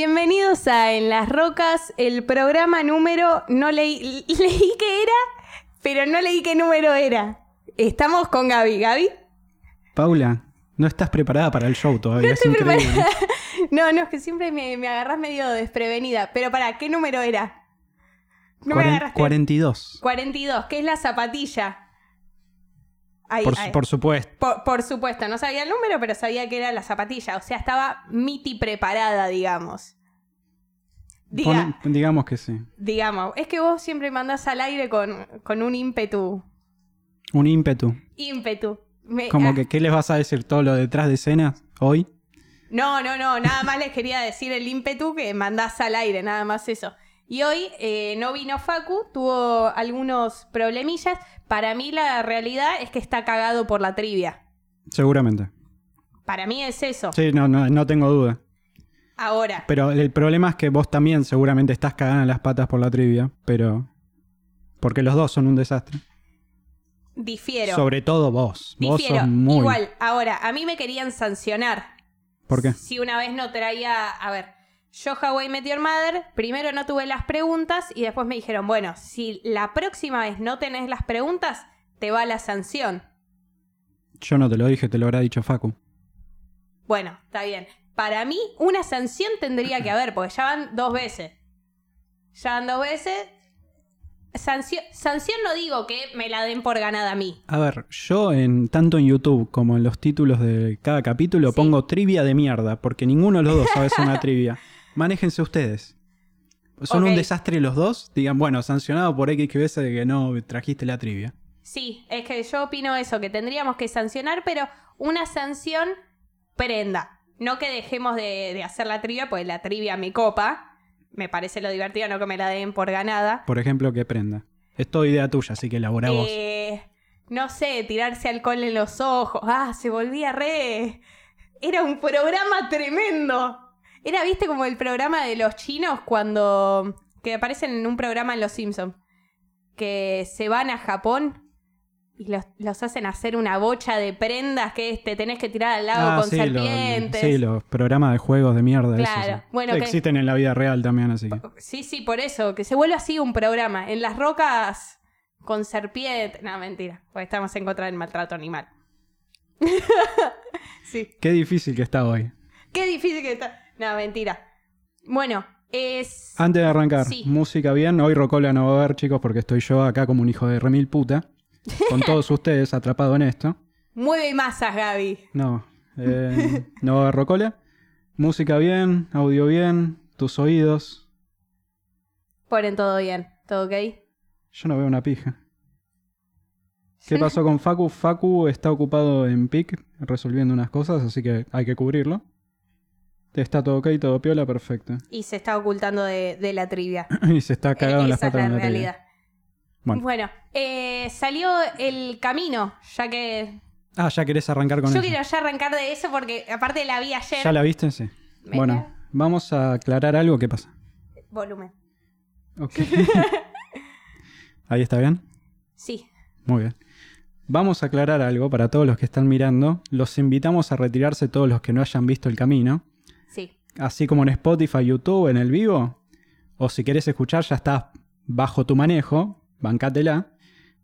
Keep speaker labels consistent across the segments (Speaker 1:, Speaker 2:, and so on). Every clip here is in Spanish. Speaker 1: Bienvenidos a En las Rocas, el programa número. No leí. Leí que era, pero no leí qué número era. Estamos con Gaby. Gaby.
Speaker 2: Paula, no estás preparada para el show todavía.
Speaker 1: No
Speaker 2: es
Speaker 1: estoy
Speaker 2: increíble.
Speaker 1: preparada. No, no, es que siempre me, me agarras medio desprevenida. Pero para, ¿qué número era? No me
Speaker 2: Cuaren-
Speaker 1: agarraste.
Speaker 2: 42.
Speaker 1: 42, que es la zapatilla. Ahí,
Speaker 2: Por,
Speaker 1: ahí.
Speaker 2: por supuesto.
Speaker 1: Por, por supuesto, no sabía el número, pero sabía que era la zapatilla. O sea, estaba miti preparada, digamos. Diga,
Speaker 2: Pon- digamos que sí.
Speaker 1: digamos, es que vos siempre mandás al aire con, con un ímpetu.
Speaker 2: Un ímpetu.
Speaker 1: ímpetu. Me-
Speaker 2: Como
Speaker 1: ah,
Speaker 2: que, ¿qué les vas a decir todo lo detrás de escenas hoy?
Speaker 1: No, no, no, nada más les quería decir el ímpetu que mandás al aire, nada más eso. Y hoy eh, no vino Facu, tuvo algunos problemillas. Para mí la realidad es que está cagado por la trivia.
Speaker 2: Seguramente.
Speaker 1: Para mí es eso.
Speaker 2: Sí, no, no, no tengo duda.
Speaker 1: Ahora.
Speaker 2: Pero el problema es que vos también seguramente estás cagando las patas por la trivia, pero... Porque los dos son un desastre.
Speaker 1: Difiero.
Speaker 2: Sobre todo vos. Vos
Speaker 1: Difiero.
Speaker 2: sos muy...
Speaker 1: Igual, ahora, a mí me querían sancionar.
Speaker 2: ¿Por qué?
Speaker 1: Si una vez no traía. A ver, yo Hawaii Met Your Mother, primero no tuve las preguntas y después me dijeron, bueno, si la próxima vez no tenés las preguntas, te va la sanción.
Speaker 2: Yo no te lo dije, te lo habrá dicho Facu.
Speaker 1: Bueno, está bien. Para mí, una sanción tendría que haber, porque ya van dos veces. Ya van dos veces. Sanción, sanción no digo que me la den por ganada a mí.
Speaker 2: A ver, yo en tanto en YouTube como en los títulos de cada capítulo
Speaker 1: Sí.
Speaker 2: pongo trivia de mierda, porque ninguno de los dos sabe hacer una trivia. Manéjense ustedes. Son
Speaker 1: Ok.
Speaker 2: un desastre los dos. Digan, bueno, sancionado por X veces de que no trajiste la trivia.
Speaker 1: Sí, es que yo opino eso, que tendríamos que sancionar, pero una sanción prenda. No que dejemos de, de hacer la trivia, pues la trivia me copa. Me parece lo divertido, no que me la den por ganada.
Speaker 2: Por ejemplo, que prenda. Es toda idea tuya, así que elabora vos.
Speaker 1: Eh, no sé, tirarse alcohol en los ojos. Ah, se volvía re. Era un programa tremendo. Era, viste, como el programa de los chinos cuando. que aparecen en un programa en Los Simpsons. Que se van a Japón y los, los hacen hacer una bocha de prendas que es, te tenés que tirar al lago
Speaker 2: Ah,
Speaker 1: con
Speaker 2: sí, lo-
Speaker 1: serpientes.
Speaker 2: sí, los programas de juegos de mierda. esos,
Speaker 1: Claro.
Speaker 2: sí.
Speaker 1: Bueno, que-
Speaker 2: Existen en la vida real también, así que.
Speaker 1: Sí, sí, por eso, que se vuelve así un programa. En las rocas con serpiente. No, mentira, porque estamos en contra del maltrato animal. sí.
Speaker 2: Qué difícil que está hoy.
Speaker 1: Qué difícil que está. No, mentira. Bueno, es.
Speaker 2: Antes de arrancar,
Speaker 1: Sí.
Speaker 2: música bien. Hoy Rocola no va a haber, chicos, porque estoy yo acá como un hijo de remil puta. Con todos ustedes atrapado en esto.
Speaker 1: Mueve masas, Gaby.
Speaker 2: No, eh, no va a haber Rocola. Música bien, audio bien, tus oídos.
Speaker 1: Ponen todo bien. ¿Todo ok?
Speaker 2: Yo no veo una pija. ¿Qué pasó con Facu? Facu está ocupado en PIC resolviendo unas cosas, así que hay que cubrirlo. Está todo ok, todo piola, perfecto.
Speaker 1: Y se está ocultando de, de la trivia.
Speaker 2: y se está cagado en
Speaker 1: Eh,
Speaker 2: las
Speaker 1: Esa es
Speaker 2: patas
Speaker 1: la
Speaker 2: de la tele.
Speaker 1: realidad. Bueno,
Speaker 2: Bueno.
Speaker 1: eh, salió el camino, ya que.
Speaker 2: Ah, ya querés arrancar con
Speaker 1: Yo
Speaker 2: eso.
Speaker 1: quiero ya arrancar de eso porque, aparte, la vi ayer.
Speaker 2: ¿Ya la viste? Sí.
Speaker 1: Venga.
Speaker 2: Bueno, vamos a aclarar algo que pasa.
Speaker 1: Volumen.
Speaker 2: Ok. Ahí está bien.
Speaker 1: Sí,
Speaker 2: Muy bien. Vamos a aclarar algo para todos los que están mirando. Los invitamos a retirarse todos los que no hayan visto el camino.
Speaker 1: sí.
Speaker 2: Así como en Spotify, YouTube, en el vivo. O si querés escuchar, ya estás bajo tu manejo. Bancátela.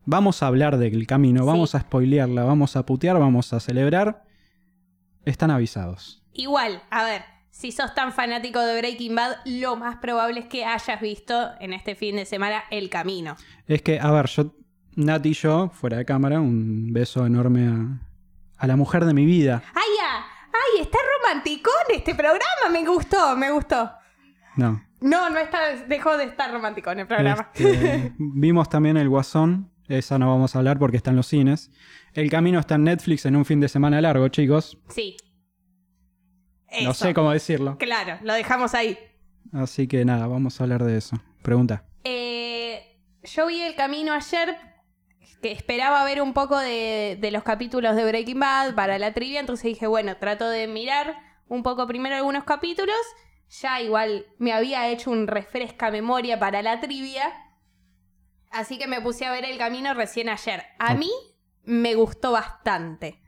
Speaker 2: Vamos a hablar del camino.
Speaker 1: Sí.
Speaker 2: Vamos a spoilearla. Vamos a putear. Vamos a celebrar. Están avisados.
Speaker 1: Igual, a ver, si sos tan fanático de Breaking Bad, lo más probable es que hayas visto en este fin de semana El Camino.
Speaker 2: Es que, a ver, yo, Nat y yo, fuera de cámara, un beso enorme a, a la mujer de mi vida.
Speaker 1: ¡Ay, ya! ¡Ay, está romanticón este programa! Me gustó, me gustó.
Speaker 2: No.
Speaker 1: No, no está, dejó de estar romanticón el programa.
Speaker 2: Este, vimos también El Guasón. Esa no vamos a hablar porque está en los cines. El Camino está en Netflix en un fin de semana largo, chicos.
Speaker 1: Sí.
Speaker 2: No
Speaker 1: Eso.
Speaker 2: sé cómo decirlo.
Speaker 1: Claro, lo dejamos ahí.
Speaker 2: Así que nada, vamos a hablar de eso. Pregunta.
Speaker 1: Eh, yo vi el camino ayer, que esperaba ver un poco de, de los capítulos de Breaking Bad para la trivia, entonces dije, bueno, trato de mirar un poco primero algunos capítulos. Ya igual me había hecho un refresca memoria para la trivia. Así que me puse a ver el camino recién ayer. A
Speaker 2: Ok.
Speaker 1: mí me gustó bastante.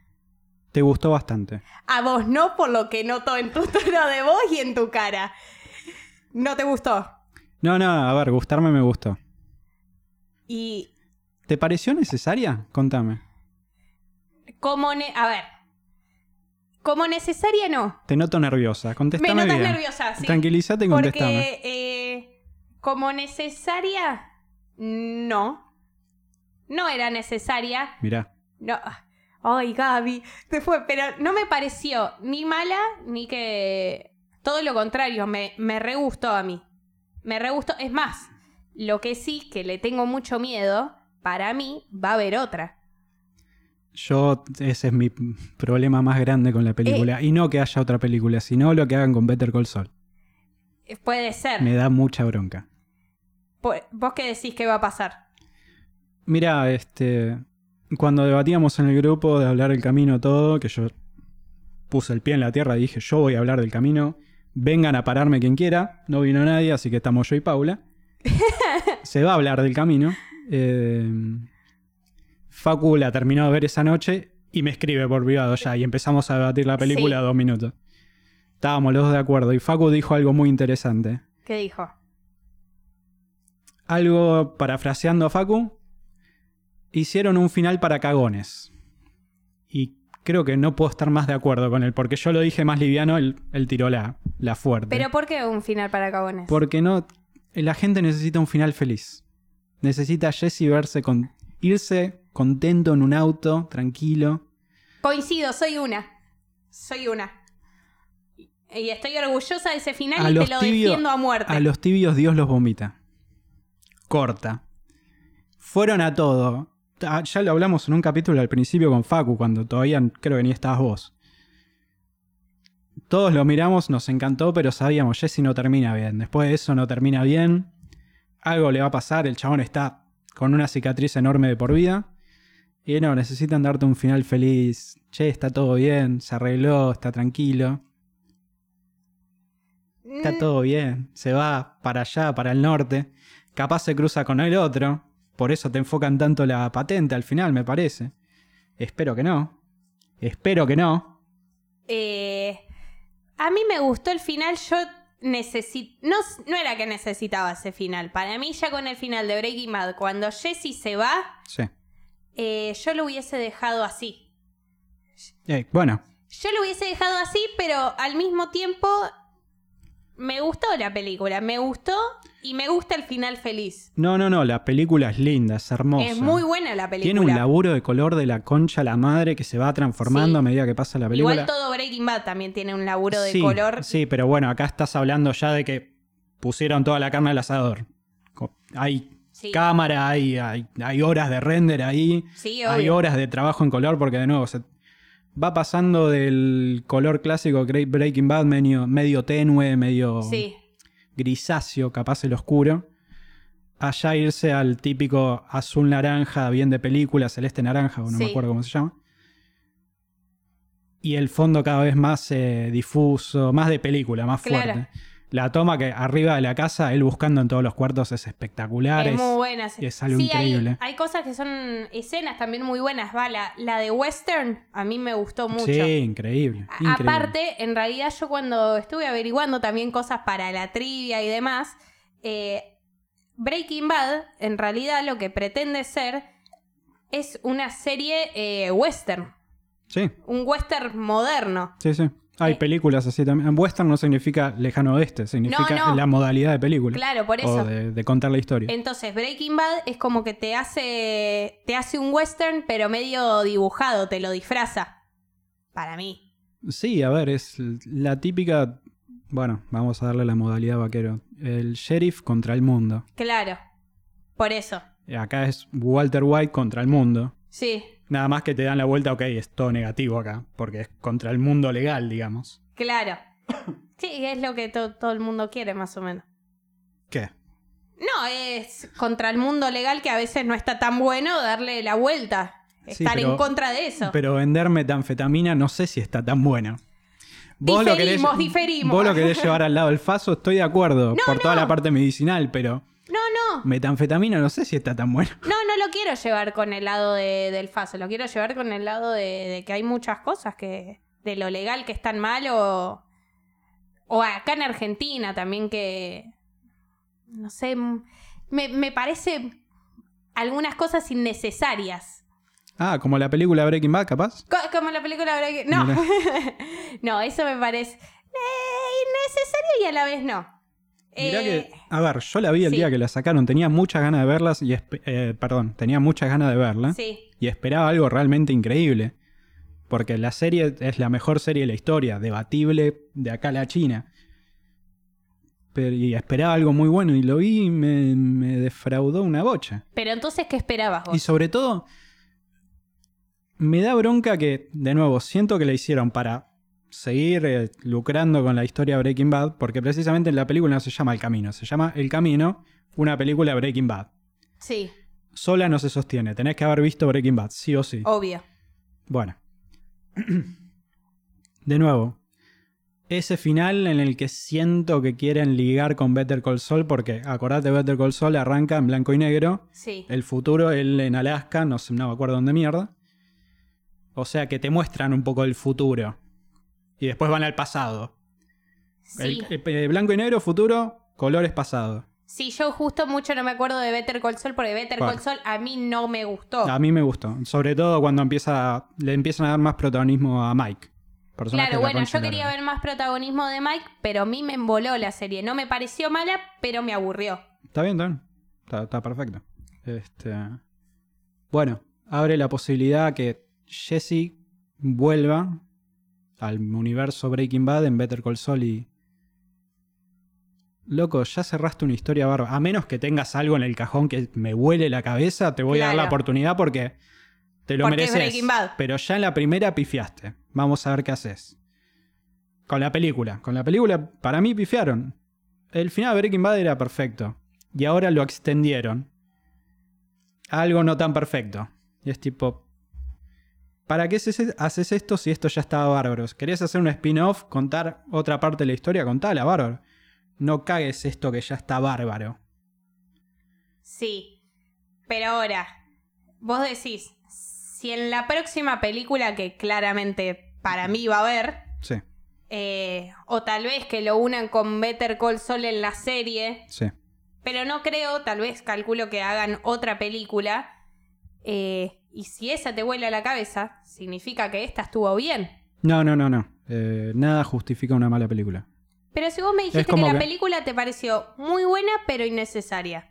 Speaker 2: Te gustó bastante.
Speaker 1: A vos no, por lo que noto en tu tono de voz y en tu cara. No te gustó.
Speaker 2: No, no, a ver, gustarme me gustó.
Speaker 1: Y
Speaker 2: ¿Te pareció necesaria? Contame.
Speaker 1: como... ne- a ver. Como necesaria no.
Speaker 2: Te noto nerviosa.
Speaker 1: Me
Speaker 2: Contestame
Speaker 1: notas
Speaker 2: bien.
Speaker 1: nerviosa, sí.
Speaker 2: Tranquilízate y contestame.
Speaker 1: Porque eh, como necesaria, no. No era necesaria.
Speaker 2: Mirá.
Speaker 1: No. Ay, Gaby, te fue. Pero no me pareció ni mala ni que. Todo lo contrario, me, me re gustó a mí. Me re gustó. Es más, lo que sí que le tengo mucho miedo, para mí va a haber otra.
Speaker 2: Yo, ese es mi problema más grande con la película. Y no que haya otra película, sino lo que hagan con Better Call Saul.
Speaker 1: Eh, Puede ser.
Speaker 2: Me da mucha bronca.
Speaker 1: Po- ¿Vos qué decís que va a pasar?
Speaker 2: Mira, este. Cuando debatíamos en el grupo de hablar del camino todo, que yo puse el pie en la tierra y dije, yo voy a hablar del camino. Vengan a pararme quien quiera. No vino nadie, así que estamos yo y Paula. Se va a hablar del camino. Eh, Facu la terminó de ver esa noche y me escribe por privado ya. Y empezamos a debatir la película
Speaker 1: Sí.
Speaker 2: dos minutos. Estábamos los dos de acuerdo. Y Facu dijo algo muy interesante
Speaker 1: ¿Qué dijo?
Speaker 2: algo parafraseando a Facu, hicieron un final para cagones. Y creo que no puedo estar más de acuerdo con él, porque yo lo dije más liviano, él, él tiró la, la fuerte.
Speaker 1: ¿Pero por qué un final para cagones?
Speaker 2: porque no, la gente necesita un final feliz. Necesita a Jesse verse con, irse contento en un auto, tranquilo.
Speaker 1: Coincido, soy una. Soy una. Y estoy orgullosa de ese final
Speaker 2: A
Speaker 1: y te
Speaker 2: los
Speaker 1: lo
Speaker 2: tibios-
Speaker 1: defiendo a muerte.
Speaker 2: A los tibios Dios los vomita. Corta. Fueron a todo. Ah, Ya lo hablamos en un capítulo al principio con Facu, cuando todavía creo que ni estabas vos. Todos lo miramos, nos encantó, pero sabíamos, Jesse no termina bien. Después de eso no termina bien. Algo le va a pasar, el chabón está con una cicatriz enorme de por vida. Y no, necesitan darte un final feliz. Che, está todo bien, se arregló, está tranquilo.
Speaker 1: Mm,
Speaker 2: Está todo bien. Se va para allá, para el norte. Capaz se cruza con el otro. Por eso te enfocan tanto la patente al final, me parece. Espero que no. Espero que no.
Speaker 1: eh, a mí me gustó el final, yo necesito... No, no era que necesitaba ese final. Para mí ya con el final de Breaking Bad, cuando Jesse se va,
Speaker 2: Sí.
Speaker 1: eh, yo lo hubiese dejado así.
Speaker 2: Eh, bueno,
Speaker 1: Yo lo hubiese dejado así, pero al mismo tiempo me gustó la película, me gustó y me gusta el final feliz.
Speaker 2: no, no, no. La película es linda, es hermosa.
Speaker 1: Es muy buena la película.
Speaker 2: Tiene un laburo de color de la concha a la madre que se va
Speaker 1: Sí.
Speaker 2: transformando a medida que pasa la película.
Speaker 1: Igual todo Breaking Bad también tiene un laburo de
Speaker 2: sí,
Speaker 1: color.
Speaker 2: Sí, pero bueno, acá estás hablando ya de que pusieron toda la carne al asador. Co- Hay
Speaker 1: Sí,
Speaker 2: cámara, hay, hay, hay horas de render ahí.
Speaker 1: sí,
Speaker 2: Hay
Speaker 1: obvio.
Speaker 2: horas de trabajo en color porque de nuevo se va pasando del color clásico Great Breaking Bad medio, medio tenue, medio
Speaker 1: Sí.
Speaker 2: grisáceo, capaz el oscuro, allá irse al típico azul naranja, bien de película, celeste naranja, o no me
Speaker 1: Sí.
Speaker 2: acuerdo cómo se llama. Y el fondo cada vez más eh, difuso, más de película, más
Speaker 1: Claro.
Speaker 2: fuerte. La toma que arriba de la casa, él buscando en todos los cuartos, es espectacular.
Speaker 1: Es
Speaker 2: es-
Speaker 1: muy buena. sí.
Speaker 2: es algo
Speaker 1: Sí, hay-
Speaker 2: increíble.
Speaker 1: Hay, cosas que son escenas también muy buenas. Va, la, la de Western a mí me gustó mucho.
Speaker 2: Sí, increíble.
Speaker 1: A-
Speaker 2: increíble.
Speaker 1: Aparte, en realidad yo cuando estuve averiguando también cosas para la trivia y demás, eh, Breaking Bad en realidad lo que pretende ser es una serie eh, western,
Speaker 2: Sí.
Speaker 1: un western moderno.
Speaker 2: Sí, sí. Hay
Speaker 1: Eh,
Speaker 2: películas así también. Western no significa lejano oeste, significa
Speaker 1: No, no.
Speaker 2: la modalidad de película.
Speaker 1: Claro, por
Speaker 2: O
Speaker 1: eso.
Speaker 2: de, de contar la historia.
Speaker 1: Entonces, Breaking Bad es como que te hace, te hace un western, pero medio dibujado, te lo disfraza. Para mí.
Speaker 2: Sí, a ver, es la típica. Bueno, vamos a darle la modalidad vaquero. El sheriff contra el mundo.
Speaker 1: Claro. Por eso.
Speaker 2: Acá es Walter White contra el mundo.
Speaker 1: Sí,
Speaker 2: Nada más que te dan la vuelta, ok, es todo negativo acá, porque es contra el mundo legal, digamos.
Speaker 1: claro. Sí, es lo que to- todo el mundo quiere, más o menos.
Speaker 2: ¿Qué?
Speaker 1: No, es contra el mundo legal que a veces no está tan bueno darle la vuelta.
Speaker 2: Sí,
Speaker 1: Estar
Speaker 2: pero-
Speaker 1: en contra de eso.
Speaker 2: Pero vender metanfetamina no sé si está tan bueno.
Speaker 1: Diferimos, diferimos.
Speaker 2: Vos lo querés llevar al lado del faso, estoy de acuerdo,
Speaker 1: No,
Speaker 2: por toda
Speaker 1: no.
Speaker 2: la parte medicinal, pero
Speaker 1: No, no.
Speaker 2: metanfetamina no sé si está tan bueno.
Speaker 1: No, no lo quiero llevar con el lado de- del faso. Lo quiero llevar con el lado de, de que hay muchas cosas que. de lo legal que están mal o. o acá en Argentina también que. no sé, m- me, me parece algunas cosas innecesarias.
Speaker 2: Ah, como la película Breaking Bad, capaz.
Speaker 1: Co- Como la película habrá que. No.
Speaker 2: Mira.
Speaker 1: no, eso me parece eh, innecesario y a la vez no.
Speaker 2: Mirá
Speaker 1: Eh,
Speaker 2: que, a ver, yo la vi el
Speaker 1: sí.
Speaker 2: día que la sacaron, tenía muchas ganas de verlas y espe- eh, perdón, tenía muchas ganas de verla
Speaker 1: Sí,
Speaker 2: y esperaba algo realmente increíble. Porque la serie es la mejor serie de la historia, debatible de acá a la China. Pero, y esperaba algo muy bueno y lo vi y me, me defraudó una bocha.
Speaker 1: pero entonces, ¿qué esperabas
Speaker 2: Y
Speaker 1: vos?
Speaker 2: sobre todo, me da bronca que, de nuevo, siento que la hicieron para seguir eh, lucrando con la historia Breaking Bad, porque precisamente en la película no se llama El Camino, se llama El Camino, una película Breaking Bad.
Speaker 1: Sí,
Speaker 2: Sola no se sostiene, tenés que haber visto Breaking Bad, sí o sí.
Speaker 1: obvio.
Speaker 2: Bueno. De nuevo. Ese final en el que siento que quieren ligar con Better Call Saul, porque acordate, Better Call Saul arranca en blanco y negro,
Speaker 1: Sí.
Speaker 2: el futuro, él en Alaska, no, sé- no me acuerdo dónde mierda. O sea que te muestran un poco el futuro. Y después van al pasado.
Speaker 1: Sí.
Speaker 2: El- eh, blanco y negro, futuro, colores pasado.
Speaker 1: Sí, yo justo mucho no me acuerdo de Better Call Saul porque Better
Speaker 2: Bueno.
Speaker 1: Call Saul a mí no me gustó.
Speaker 2: A mí me gustó. Sobre todo cuando empieza, le empiezan a dar más protagonismo a Mike. personaje
Speaker 1: Claro,
Speaker 2: de la
Speaker 1: bueno,
Speaker 2: concha
Speaker 1: yo
Speaker 2: de la
Speaker 1: quería
Speaker 2: lora.
Speaker 1: ver más protagonismo de Mike, pero a mí me emboló la serie. No me pareció mala, pero me aburrió.
Speaker 2: Está bien, está bien. Está, está perfecto. Este, bueno, abre la posibilidad que Jesse vuelva al universo Breaking Bad en Better Call Saul y... Loco, ya cerraste una historia barba. A menos que tengas algo en el cajón que me huele la cabeza, te voy a dar la
Speaker 1: Claro.
Speaker 2: oportunidad porque te lo
Speaker 1: Porque es
Speaker 2: mereces.
Speaker 1: Breaking Bad.
Speaker 2: Pero ya en la primera pifiaste. Vamos a ver qué haces. Con la película. Con la película, para mí pifiaron. El final de Breaking Bad era perfecto. Y ahora lo extendieron. a Algo no tan perfecto. Y es tipo. ¿Para qué haces haces esto si esto ya estaba bárbaro? ¿Querés hacer un spin-off? ¿Contar otra parte de la historia? Contala, bárbaro. No cagues esto que ya está bárbaro.
Speaker 1: Sí. Pero ahora, vos decís, si en la próxima película que claramente para mí va a haber,
Speaker 2: Sí,
Speaker 1: eh, o tal vez que lo unan con Better Call Saul en la serie,
Speaker 2: sí.
Speaker 1: pero no creo, tal vez calculo que hagan otra película, eh, y si esa te vuela la cabeza, significa que esta estuvo bien.
Speaker 2: No, no, no, no. Eh, nada justifica una mala película.
Speaker 1: Pero si vos me dijiste que
Speaker 2: como
Speaker 1: la
Speaker 2: que-
Speaker 1: película te pareció muy buena, pero innecesaria.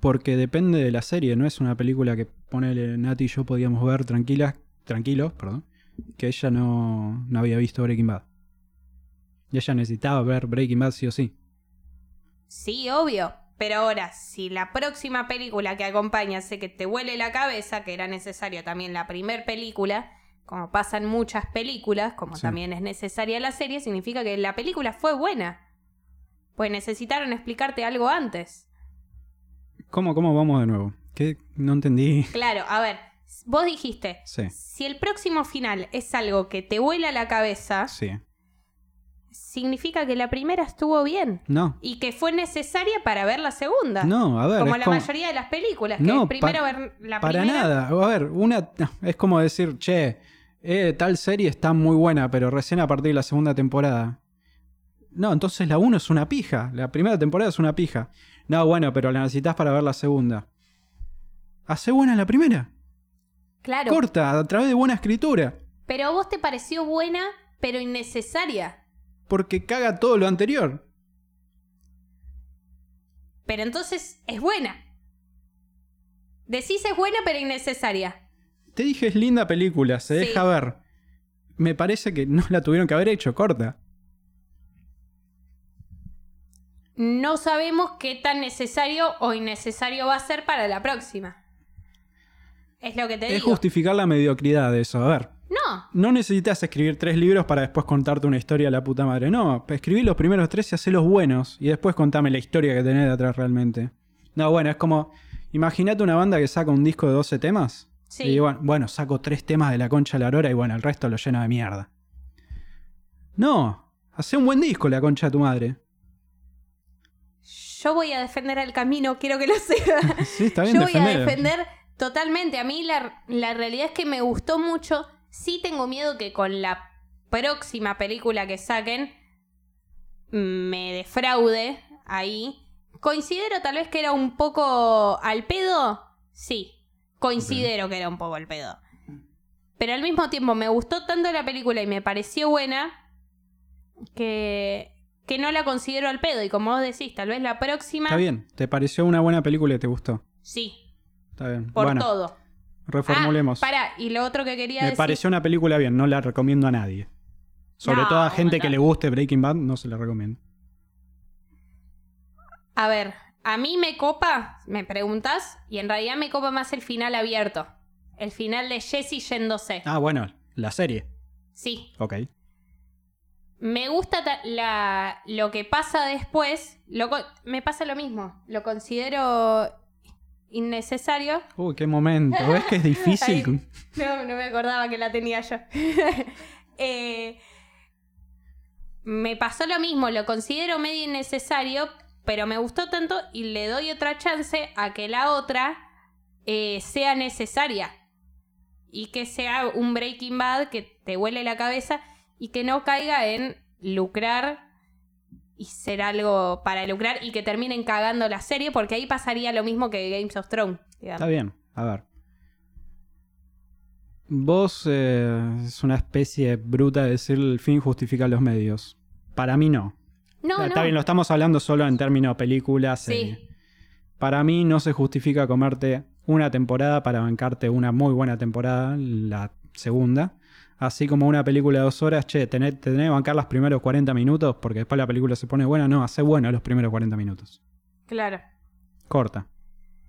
Speaker 2: Porque depende de la serie, no es una película que ponele Nati y yo podíamos ver tranquilas, tranquilos, perdón, que ella no, no había visto Breaking Bad. Y ella necesitaba ver Breaking Bad sí o sí.
Speaker 1: Sí, obvio. Pero ahora, si la próxima película que acompaña sé que te huele la cabeza, que era necesario también la primer película, como pasan muchas películas, como
Speaker 2: Sí.
Speaker 1: también es necesaria la serie, significa que la película fue buena. Pues necesitaron explicarte algo antes.
Speaker 2: ¿Cómo, cómo vamos de nuevo? Que no entendí.
Speaker 1: Claro, a ver, vos dijiste,
Speaker 2: Sí,
Speaker 1: si el próximo final es algo que te huela la cabeza,
Speaker 2: sí.
Speaker 1: significa que la primera estuvo bien
Speaker 2: No,
Speaker 1: y que fue necesaria para ver la segunda.
Speaker 2: no, a ver.
Speaker 1: como
Speaker 2: es
Speaker 1: la mayoría de las películas, que
Speaker 2: No,
Speaker 1: primero
Speaker 2: pa-
Speaker 1: ver la
Speaker 2: Para
Speaker 1: primera.
Speaker 2: nada. A ver, una no, es como decir, che, eh, tal serie está muy buena, pero recién a partir de la segunda temporada. No, entonces la 1 es una pija. La primera temporada es una pija. No, bueno, pero la necesitas para ver la segunda. Hace buena la primera.
Speaker 1: Claro,
Speaker 2: Corta, a través de buena escritura.
Speaker 1: pero a vos te pareció buena, pero innecesaria.
Speaker 2: Porque caga todo lo anterior.
Speaker 1: Pero entonces es buena. Decís es buena, pero innecesaria.
Speaker 2: Te dije, es linda película, se
Speaker 1: Sí.
Speaker 2: deja ver. Me parece que no la tuvieron que haber hecho, corta.
Speaker 1: No sabemos qué tan necesario o innecesario va a ser para la próxima. Es lo que te
Speaker 2: Es
Speaker 1: digo.
Speaker 2: justificar la mediocridad de eso, a ver.
Speaker 1: No,
Speaker 2: No necesitas escribir tres libros para después contarte una historia a la puta madre. No, escribí los primeros tres y hacé los buenos. Y después contame la historia que tenés detrás realmente. No, bueno, es como. Imagínate una banda que saca un disco de 12 temas.
Speaker 1: Sí.
Speaker 2: Y bueno, bueno, saco tres temas de la concha de la aurora y bueno, el resto lo lleno de mierda. No, hace un buen disco la concha de tu madre.
Speaker 1: yo voy a defender al camino, quiero que lo sepas.
Speaker 2: Sí, está bien
Speaker 1: Yo voy a
Speaker 2: defenderlo.
Speaker 1: defender totalmente. A mí la, la realidad es que me gustó mucho. Sí tengo miedo que con la próxima película que saquen me defraude mm, ahí. Considero tal vez que era un poco al pedo. Sí, considero que era un poco al pedo. Pero al mismo tiempo me gustó tanto la película y me pareció buena que, que no la considero al pedo. Y como vos decís, tal vez la próxima.
Speaker 2: Está bien, te pareció una buena película y te gustó.
Speaker 1: Sí,
Speaker 2: Está bien.
Speaker 1: por
Speaker 2: bueno,
Speaker 1: todo. Ah,
Speaker 2: reformulemos.
Speaker 1: para, y lo otro que quería
Speaker 2: Me
Speaker 1: decir.
Speaker 2: pareció una película bien, no la recomiendo a nadie. Sobre
Speaker 1: No,
Speaker 2: todo a gente
Speaker 1: no.
Speaker 2: que le guste Breaking Bad, no se la recomiendo.
Speaker 1: A ver, a mí me copa, me preguntas, y en realidad me copa más el final abierto. El final de Jesse yéndose.
Speaker 2: Ah, bueno, la serie.
Speaker 1: Sí.
Speaker 2: Ok.
Speaker 1: Me gusta ta- la, lo que pasa después. Lo, co- me pasa lo mismo. Lo considero innecesario.
Speaker 2: Uy, qué momento. ¿Ves que es difícil?
Speaker 1: No, no me acordaba que la tenía yo. Eh, me pasó lo mismo, lo considero medio innecesario, pero me gustó tanto y le doy otra chance a que la otra eh, sea necesaria. Y que sea un Breaking Bad que te huele la cabeza y que no caiga en lucrar y ser algo para lucrar y que terminen cagando la serie, porque ahí pasaría lo mismo que Games of Thrones. digamos.
Speaker 2: Está bien, a ver. Vos eh, es una especie bruta de decir el fin justifica los medios. Para mí no.
Speaker 1: No,
Speaker 2: Está
Speaker 1: no.
Speaker 2: bien, lo estamos hablando solo en términos película, serie.
Speaker 1: Sí.
Speaker 2: Para mí no se justifica comerte una temporada para bancarte una muy buena temporada, la segunda. Así como una película de dos horas, che, tené- te tenés que bancar los primeros 40 minutos porque después la película se pone buena. No, hace bueno los primeros 40 minutos.
Speaker 1: Claro.
Speaker 2: Corta.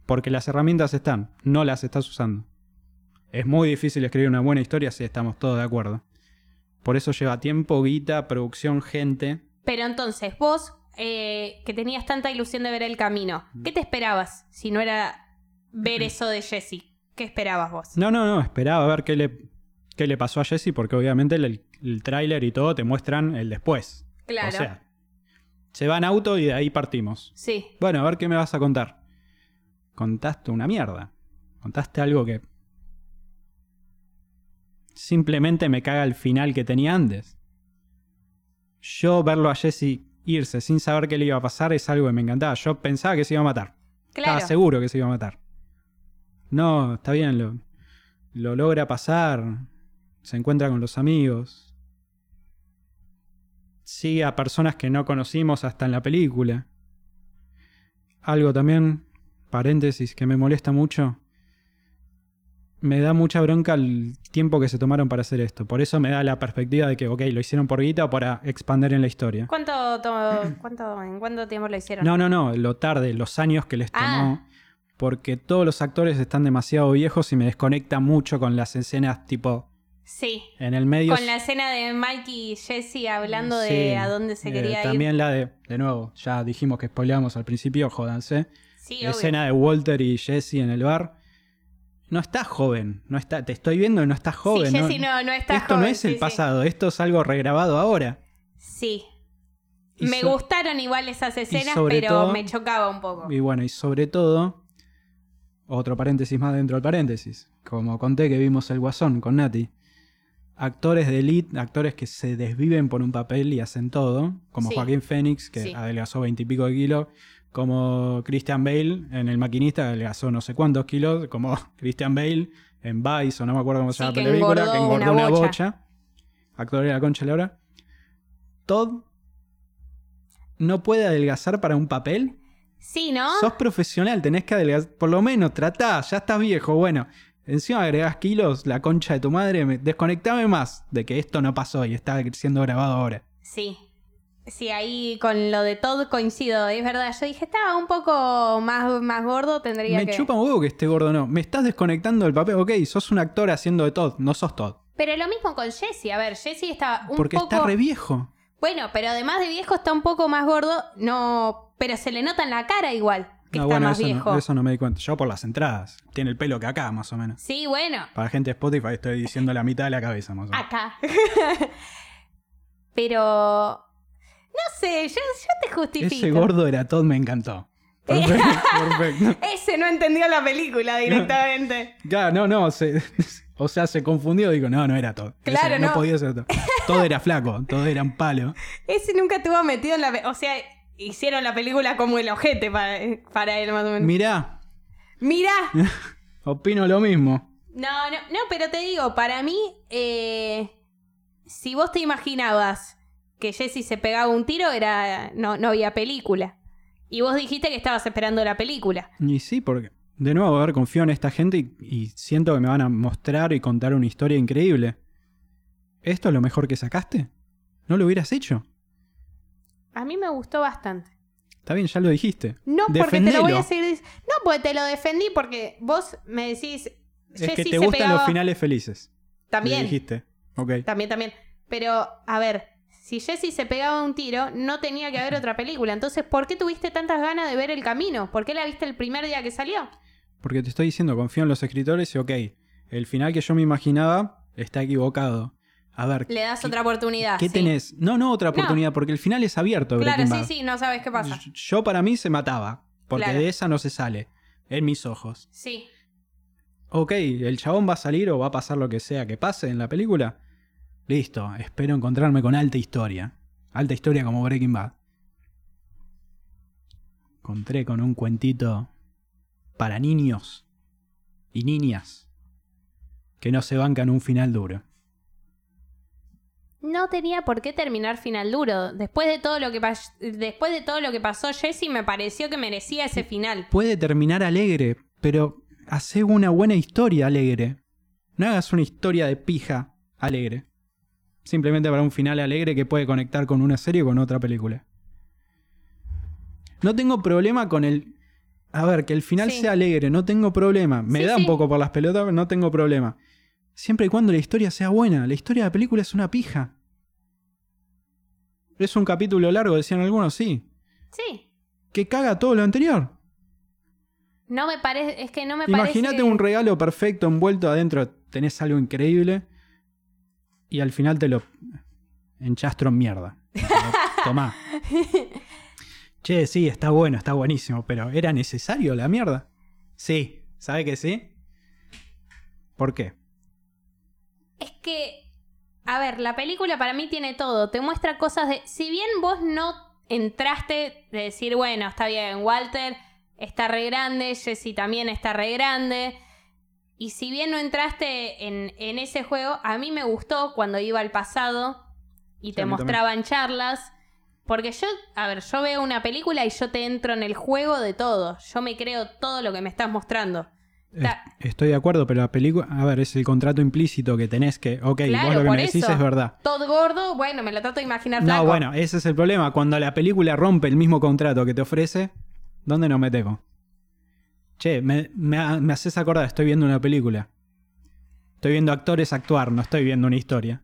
Speaker 2: Porque las herramientas están, no las estás usando. Es muy difícil escribir una buena historia si estamos todos de acuerdo. Por eso lleva tiempo, guita, producción, gente.
Speaker 1: Pero entonces, vos, eh, que tenías tanta ilusión de ver el camino,
Speaker 2: Mm.
Speaker 1: ¿qué te esperabas si no era ver eso de Jesse? ¿Qué esperabas vos?
Speaker 2: No, no, no, esperaba a ver qué le, qué le pasó a Jesse, porque obviamente el, el tráiler y todo te muestran el después.
Speaker 1: Claro.
Speaker 2: O sea, se va en auto y de ahí partimos.
Speaker 1: sí,
Speaker 2: Bueno, a ver qué me vas a contar. Contaste una mierda. Contaste algo que. Simplemente me caga el final que tenía antes. Yo verlo a Jesse irse sin saber qué le iba a pasar es algo que me encantaba. Yo pensaba que se iba a matar. Estaba
Speaker 1: claro.
Speaker 2: seguro que se iba a matar. No, está bien, lo, lo logra pasar. Se encuentra con los amigos. Sigue a personas que no conocimos hasta en la película. Algo también, paréntesis, que me molesta mucho. Me da mucha bronca el tiempo que se tomaron para hacer esto. Por eso me da la perspectiva de que, ok, lo hicieron por guita o para expandir en la historia.
Speaker 1: ¿Cuánto, to- cuánto, ¿En cuánto tiempo lo hicieron?
Speaker 2: No, no, no, lo tarde, los años que les tomó.
Speaker 1: Ah.
Speaker 2: Porque todos los actores están demasiado viejos y me desconecta mucho con las escenas tipo
Speaker 1: Sí.
Speaker 2: en el medio.
Speaker 1: Con la escena de Mikey y Jesse hablando
Speaker 2: Sí,
Speaker 1: de a dónde se
Speaker 2: eh,
Speaker 1: quería ir.
Speaker 2: También la de, de nuevo, ya dijimos que spoileamos al principio, jodanse.
Speaker 1: Sí, obvio.
Speaker 2: la escena de Walter y Jesse en el bar. No está joven, no está, te estoy viendo y no está joven.
Speaker 1: sí, Jesse no, no está
Speaker 2: esto no
Speaker 1: joven,
Speaker 2: es
Speaker 1: sí,
Speaker 2: el
Speaker 1: sí.
Speaker 2: pasado, esto es algo regrabado ahora.
Speaker 1: Sí.
Speaker 2: Y
Speaker 1: Me
Speaker 2: so-
Speaker 1: gustaron igual esas escenas,
Speaker 2: sobre
Speaker 1: pero
Speaker 2: todo-
Speaker 1: me chocaba un poco.
Speaker 2: Y bueno, y sobre todo, otro paréntesis más dentro del paréntesis. Como conté que vimos El Guasón con Nati. Actores de elite, actores que se desviven por un papel y hacen todo, como
Speaker 1: Sí.
Speaker 2: Joaquín Phoenix, que
Speaker 1: Sí.
Speaker 2: adelgazó veintipico de kilos, como Christian Bale en El Maquinista, adelgazó no sé cuántos kilos, como Christian Bale en Vice, o no me acuerdo cómo se
Speaker 1: Sí,
Speaker 2: llama
Speaker 1: que
Speaker 2: la película,
Speaker 1: engordó
Speaker 2: que engordó
Speaker 1: una
Speaker 2: una,
Speaker 1: bocha.
Speaker 2: bocha. actor de la concha de la hora. Todd no puede adelgazar para un papel.
Speaker 1: Sí, ¿no?
Speaker 2: Sos profesional, tenés que adelgazar. Por lo menos tratá, ya estás viejo. Bueno, encima agregás kilos, la concha de tu madre. me- Desconectame más de que esto no pasó y está siendo grabado ahora.
Speaker 1: Sí. Sí, ahí con lo de Todd coincido, es verdad. Yo dije, estaba un poco más, más gordo, tendría
Speaker 2: me
Speaker 1: que.
Speaker 2: chupa un huevo que esté gordo o no. Me estás desconectando del papel. Ok, sos un actor haciendo de Todd, no sos Todd.
Speaker 1: Pero lo mismo con Jesse, a ver, Jesse estaba un
Speaker 2: Porque
Speaker 1: poco.
Speaker 2: está re viejo.
Speaker 1: Bueno, pero además de viejo está un poco más gordo, no. Pero se le nota en la cara igual, que
Speaker 2: No,
Speaker 1: está
Speaker 2: Ah, bueno,
Speaker 1: más
Speaker 2: eso
Speaker 1: viejo.
Speaker 2: no, eso no me di cuenta. Yo por las entradas. Tiene el pelo que acá, más o menos.
Speaker 1: Sí, bueno,
Speaker 2: Para gente de Spotify estoy diciendo la mitad de la cabeza, más o menos.
Speaker 1: acá. pero. No sé, yo, yo te justifico.
Speaker 2: Ese gordo era Todd, me encantó. Perfecto, perfecto.
Speaker 1: Ese no entendió la película directamente.
Speaker 2: Claro, no, no. se- o sea, se confundió. Digo, no, no era todo.
Speaker 1: Claro,
Speaker 2: no.
Speaker 1: no.
Speaker 2: podía ser todo. Todo era flaco, todo era un palo.
Speaker 1: Ese nunca estuvo metido en la. pe- O sea, hicieron la película como el ojete para, para él, más o menos.
Speaker 2: Mirá,
Speaker 1: Mirá.
Speaker 2: opino lo mismo.
Speaker 1: No, no, no, pero te digo, para mí, eh, si vos te imaginabas que Jesse se pegaba un tiro, era no, no había película. Y vos dijiste que estabas esperando la película.
Speaker 2: Y sí, porque de nuevo, a ver, confío en esta gente y, y siento que me van a mostrar y contar una historia increíble. ¿Esto es lo mejor que sacaste? ¿No lo hubieras hecho?
Speaker 1: A mí me gustó bastante.
Speaker 2: Está bien, ya lo dijiste.
Speaker 1: No porque te lo voy
Speaker 2: Defendelo.
Speaker 1: a seguir dic- No, porque te lo defendí porque vos me decís.
Speaker 2: Es que
Speaker 1: Jesse
Speaker 2: te
Speaker 1: se
Speaker 2: gustan
Speaker 1: pegaba-
Speaker 2: los finales felices. le
Speaker 1: También.
Speaker 2: dijiste. Ok.
Speaker 1: También, también. Pero, a ver, si Jesse se pegaba un tiro, no tenía que haber otra película. Entonces, ¿por qué tuviste tantas ganas de ver El Camino? ¿Por qué la viste el primer día que salió?
Speaker 2: Porque te estoy diciendo, confío en los escritores y ok, el final que yo me imaginaba está equivocado. A ver,
Speaker 1: Le das
Speaker 2: ¿qué-
Speaker 1: otra oportunidad.
Speaker 2: ¿qué
Speaker 1: sí.
Speaker 2: tenés? No, no otra
Speaker 1: No.
Speaker 2: oportunidad, porque el final es abierto.
Speaker 1: Claro,
Speaker 2: Breaking
Speaker 1: sí,
Speaker 2: Bad.
Speaker 1: sí, no sabes qué pasa.
Speaker 2: Yo- Yo para mí se mataba, porque
Speaker 1: Claro.
Speaker 2: de esa no se sale, en mis ojos.
Speaker 1: Sí.
Speaker 2: Ok, el chabón va a salir o va a pasar lo que sea que pase en la película. Listo, espero encontrarme con alta historia. Alta historia como Breaking Bad. Encontré con un cuentito para niños y niñas que no se bancan un final duro.
Speaker 1: No tenía por qué terminar final duro. Después de todo lo que pas- después de todo lo que pasó Jesse me pareció que merecía ese final.
Speaker 2: Puede terminar alegre, pero hace una buena historia alegre. No hagas una historia de pija alegre. Simplemente para un final alegre que puede conectar con una serie o con otra película. No tengo problema con el... A ver, que el final
Speaker 1: Sí.
Speaker 2: sea alegre, no tengo problema. Me
Speaker 1: Sí,
Speaker 2: da
Speaker 1: sí.
Speaker 2: un poco por las pelotas, pero no tengo problema. Siempre y cuando la historia sea buena. La historia de la película es una pija. Es un capítulo largo, decían algunos, sí.
Speaker 1: Sí.
Speaker 2: Que caga todo lo anterior.
Speaker 1: No me parece, es que no me parece
Speaker 2: Imagínate un regalo perfecto envuelto adentro, tenés algo increíble y al final te lo enchastro en mierda. Te lo- Tomá. Che, sí, está bueno, está buenísimo, pero ¿era necesario la mierda? Sí, ¿sabe que sí? ¿Por qué?
Speaker 1: Es que, a ver, la película para mí tiene todo. Te muestra cosas de. Si bien vos no entraste de decir, bueno, está bien, Walter está re grande, Jesse también está re grande. Y si bien no entraste en, en ese juego, a mí me gustó cuando iba al pasado y te
Speaker 2: a mí también.
Speaker 1: mostraban charlas. Porque yo, a ver, yo veo una película y yo te entro en el juego de todo. Yo me creo todo lo que me estás mostrando. Ta-
Speaker 2: Es- Eh, Estoy de acuerdo, pero la película, a ver, es el contrato implícito que tenés que, ok, vos
Speaker 1: Claro,
Speaker 2: lo que
Speaker 1: por
Speaker 2: me decís
Speaker 1: eso.
Speaker 2: es verdad.
Speaker 1: Todo gordo, bueno, me lo trato de imaginar
Speaker 2: No,
Speaker 1: flaco.
Speaker 2: bueno, ese es el problema. Cuando la película rompe el mismo contrato que te ofrece, ¿dónde nos metemos? Che, me, me- me haces acordar, estoy viendo una película. Estoy viendo actores actuar, no estoy viendo una historia.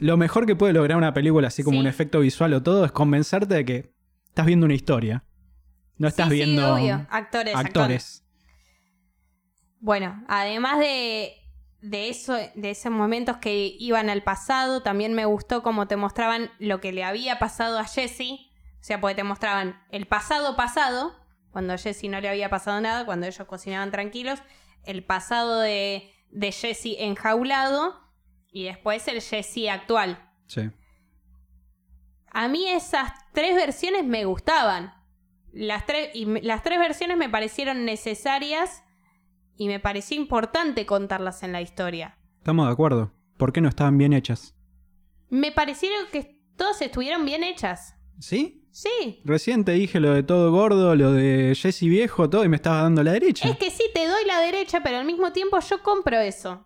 Speaker 2: Lo mejor que puede lograr una película, así como
Speaker 1: Sí.
Speaker 2: un efecto visual o todo, es convencerte de que estás viendo una historia. No estás
Speaker 1: Sí, sí,
Speaker 2: viendo
Speaker 1: obvio. Actores, actores.
Speaker 2: actores.
Speaker 1: Bueno, además de, de, eso, de esos momentos que iban al pasado, también me gustó cómo te mostraban lo que le había pasado a Jesse. O sea, porque te mostraban el pasado pasado, cuando a Jesse no le había pasado nada, cuando ellos cocinaban tranquilos, el pasado de, de Jesse enjaulado y después el Jesse actual.
Speaker 2: Sí.
Speaker 1: A mí esas tres versiones me gustaban. Las tres, y me- las tres versiones me parecieron necesarias y me pareció importante contarlas en la historia.
Speaker 2: Estamos de acuerdo. ¿Por qué no estaban bien hechas?
Speaker 1: Me parecieron que todas estuvieron bien hechas.
Speaker 2: ¿Sí?
Speaker 1: Sí.
Speaker 2: Recién te dije lo de todo gordo, lo de Jesse viejo, todo, y me estabas dando la derecha.
Speaker 1: Es que sí, te doy la derecha, pero al mismo tiempo yo compro eso.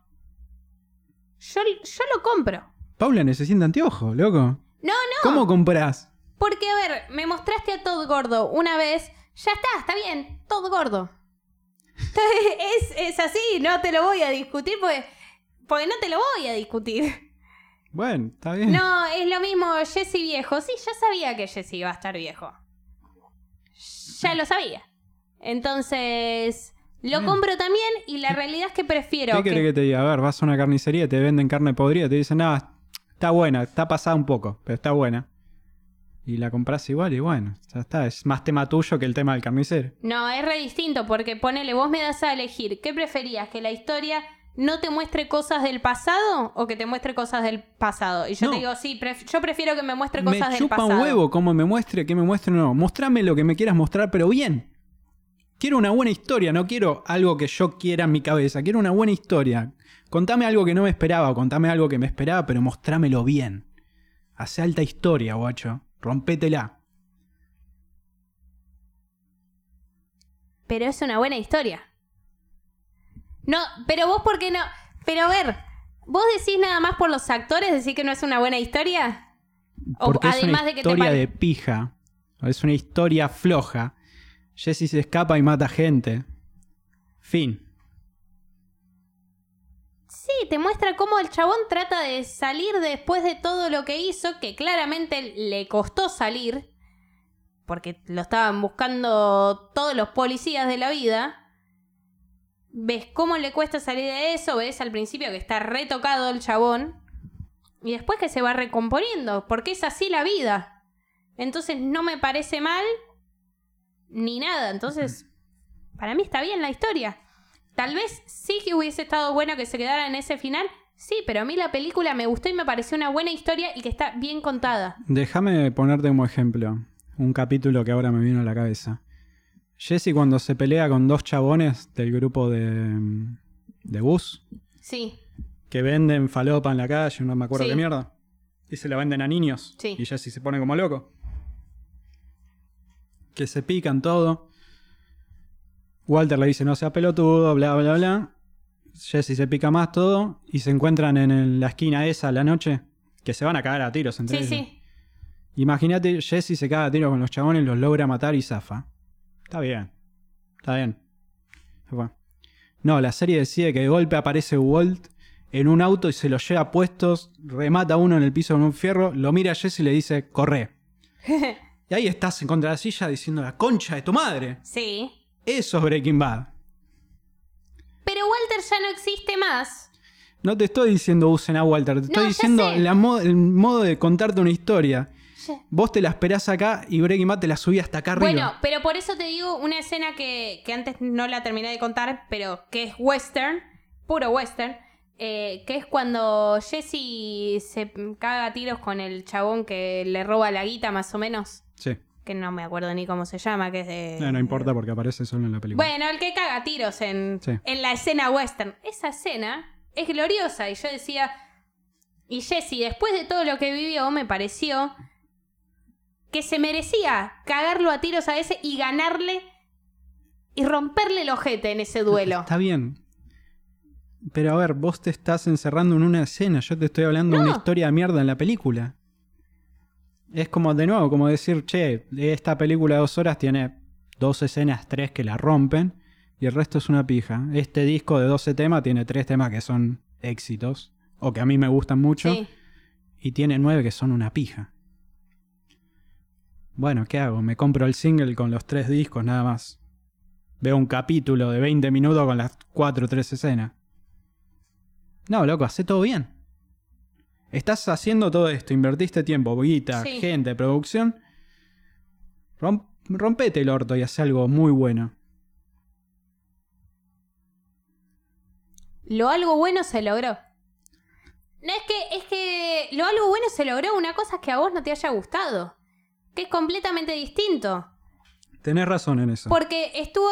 Speaker 1: Yo, yo lo compro.
Speaker 2: Paula necesita anteojo, loco.
Speaker 1: No,
Speaker 2: ¿Cómo comprás?
Speaker 1: Porque, a ver, me mostraste a Todd gordo una vez. Ya está, está bien, Todd gordo. es, es así, no te lo voy a discutir porque, porque no te lo voy a discutir.
Speaker 2: Bueno, está bien.
Speaker 1: No, es lo mismo Jesse viejo. Sí, ya sabía que Jesse iba a estar viejo. Ya lo sabía. Entonces, lo
Speaker 2: Bien.
Speaker 1: compro también y la realidad es que prefiero
Speaker 2: ¿Qué
Speaker 1: que...
Speaker 2: querés que te diga? A ver, vas a una carnicería, te venden carne podrida, te dicen, nada, está buena, está pasada un poco, pero está buena. Y la compras igual y bueno, ya está, es más tema tuyo que el tema del carnicero.
Speaker 1: No, es re distinto porque ponele, vos me das a elegir. ¿Qué preferías? ¿Que la historia no te muestre cosas del pasado o que te muestre cosas del pasado. Y yo
Speaker 2: No.
Speaker 1: te digo, sí, pref- yo prefiero que me muestre
Speaker 2: Me
Speaker 1: cosas del
Speaker 2: chupa
Speaker 1: pasado.
Speaker 2: un huevo como me muestre, que me muestre, no. Mostrame lo que me quieras mostrar, pero bien. Quiero una buena historia, no quiero algo que yo quiera en mi cabeza. Quiero una buena historia. Contame algo que no me esperaba, o contame algo que me esperaba, pero mostrámelo bien. Hace alta historia, guacho. Rompétela.
Speaker 1: Pero es una buena historia. No, pero vos, ¿por qué no? Pero a ver, ¿vos decís nada más por los actores decir que no es una buena historia? O-
Speaker 2: Porque es
Speaker 1: además
Speaker 2: una
Speaker 1: de que te
Speaker 2: historia
Speaker 1: pare-
Speaker 2: de pija. Es una historia floja. Jesse se escapa y mata gente. Fin.
Speaker 1: Sí, te muestra cómo el chabón trata de salir después de todo lo que hizo, que claramente le costó salir, porque lo estaban buscando todos los policías de la vida. Ves cómo le cuesta salir de eso, ves al principio que está retocado el chabón, y después que se va recomponiendo, porque es así la vida. Entonces no me parece mal ni nada, entonces para mí está bien la historia. Tal vez sí que hubiese estado bueno que se quedara en ese final. Sí, pero a mí la película me gustó y me pareció una buena historia y que está bien contada.
Speaker 2: Déjame ponerte como ejemplo un capítulo que ahora me vino a la cabeza. Jesse cuando se pelea con dos chabones del grupo de, mm, de bus
Speaker 1: Sí,
Speaker 2: que venden falopa en la calle, no me acuerdo
Speaker 1: Sí.
Speaker 2: qué mierda, y se la venden a niños.
Speaker 1: Sí.
Speaker 2: Y Jesse se pone como loco. Que se pican todo. Walter le dice no sea pelotudo, bla, bla, bla. Jesse se pica más todo y se encuentran en el- la esquina esa a la noche que se van a cagar a tiros entre
Speaker 1: sí,
Speaker 2: ellos.
Speaker 1: sí.
Speaker 2: Imagínate, Jesse se caga a tiro con los chabones, los logra matar y zafa. Está bien. Está bien. Ya fue. No, la serie decide que de golpe aparece Walt en un auto y se lo lleva puestos, remata a uno en el piso con un fierro, lo mira a Jesse y le dice, corre. y ahí estás en contra de la silla diciendo, la concha de tu madre.
Speaker 1: Sí.
Speaker 2: Eso es Breaking Bad.
Speaker 1: Pero Walter ya no existe más.
Speaker 2: No te estoy diciendo usen a Walter, te estoy
Speaker 1: ya
Speaker 2: diciendo
Speaker 1: sé.
Speaker 2: la mo- el modo de contarte una historia.
Speaker 1: Ya-
Speaker 2: Vos te la esperás acá y Breaking Bad te la subí hasta acá arriba.
Speaker 1: Bueno, pero por eso te digo una escena que, que antes no la terminé de contar, pero que es western, puro western, eh, que es cuando Jesse se caga a tiros con el chabón que le roba la guita más o menos,
Speaker 2: Sí.
Speaker 1: que no me acuerdo ni cómo se llama, que es de...
Speaker 2: No, no importa porque aparece solo en la película.
Speaker 1: Bueno, el que caga tiros en,
Speaker 2: Sí.
Speaker 1: en la escena western. Esa escena es gloriosa. Y yo decía. Y Jesse, después de todo lo que vivió, me pareció que se merecía cagarlo a tiros a ese y ganarle y romperle el ojete en ese duelo.
Speaker 2: Está bien. Pero a ver, vos te estás encerrando en una escena. Yo te estoy hablando de
Speaker 1: No.
Speaker 2: una historia de mierda en la película. Es como, de nuevo, como decir, che, esta película de dos horas tiene dos escenas, tres que la rompen. Y el resto es una pija. Este disco de 12 temas tiene tres temas que son éxitos. O que a mí me gustan mucho.
Speaker 1: Sí.
Speaker 2: Y tiene nueve que son una pija. Bueno, ¿qué hago? Me compro el single con los tres discos nada más. Veo un capítulo de 20 minutos con las cuatro o tres escenas. No, loco, hace todo bien. Estás haciendo todo esto, invertiste tiempo, guita,
Speaker 1: Sí.
Speaker 2: gente, producción. Rom- rompete el orto y hace algo muy bueno.
Speaker 1: Lo algo bueno se logró. No es que, es que lo algo bueno se logró. Una cosa es que a vos no te haya gustado. Que es completamente distinto.
Speaker 2: Tenés razón en eso.
Speaker 1: Porque estuvo.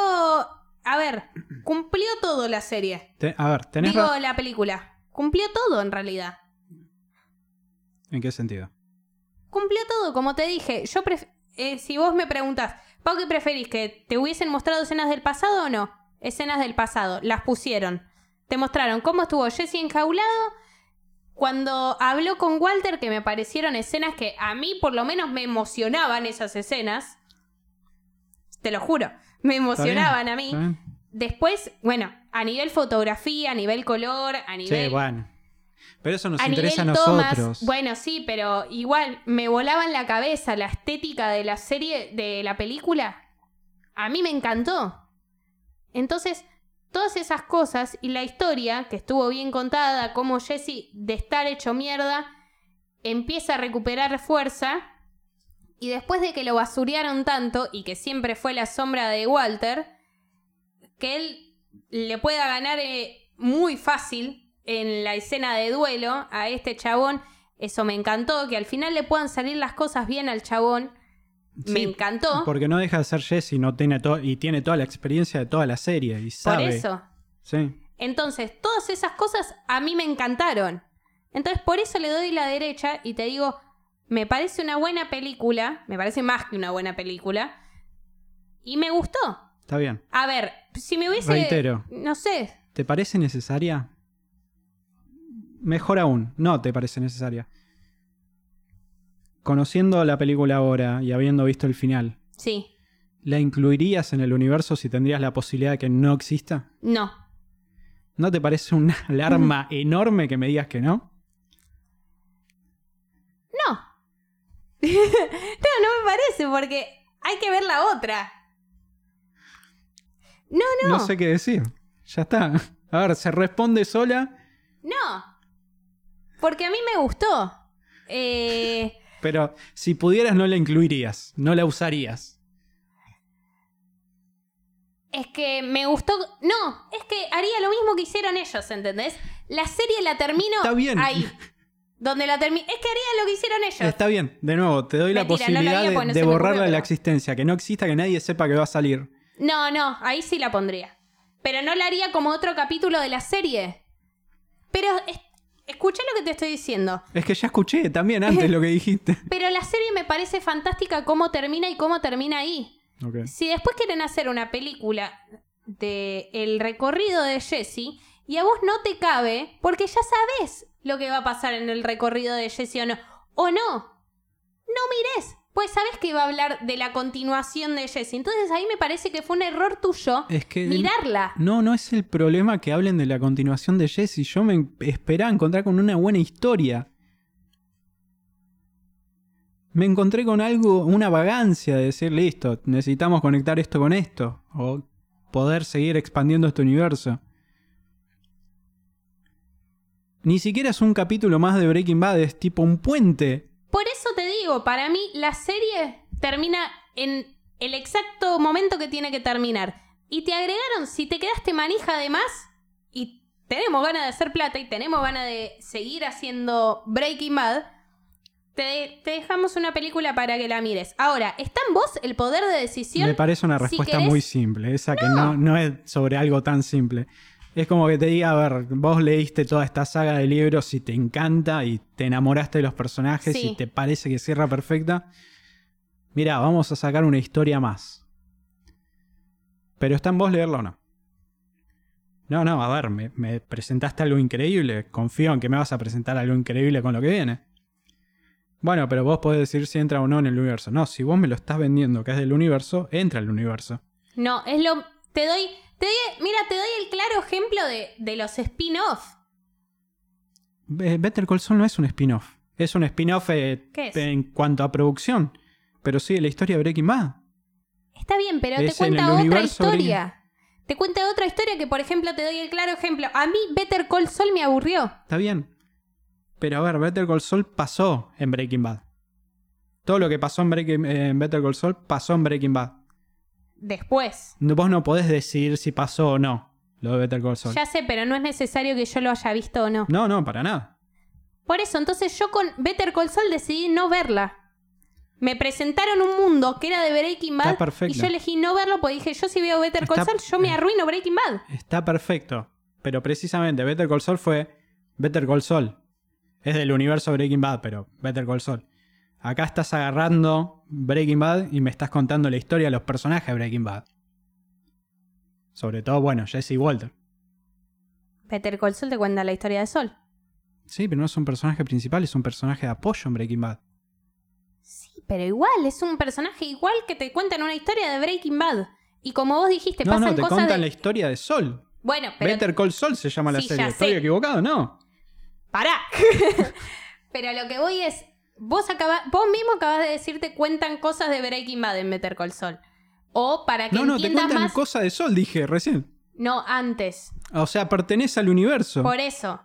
Speaker 1: A ver, cumplió todo la serie.
Speaker 2: Te- a ver, tenés
Speaker 1: Digo,
Speaker 2: razón.
Speaker 1: la película. Cumplió todo en realidad.
Speaker 2: ¿En qué sentido?
Speaker 1: Cumplió todo, como te dije. Yo pref- eh, si vos me preguntás, ¿Pau qué preferís? ¿Que te hubiesen mostrado escenas del pasado o no? Escenas del pasado, las pusieron. Te mostraron cómo estuvo Jesse enjaulado. Cuando habló con Walter, que me parecieron escenas que a mí por lo menos me emocionaban esas escenas. Te lo juro, me
Speaker 2: ¿Está bien?
Speaker 1: emocionaban a mí.
Speaker 2: ¿Está bien?
Speaker 1: Después, bueno, a nivel fotografía, a nivel color, a nivel.
Speaker 2: Sí, bueno. Pero eso nos
Speaker 1: a nivel
Speaker 2: interesa a
Speaker 1: tomas.
Speaker 2: nosotros.
Speaker 1: Bueno, sí, pero igual me volaba en la cabeza la estética de la serie, de la película. A mí me encantó. Entonces, todas esas cosas y la historia que estuvo bien contada, cómo Jesse de estar hecho mierda empieza a recuperar fuerza. Y después de que lo basurearon tanto y que siempre fue la sombra de Walter, que él le pueda ganar eh, muy fácil en la escena de duelo a este chabón. Eso me encantó, que al final le puedan salir las cosas bien al chabón. me
Speaker 2: Sí,
Speaker 1: encantó. Por,
Speaker 2: Porque no deja de ser Jesse no tiene to- y tiene toda la experiencia de toda la serie y sabe.
Speaker 1: eso.
Speaker 2: Sí.
Speaker 1: Entonces, todas esas cosas a mí me encantaron. Entonces, por eso le doy la derecha y te digo, me parece una buena película, me parece más que una buena película, y me gustó.
Speaker 2: Está bien.
Speaker 1: A ver, si me hubiese...
Speaker 2: Reitero.
Speaker 1: No sé,
Speaker 2: ¿Te parece necesaria? Mejor aún, no te parece necesaria. Conociendo la película ahora y habiendo visto el final,
Speaker 1: sí,
Speaker 2: ¿la incluirías en el universo si tendrías la posibilidad de que no exista?
Speaker 1: no.
Speaker 2: ¿No te parece una alarma
Speaker 1: Mm.
Speaker 2: enorme que me digas que no?
Speaker 1: No. no, no me parece, porque hay que ver la otra. No, no,
Speaker 2: No sé qué decir. Ya está. A ver, se responde sola,
Speaker 1: no. Porque a mí me gustó. Eh,
Speaker 2: pero si pudieras no la incluirías, no la usarías.
Speaker 1: es que me gustó. No, es que haría lo mismo que hicieron ellos, ¿entendés? La serie la termino
Speaker 2: Está bien.
Speaker 1: ahí. Donde la termino. Es que haría lo que hicieron ellos.
Speaker 2: Está bien, de nuevo, te doy la
Speaker 1: Mentira, no la
Speaker 2: posibilidad
Speaker 1: haría
Speaker 2: de-
Speaker 1: porque no
Speaker 2: de,
Speaker 1: se me ocurrió,
Speaker 2: borrarla de la
Speaker 1: pero-
Speaker 2: existencia, que no exista, que nadie sepa que va a salir.
Speaker 1: No, no, ahí sí la pondría. Pero no la haría como otro capítulo de la serie. Pero es- escuchá lo que te estoy diciendo.
Speaker 2: Es que ya escuché también antes lo que dijiste.
Speaker 1: Pero la serie me parece fantástica cómo termina y cómo termina ahí.
Speaker 2: Ok.
Speaker 1: Si después quieren hacer una película de el recorrido de Jesse y a vos no te cabe, porque ya sabes lo que va a pasar en el recorrido de Jesse o no. O no. No mires. Pues sabes que va a hablar de la continuación de Jesse. Entonces ahí me parece que fue un error tuyo
Speaker 2: Es que.
Speaker 1: mirarla.
Speaker 2: No, no es el problema que hablen de la continuación de Jesse. Yo me esperaba encontrar con una buena historia. Me encontré con algo, una vagancia de decir, listo, necesitamos conectar esto con esto. O poder seguir expandiendo este universo. Ni siquiera es un capítulo más de Breaking Bad, es tipo un puente.
Speaker 1: Por eso te digo, para mí la serie termina en el exacto momento que tiene que terminar. Y te agregaron, si te quedaste manija de más, y tenemos ganas de hacer plata y tenemos ganas de seguir haciendo Breaking Bad, te, te dejamos una película para que la mires. Ahora, ¿está en vos el poder de decisión?
Speaker 2: Me parece una
Speaker 1: si
Speaker 2: respuesta
Speaker 1: querés-
Speaker 2: muy simple, esa que no, no es sobre algo tan simple. Es como que te diga, a ver, vos leíste toda esta saga de libros y te encanta y te enamoraste de los personajes
Speaker 1: Sí.
Speaker 2: y te parece que cierra perfecta. Mirá, vamos a sacar una historia más. Pero está en vos leerlo o no. No, no, a ver, me, me presentaste algo increíble. Confío en que me vas a presentar algo increíble con lo que viene. Bueno, pero vos podés decir si entra o no en el universo. No, si vos me lo estás vendiendo que es del universo, entra al universo.
Speaker 1: No, es lo. Te doy. Te doy- mira, te doy el claro ejemplo de, de los spin-off.
Speaker 2: Be- Better Call Saul no es un spin-off. Es un spin-off eh,
Speaker 1: ¿Qué es?
Speaker 2: en cuanto a producción. Pero sí, la historia de Breaking Bad.
Speaker 1: Está bien, pero te
Speaker 2: Es en el
Speaker 1: cuenta otra
Speaker 2: universo
Speaker 1: historia. Te cuenta otra historia que, por ejemplo, te doy el claro ejemplo. A mí Better Call Saul me aburrió.
Speaker 2: Está bien. Pero a ver, Better Call Saul pasó en Breaking Bad. Todo lo que pasó en, Breaking- eh, en Better Call Saul pasó en Breaking Bad.
Speaker 1: Después.
Speaker 2: No- Vos no podés decir si pasó o no lo de Better Call Saul.
Speaker 1: Ya sé, pero no es necesario que yo lo haya visto o no.
Speaker 2: No, no, para nada.
Speaker 1: Por eso, entonces yo con Better Call Saul decidí no verla. Me presentaron un mundo que era de Breaking Bad
Speaker 2: Está perfecto.
Speaker 1: y yo elegí no verlo porque dije, yo si veo Better Call
Speaker 2: Está- eh.
Speaker 1: Saul, yo me arruino Breaking Bad.
Speaker 2: Está perfecto. Pero precisamente Better Call Saul fue Better Call Saul. Es del universo Breaking Bad, pero Better Call Saul. Acá estás agarrando Breaking Bad y me estás contando la historia de los personajes de Breaking Bad. Sobre todo, bueno, Jesse y Walter.
Speaker 1: Better Call Saul te cuenta la historia de Sol.
Speaker 2: Sí, pero no es un personaje principal, es un personaje de apoyo en Breaking Bad.
Speaker 1: Sí, pero igual, es un personaje igual que te cuentan una historia de Breaking Bad. Y como vos dijiste,
Speaker 2: no,
Speaker 1: pasan
Speaker 2: no, te
Speaker 1: cosas
Speaker 2: contan
Speaker 1: de...
Speaker 2: la historia de Sol.
Speaker 1: Bueno, pero
Speaker 2: Better Call Saul se llama la
Speaker 1: Sí, ya
Speaker 2: serie.
Speaker 1: sé.
Speaker 2: Estoy equivocado, no.
Speaker 1: ¡Pará! Pero lo que voy es. Vos, acaba, vos mismo acabas de decirte cuentan cosas de Breaking Bad en Better Call Saul. O para que
Speaker 2: No, no, te
Speaker 1: entiendas
Speaker 2: cuentan
Speaker 1: más.
Speaker 2: cosa de Sol, dije recién.
Speaker 1: No, antes.
Speaker 2: O sea, pertenece al universo.
Speaker 1: Por eso.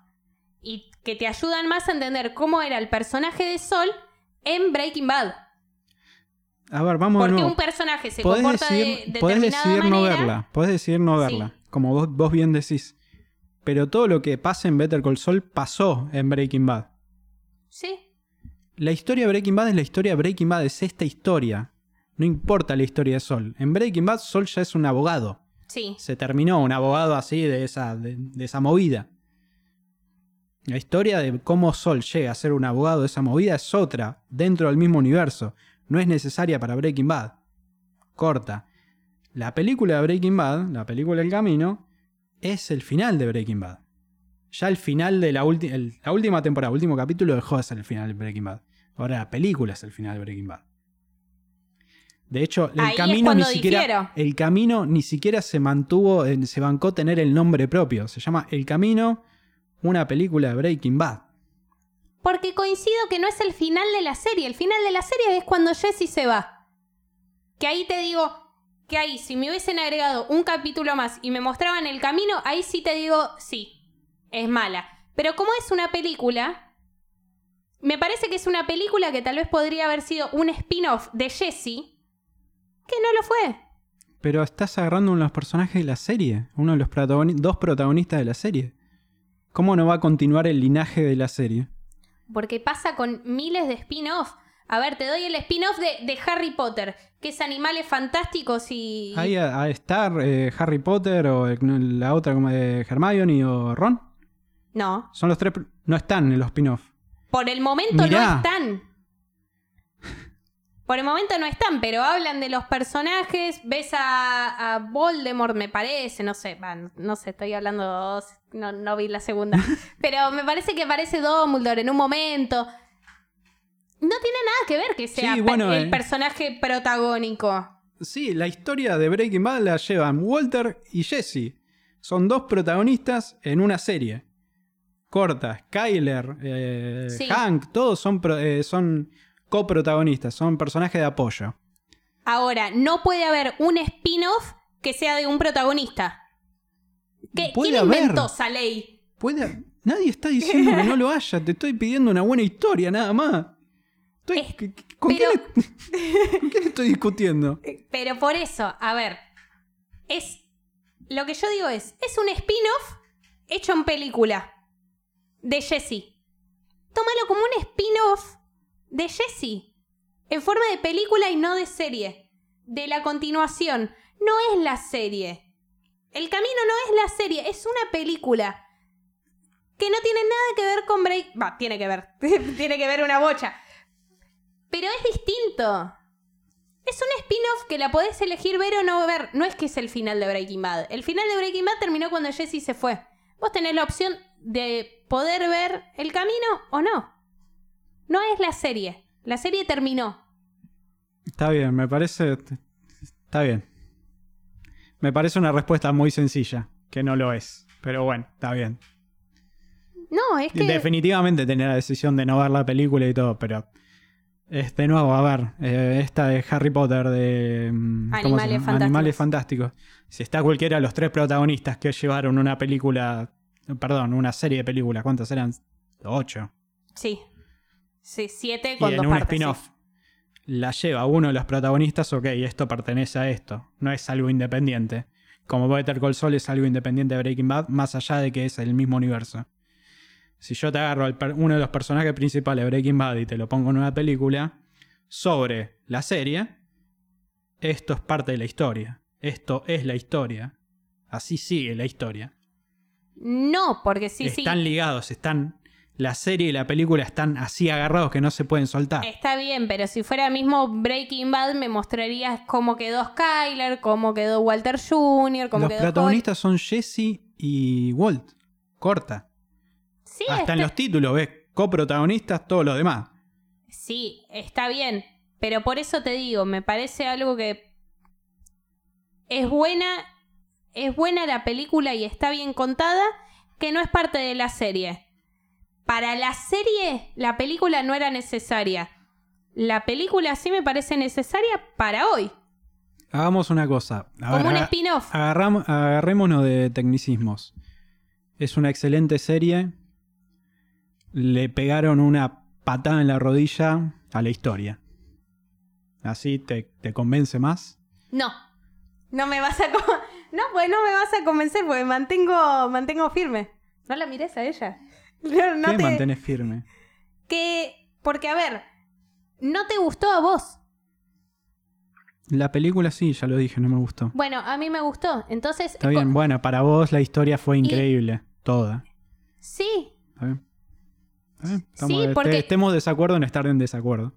Speaker 1: Y que te ayudan más a entender cómo era el personaje de Sol en Breaking Bad.
Speaker 2: A ver, vamos de
Speaker 1: Porque
Speaker 2: nuevo.
Speaker 1: un personaje se
Speaker 2: podés
Speaker 1: comporta
Speaker 2: decidir,
Speaker 1: de
Speaker 2: podés
Speaker 1: determinada
Speaker 2: decidir no
Speaker 1: manera.
Speaker 2: verla, podés decidir no
Speaker 1: Sí.
Speaker 2: verla, como vos, vos bien decís. Pero todo lo que pasa en Better Call Saul pasó en Breaking Bad.
Speaker 1: Sí.
Speaker 2: La historia de Breaking Bad es la historia de Breaking Bad, es esta historia. No importa la historia de Sol. En Breaking Bad, Sol ya es un abogado.
Speaker 1: Sí.
Speaker 2: Se terminó un abogado así de esa, de, de esa movida. La historia de cómo Sol llega a ser un abogado de esa movida es otra, dentro del mismo universo. No es necesaria para Breaking Bad. Corta. La película de Breaking Bad, la película El Camino, es el final de Breaking Bad. Ya el final de la, ulti- el- la última temporada, último capítulo, dejó de ser el final de Breaking Bad. Ahora la película es el final de Breaking Bad. De hecho, el
Speaker 1: Ahí es
Speaker 2: camino ni
Speaker 1: cuando
Speaker 2: siquiera.
Speaker 1: difiero.
Speaker 2: El camino ni siquiera se mantuvo, en- se bancó tener el nombre propio. Se llama El Camino, una película de Breaking Bad.
Speaker 1: Porque coincido que no es el final de la serie. El final de la serie es cuando Jesse se va. Que ahí te digo que ahí, si me hubiesen agregado un capítulo más y me mostraban el camino, ahí sí te digo, sí, es mala. Pero como es una película, me parece que es una película que tal vez podría haber sido un spin-off de Jesse, que no lo fue.
Speaker 2: Pero estás agarrando uno de los personajes de la serie, uno de los protagoni- dos protagonistas de la serie. ¿Cómo no va a continuar el linaje de la serie?
Speaker 1: Porque pasa con miles de spin-off. A ver, te doy el spin-off de, de Harry Potter, que es Animales Fantásticos y...
Speaker 2: Ahí a, a estar eh, Harry Potter o el- la otra como de Hermione o Ron.
Speaker 1: No,
Speaker 2: Son los tres. pr- No están en los spin-off.
Speaker 1: por el momento
Speaker 2: Mirá.
Speaker 1: no están. Por el momento no están, pero hablan de los personajes. Ves a, a Voldemort, me parece, no sé, va, no- no sé, estoy hablando, no, no vi la segunda. Pero me parece que aparece Dumbledore en un momento. No tiene nada que ver que sea pe-
Speaker 2: Sí, bueno,
Speaker 1: el
Speaker 2: eh.
Speaker 1: personaje protagónico.
Speaker 2: Sí, la historia de Breaking Bad la llevan Walter y Jesse. Son dos protagonistas en una serie. Cortas, Kyler, eh,
Speaker 1: Sí.
Speaker 2: Hank, todos son, pro- eh, son coprotagonistas, son personajes de apoyo.
Speaker 1: Ahora, no puede haber un spin-off que sea de un protagonista. ¿Qué,
Speaker 2: Puede
Speaker 1: ¿Quién
Speaker 2: haber.
Speaker 1: inventó esa ley?
Speaker 2: Puede- Nadie está diciendo que no lo haya, te estoy pidiendo una buena historia nada más. Estoy-
Speaker 1: Es-
Speaker 2: ¿qué- qué- ¿con,
Speaker 1: pero-
Speaker 2: qué le- ¿Con qué le estoy discutiendo?
Speaker 1: Eh, Pero por eso, a ver, es. Lo que yo digo es: es un spin-off hecho en película de Jesse. Tómalo como un spin-off de Jesse. En forma de película y no de serie. De la continuación. No es la serie. El camino no es la serie, es una película. Que no tiene nada que ver con Break. Va, tiene que ver. tiene que ver una bocha. Pero es distinto. Es un spin-off que la podés elegir ver o no ver. No es que es el final de Breaking Bad. El final de Breaking Bad terminó cuando Jesse se fue. Vos tenés la opción de poder ver el camino o no. No es la serie. La serie terminó.
Speaker 2: Está bien, me parece. Está bien. Me parece una respuesta muy sencilla, que no lo es. Pero bueno, está bien.
Speaker 1: No, es que.
Speaker 2: Definitivamente tenía la decisión de no ver la película y todo, pero. Es de nuevo, a ver, eh, esta de Harry Potter, de. mm, ¿cómo se
Speaker 1: Animales
Speaker 2: llama?
Speaker 1: Fantásticos.
Speaker 2: Animales Fantásticos. Si está cualquiera de los tres protagonistas que llevaron una película. Perdón, una serie de películas, ¿cuántas eran? Ocho.
Speaker 1: Sí. Sí, siete
Speaker 2: Y
Speaker 1: con
Speaker 2: en
Speaker 1: dos
Speaker 2: un
Speaker 1: partes, sí.
Speaker 2: spin-off. La lleva uno de los protagonistas, ok, esto pertenece a esto. No es algo independiente. Como Better Call Saul es algo independiente de Breaking Bad, más allá de que es el mismo universo. Si yo te agarro al per- uno de los personajes principales de Breaking Bad y te lo pongo en una película sobre la serie, esto es parte de la historia. Esto es la historia. Así sigue la historia.
Speaker 1: No, porque sí, sí.
Speaker 2: están ligados, están. La serie y la película están así agarrados que no se pueden soltar.
Speaker 1: Está bien, pero si fuera mismo Breaking Bad, me mostrarías cómo quedó Skyler, cómo quedó Walter Jr., cómo
Speaker 2: Los
Speaker 1: quedó.
Speaker 2: protagonistas son Jesse y Walt. Corta.
Speaker 1: Cole. Sí, este-
Speaker 2: Hasta en
Speaker 1: está-
Speaker 2: los títulos, ves, coprotagonistas, todos los demás.
Speaker 1: Sí, está bien. Pero por eso te digo, me parece algo que es buena, es buena la película y está bien contada, que no es parte de la serie. Para la serie, la película no era necesaria. La película sí me parece necesaria para hoy,
Speaker 2: Hagamos una cosa. A
Speaker 1: como
Speaker 2: ver, Ah.
Speaker 1: un
Speaker 2: aga-
Speaker 1: spin-off.
Speaker 2: agarram- agarrémonos de tecnicismos. Es una excelente serie. Le pegaron una patada en la rodilla a la historia. Así te, te convence más.
Speaker 1: No, no me vas a, co- no, pues no me vas a convencer, porque mantengo, mantengo firme. No la mires a ella. No, no
Speaker 2: ¿Qué
Speaker 1: te-
Speaker 2: mantenés firme?
Speaker 1: que- Porque, a ver, no te gustó a vos.
Speaker 2: La película sí, ya lo dije, no me gustó.
Speaker 1: Bueno, a mí me gustó. Entonces.
Speaker 2: Está bien, bueno, para vos la historia fue increíble, toda.
Speaker 1: Sí,
Speaker 2: ¿Está bien? ¿Está bien? Estamos
Speaker 1: Sí,
Speaker 2: de-
Speaker 1: porque-
Speaker 2: te- Estemos de desacuerdo en estar en desacuerdo.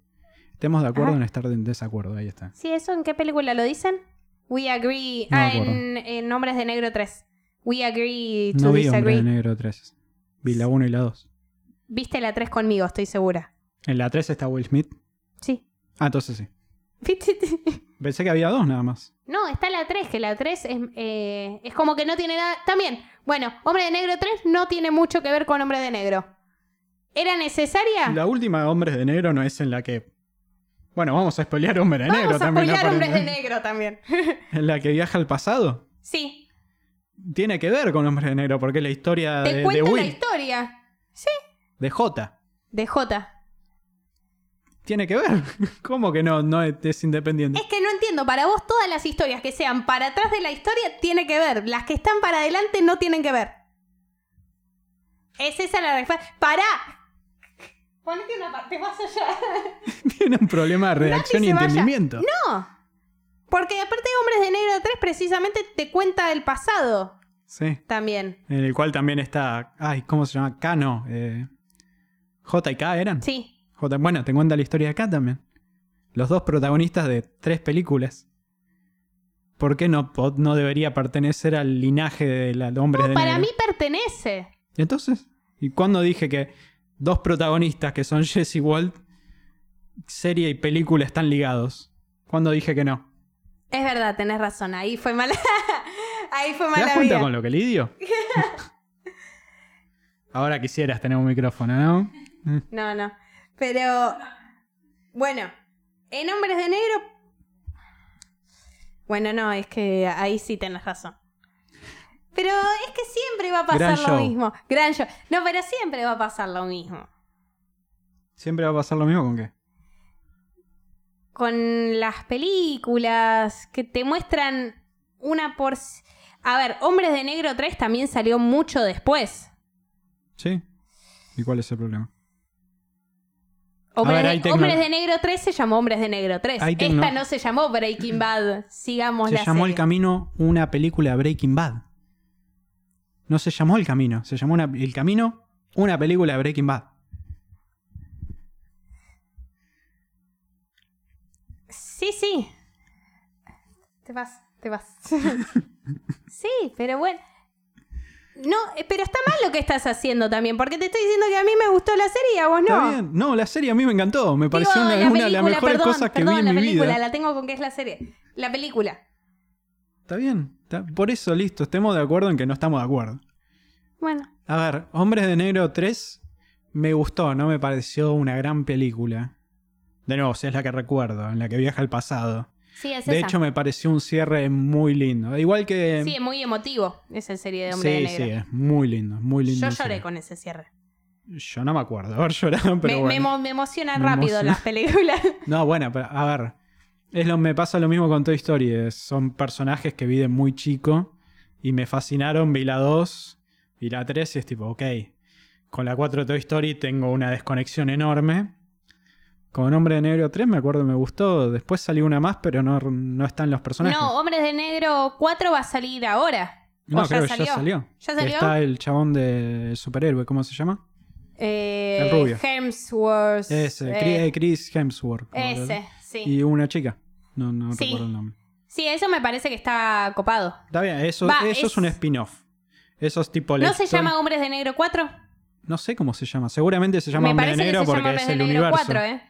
Speaker 2: Estemos de acuerdo
Speaker 1: Ah.
Speaker 2: en estar en desacuerdo, ahí está.
Speaker 1: sí, eso en qué película lo dicen? We agree.
Speaker 2: No me
Speaker 1: ah,
Speaker 2: acuerdo.
Speaker 1: en, en Hombres de Negro 3. We agree to
Speaker 2: No vi Hombre
Speaker 1: disagree.
Speaker 2: de Negro 3. Vi la 1 y la 2.
Speaker 1: Viste la 3 conmigo, estoy segura.
Speaker 2: En la 3 está Will Smith.
Speaker 1: Sí.
Speaker 2: Ah, entonces sí.
Speaker 1: Viste,
Speaker 2: Pensé que había dos nada más.
Speaker 1: No, está la 3, que la 3 es, eh, es como que no tiene nada. También, bueno, Hombre de Negro 3 no tiene mucho que ver con Hombre de Negro. ¿Era necesaria?
Speaker 2: La última de Hombres de Negro no es en la que. Bueno, vamos a spoilear Hombre de
Speaker 1: Vamos
Speaker 2: Negro
Speaker 1: a
Speaker 2: también.
Speaker 1: spoilear Hombres de
Speaker 2: aparentemente.
Speaker 1: Negro también.
Speaker 2: En la que viaja al pasado.
Speaker 1: sí,
Speaker 2: Tiene que ver con Hombres de Negro, porque es la historia
Speaker 1: te
Speaker 2: de, de
Speaker 1: cuenta la
Speaker 2: Will,
Speaker 1: historia
Speaker 2: de J.
Speaker 1: de J.
Speaker 2: Tiene que ver. ¿Cómo que no? No es, es independiente.
Speaker 1: Es que no entiendo, para vos todas las historias que sean para atrás de la historia tiene que ver, las que están para adelante no tienen que ver. Es esa la respuesta. ¡Pará! Ponete una parte más allá.
Speaker 2: Tiene un problema de redacción
Speaker 1: se
Speaker 2: y
Speaker 1: vaya.
Speaker 2: entendimiento.
Speaker 1: No. Porque aparte de Hombres de Negro 3 precisamente te cuenta el pasado
Speaker 2: Sí.
Speaker 1: también.
Speaker 2: En el cual también está. Ay, ¿cómo se llama? Cano. Eh, J y K eran.
Speaker 1: Sí.
Speaker 2: J- bueno, te cuenta la historia de K también. Los dos protagonistas de tres películas. ¿Por qué no, po- no debería pertenecer al linaje del al hombre de
Speaker 1: Para
Speaker 2: negro?
Speaker 1: mí pertenece.
Speaker 2: ¿Y entonces? ¿Y cuándo dije que dos protagonistas que son Jesse Walt, serie y película están ligados? ¿Cuándo dije que no?
Speaker 1: Es verdad, tenés razón. Ahí fue mala. Ahí fue
Speaker 2: ¿Te das
Speaker 1: mala
Speaker 2: cuenta
Speaker 1: vida.
Speaker 2: con lo que lidio? Ahora quisieras tener un micrófono, ¿no?
Speaker 1: No, no. Pero. Bueno. En Hombres de Negro. Bueno, no, es que ahí sí tenés razón. Pero es que siempre va a pasar
Speaker 2: Gran
Speaker 1: lo
Speaker 2: show.
Speaker 1: mismo. Gran show. No, pero siempre va a pasar lo mismo.
Speaker 2: ¿Siempre va a pasar lo mismo con qué?
Speaker 1: con las películas que te muestran una por... A ver, Hombres de Negro 3 también salió mucho después.
Speaker 2: ¿Sí? ¿Y cuál es el problema?
Speaker 1: Hombres,
Speaker 2: ver,
Speaker 1: de,
Speaker 2: hay tecno-
Speaker 1: Hombres de Negro 3 se llamó Hombres de Negro 3.
Speaker 2: Hay tecno-
Speaker 1: Esta no se llamó Breaking Bad. Sigamos
Speaker 2: Se
Speaker 1: la
Speaker 2: llamó
Speaker 1: serie.
Speaker 2: El Camino una película Breaking Bad. No se llamó El Camino, se llamó una- El Camino una película Breaking Bad.
Speaker 1: Sí, sí. Te vas, te vas. sí, pero bueno. No, eh, pero está mal lo que estás haciendo también, porque te estoy diciendo que a mí me gustó la serie y a vos no.
Speaker 2: Está bien. No, la serie a mí me encantó. Me
Speaker 1: Digo,
Speaker 2: pareció
Speaker 1: la
Speaker 2: una, una de las
Speaker 1: película,
Speaker 2: mejores
Speaker 1: perdón,
Speaker 2: cosas que
Speaker 1: perdón,
Speaker 2: vi en
Speaker 1: la
Speaker 2: mi
Speaker 1: película,
Speaker 2: vida.
Speaker 1: La tengo con que es la serie. La película.
Speaker 2: Está bien. está- Por eso, listo, estemos de acuerdo en que no estamos de acuerdo.
Speaker 1: Bueno,
Speaker 2: A ver, Hombres de Negro 3 me gustó, no me pareció una gran película. De nuevo, si es la que recuerdo, en la que viaja al pasado.
Speaker 1: sí, es
Speaker 2: de
Speaker 1: esa.
Speaker 2: hecho, me pareció un cierre muy lindo. Igual que...
Speaker 1: sí, es muy emotivo esa serie de Hombre
Speaker 2: sí,
Speaker 1: de Negro.
Speaker 2: sí, es muy lindo, muy lindo.
Speaker 1: Yo
Speaker 2: el
Speaker 1: lloré
Speaker 2: cierre.
Speaker 1: con ese cierre.
Speaker 2: Yo no me acuerdo haber llorado,
Speaker 1: me,
Speaker 2: pero
Speaker 1: me
Speaker 2: bueno.
Speaker 1: emo- me emocionan
Speaker 2: Me
Speaker 1: rápido
Speaker 2: emociona.
Speaker 1: las películas.
Speaker 2: No, bueno, pero a ver. Es lo, me pasa lo mismo con Toy Story. eh, Son personajes que vi de muy chico y me fascinaron. Vi la 2 y la 3 y es tipo, ok. Con la 4 Toy Story tengo una desconexión enorme. Con Hombre de Negro 3 me acuerdo me gustó. Después salió una más, pero no, no están los personajes.
Speaker 1: No, Hombres de Negro 4 va a salir ahora.
Speaker 2: No,
Speaker 1: ¿O
Speaker 2: creo que ya salió.
Speaker 1: ¿Ya
Speaker 2: Que
Speaker 1: salió?
Speaker 2: Está el chabón del superhéroe, ¿cómo se llama?
Speaker 1: Eh,
Speaker 2: El rubio.
Speaker 1: Hemsworth.
Speaker 2: Ese,
Speaker 1: eh,
Speaker 2: Cri- eh, Chris Hemsworth. ¿cómo se llama?
Speaker 1: ese, sí.
Speaker 2: Y una chica. No, no
Speaker 1: Sí.
Speaker 2: recuerdo el nombre.
Speaker 1: Sí, eso me parece que está copado.
Speaker 2: Está bien, eso,
Speaker 1: Va,
Speaker 2: eso es...
Speaker 1: es-
Speaker 2: un spin-off. Eso es tipo la
Speaker 1: ¿No se
Speaker 2: historia-
Speaker 1: llama Hombres de Negro 4?
Speaker 2: No sé cómo se llama. Seguramente se llama
Speaker 1: me
Speaker 2: Hombre de
Speaker 1: parece
Speaker 2: Negro
Speaker 1: que se
Speaker 2: porque
Speaker 1: llama
Speaker 2: es
Speaker 1: Hombres de
Speaker 2: el
Speaker 1: Negro
Speaker 2: universo.
Speaker 1: 4, ¿eh?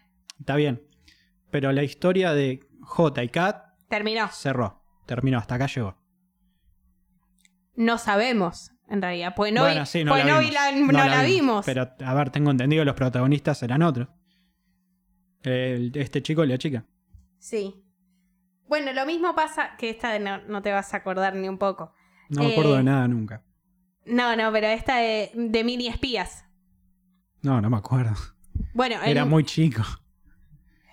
Speaker 2: Está bien. Pero la historia de J y Kat
Speaker 1: Terminó.
Speaker 2: cerró. Terminó, hasta acá llegó.
Speaker 1: No sabemos, en realidad. Pues no,
Speaker 2: bueno,
Speaker 1: vi,
Speaker 2: sí, no
Speaker 1: pues
Speaker 2: la
Speaker 1: no vi
Speaker 2: vimos.
Speaker 1: la- no la vimos.
Speaker 2: Pero, a ver, tengo entendido los protagonistas eran otros. El- este chico y la chica.
Speaker 1: Sí. Bueno, lo mismo pasa que esta de no, no te vas a acordar ni un poco.
Speaker 2: No me
Speaker 1: Eh.
Speaker 2: acuerdo de nada nunca.
Speaker 1: No, no, pero esta de, de mini espías.
Speaker 2: No, no me acuerdo.
Speaker 1: Bueno, en-
Speaker 2: Era muy chico.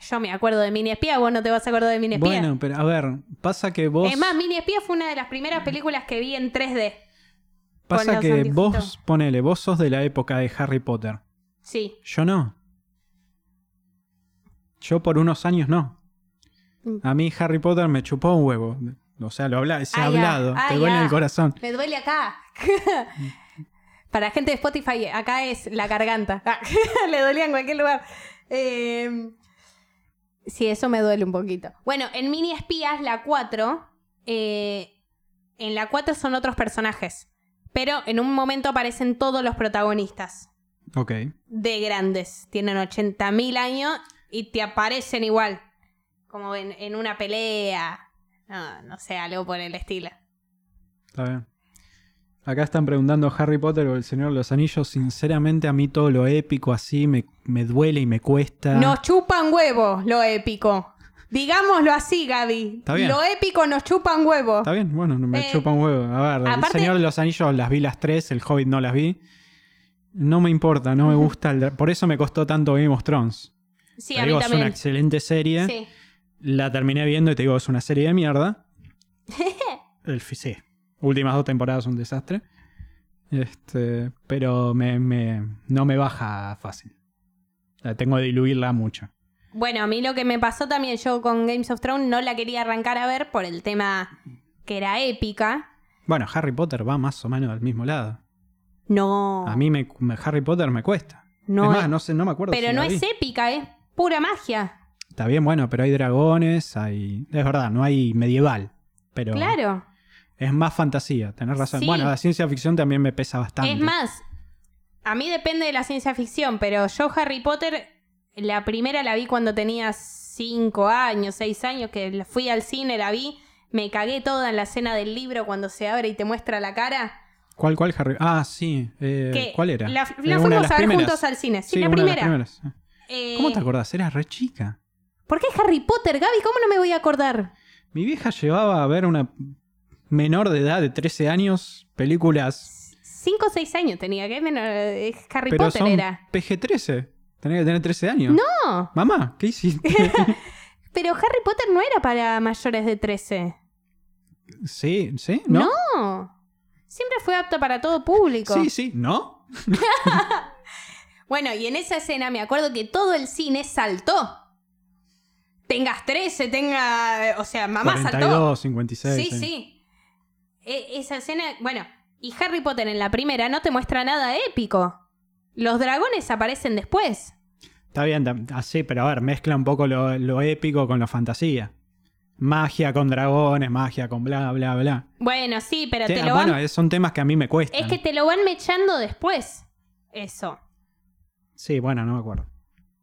Speaker 1: yo me acuerdo de mini espía, vos no te vas a acordar de mini espía.
Speaker 2: Bueno, pero a ver, pasa que vos.
Speaker 1: Es más, mini espía fue una de las primeras películas que vi en 3D.
Speaker 2: Pasa
Speaker 1: los
Speaker 2: que vos,
Speaker 1: anteojitos.
Speaker 2: ponele, vos sos de la época de Harry Potter.
Speaker 1: Sí.
Speaker 2: Yo no. Yo por unos años no.
Speaker 1: Mm.
Speaker 2: A mí Harry Potter me chupó un huevo. O sea, lo habla, se ha
Speaker 1: Ah, ya.
Speaker 2: hablado.
Speaker 1: Ah,
Speaker 2: te duele
Speaker 1: ya.
Speaker 2: el corazón.
Speaker 1: Me duele acá. Para gente de Spotify, acá es la garganta. Le dolía en cualquier lugar. Eh, sí, eso me duele un poquito. Bueno, en Mini Espías, la 4, eh, en la 4 son otros personajes. Pero en un momento aparecen todos los protagonistas.
Speaker 2: Ok.
Speaker 1: De grandes. Tienen 80.000 años y te aparecen igual. Como en, en una pelea. No, no sé, algo por el estilo.
Speaker 2: Está bien. Acá están preguntando Harry Potter o el Señor de los Anillos. Sinceramente, a mí todo lo épico así me, me duele y me cuesta.
Speaker 1: Nos chupan huevos lo épico. Digámoslo así, Gaby.
Speaker 2: Está bien.
Speaker 1: Lo épico nos chupan huevos.
Speaker 2: Está bien, bueno, no me
Speaker 1: Eh,
Speaker 2: chupa un huevo. A ver,
Speaker 1: aparte-
Speaker 2: el Señor de los Anillos las vi las tres, el Hobbit no las vi. No me importa, no me gusta. el dra- Por eso me costó tanto Game of Thrones.
Speaker 1: Sí,
Speaker 2: Te
Speaker 1: a mí
Speaker 2: digo, es una ¿eh?
Speaker 1: también.
Speaker 2: excelente serie.
Speaker 1: Sí.
Speaker 2: La terminé viendo y te digo, es una serie de mierda. El, fi- sí. Últimas dos temporadas un desastre. Este, pero me, me- no me baja fácil. La tengo que diluirla mucho.
Speaker 1: Bueno, a mí lo que me pasó también, yo con Games of Thrones no la quería arrancar a ver por el tema que era épica.
Speaker 2: Bueno, Harry Potter va más o menos al mismo lado.
Speaker 1: No.
Speaker 2: A mí me, me- Harry Potter me cuesta.
Speaker 1: Oh. no
Speaker 2: es más,
Speaker 1: es-
Speaker 2: no, sé, no me acuerdo.
Speaker 1: Pero
Speaker 2: si
Speaker 1: no
Speaker 2: la vi.
Speaker 1: es épica, es pura magia.
Speaker 2: Está bien, bueno, pero hay dragones, hay... Es verdad, no hay medieval, pero
Speaker 1: Claro.
Speaker 2: es más fantasía, tenés razón.
Speaker 1: Sí.
Speaker 2: Bueno, la ciencia ficción también me pesa bastante.
Speaker 1: Es más, a mí depende de la ciencia ficción, pero yo Harry Potter, la primera la vi cuando tenía 5 años, 6 años, que la- fui al cine, la vi, me cagué toda en la escena del libro cuando se abre y te muestra la cara.
Speaker 2: ¿Cuál, cuál, Harry? Ah, sí. eh,
Speaker 1: Que
Speaker 2: ¿Cuál era?
Speaker 1: La, la
Speaker 2: Eh, una de
Speaker 1: fuimos
Speaker 2: las
Speaker 1: a ver
Speaker 2: primeras.
Speaker 1: juntos al cine. Sí, la
Speaker 2: una de las
Speaker 1: primera.
Speaker 2: primeras. Ah,
Speaker 1: Eh,
Speaker 2: ¿Cómo te acordás? Eras re chica.
Speaker 1: ¿Por qué Harry Potter, Gaby? ¿Cómo no me voy a acordar?
Speaker 2: Mi vieja llevaba a ver una menor de edad de 13 años películas.
Speaker 1: 5 o 6 años tenía, que menor- eh, Harry
Speaker 2: pero
Speaker 1: Potter
Speaker 2: son
Speaker 1: era.
Speaker 2: PG-13. Tenés que tener 13 años.
Speaker 1: No,
Speaker 2: Mamá, ¿qué hiciste?
Speaker 1: pero Harry Potter no era para mayores de 13.
Speaker 2: sí, sí, ¿no?
Speaker 1: No. Siempre fue apto para todo público.
Speaker 2: Sí, sí, ¿no?
Speaker 1: Bueno, y en esa escena me acuerdo que todo el cine saltó. Tengas 13, tenga. eh, O sea, mamá saltó.
Speaker 2: 42, 56.
Speaker 1: sí,
Speaker 2: eh.
Speaker 1: sí. E- esa escena. Bueno, y Harry Potter en la primera no te muestra nada épico. Los dragones aparecen después.
Speaker 2: Está bien, tam- así, pero a ver, mezcla un poco lo, lo épico con la fantasía. Magia con dragones, magia con bla, bla, bla.
Speaker 1: Bueno, sí, pero
Speaker 2: Te-
Speaker 1: te
Speaker 2: ah,
Speaker 1: lo
Speaker 2: bueno,
Speaker 1: van.
Speaker 2: es- son temas que a mí me cuestan.
Speaker 1: Es que te lo van mechando después. Eso.
Speaker 2: Sí, bueno, no me acuerdo.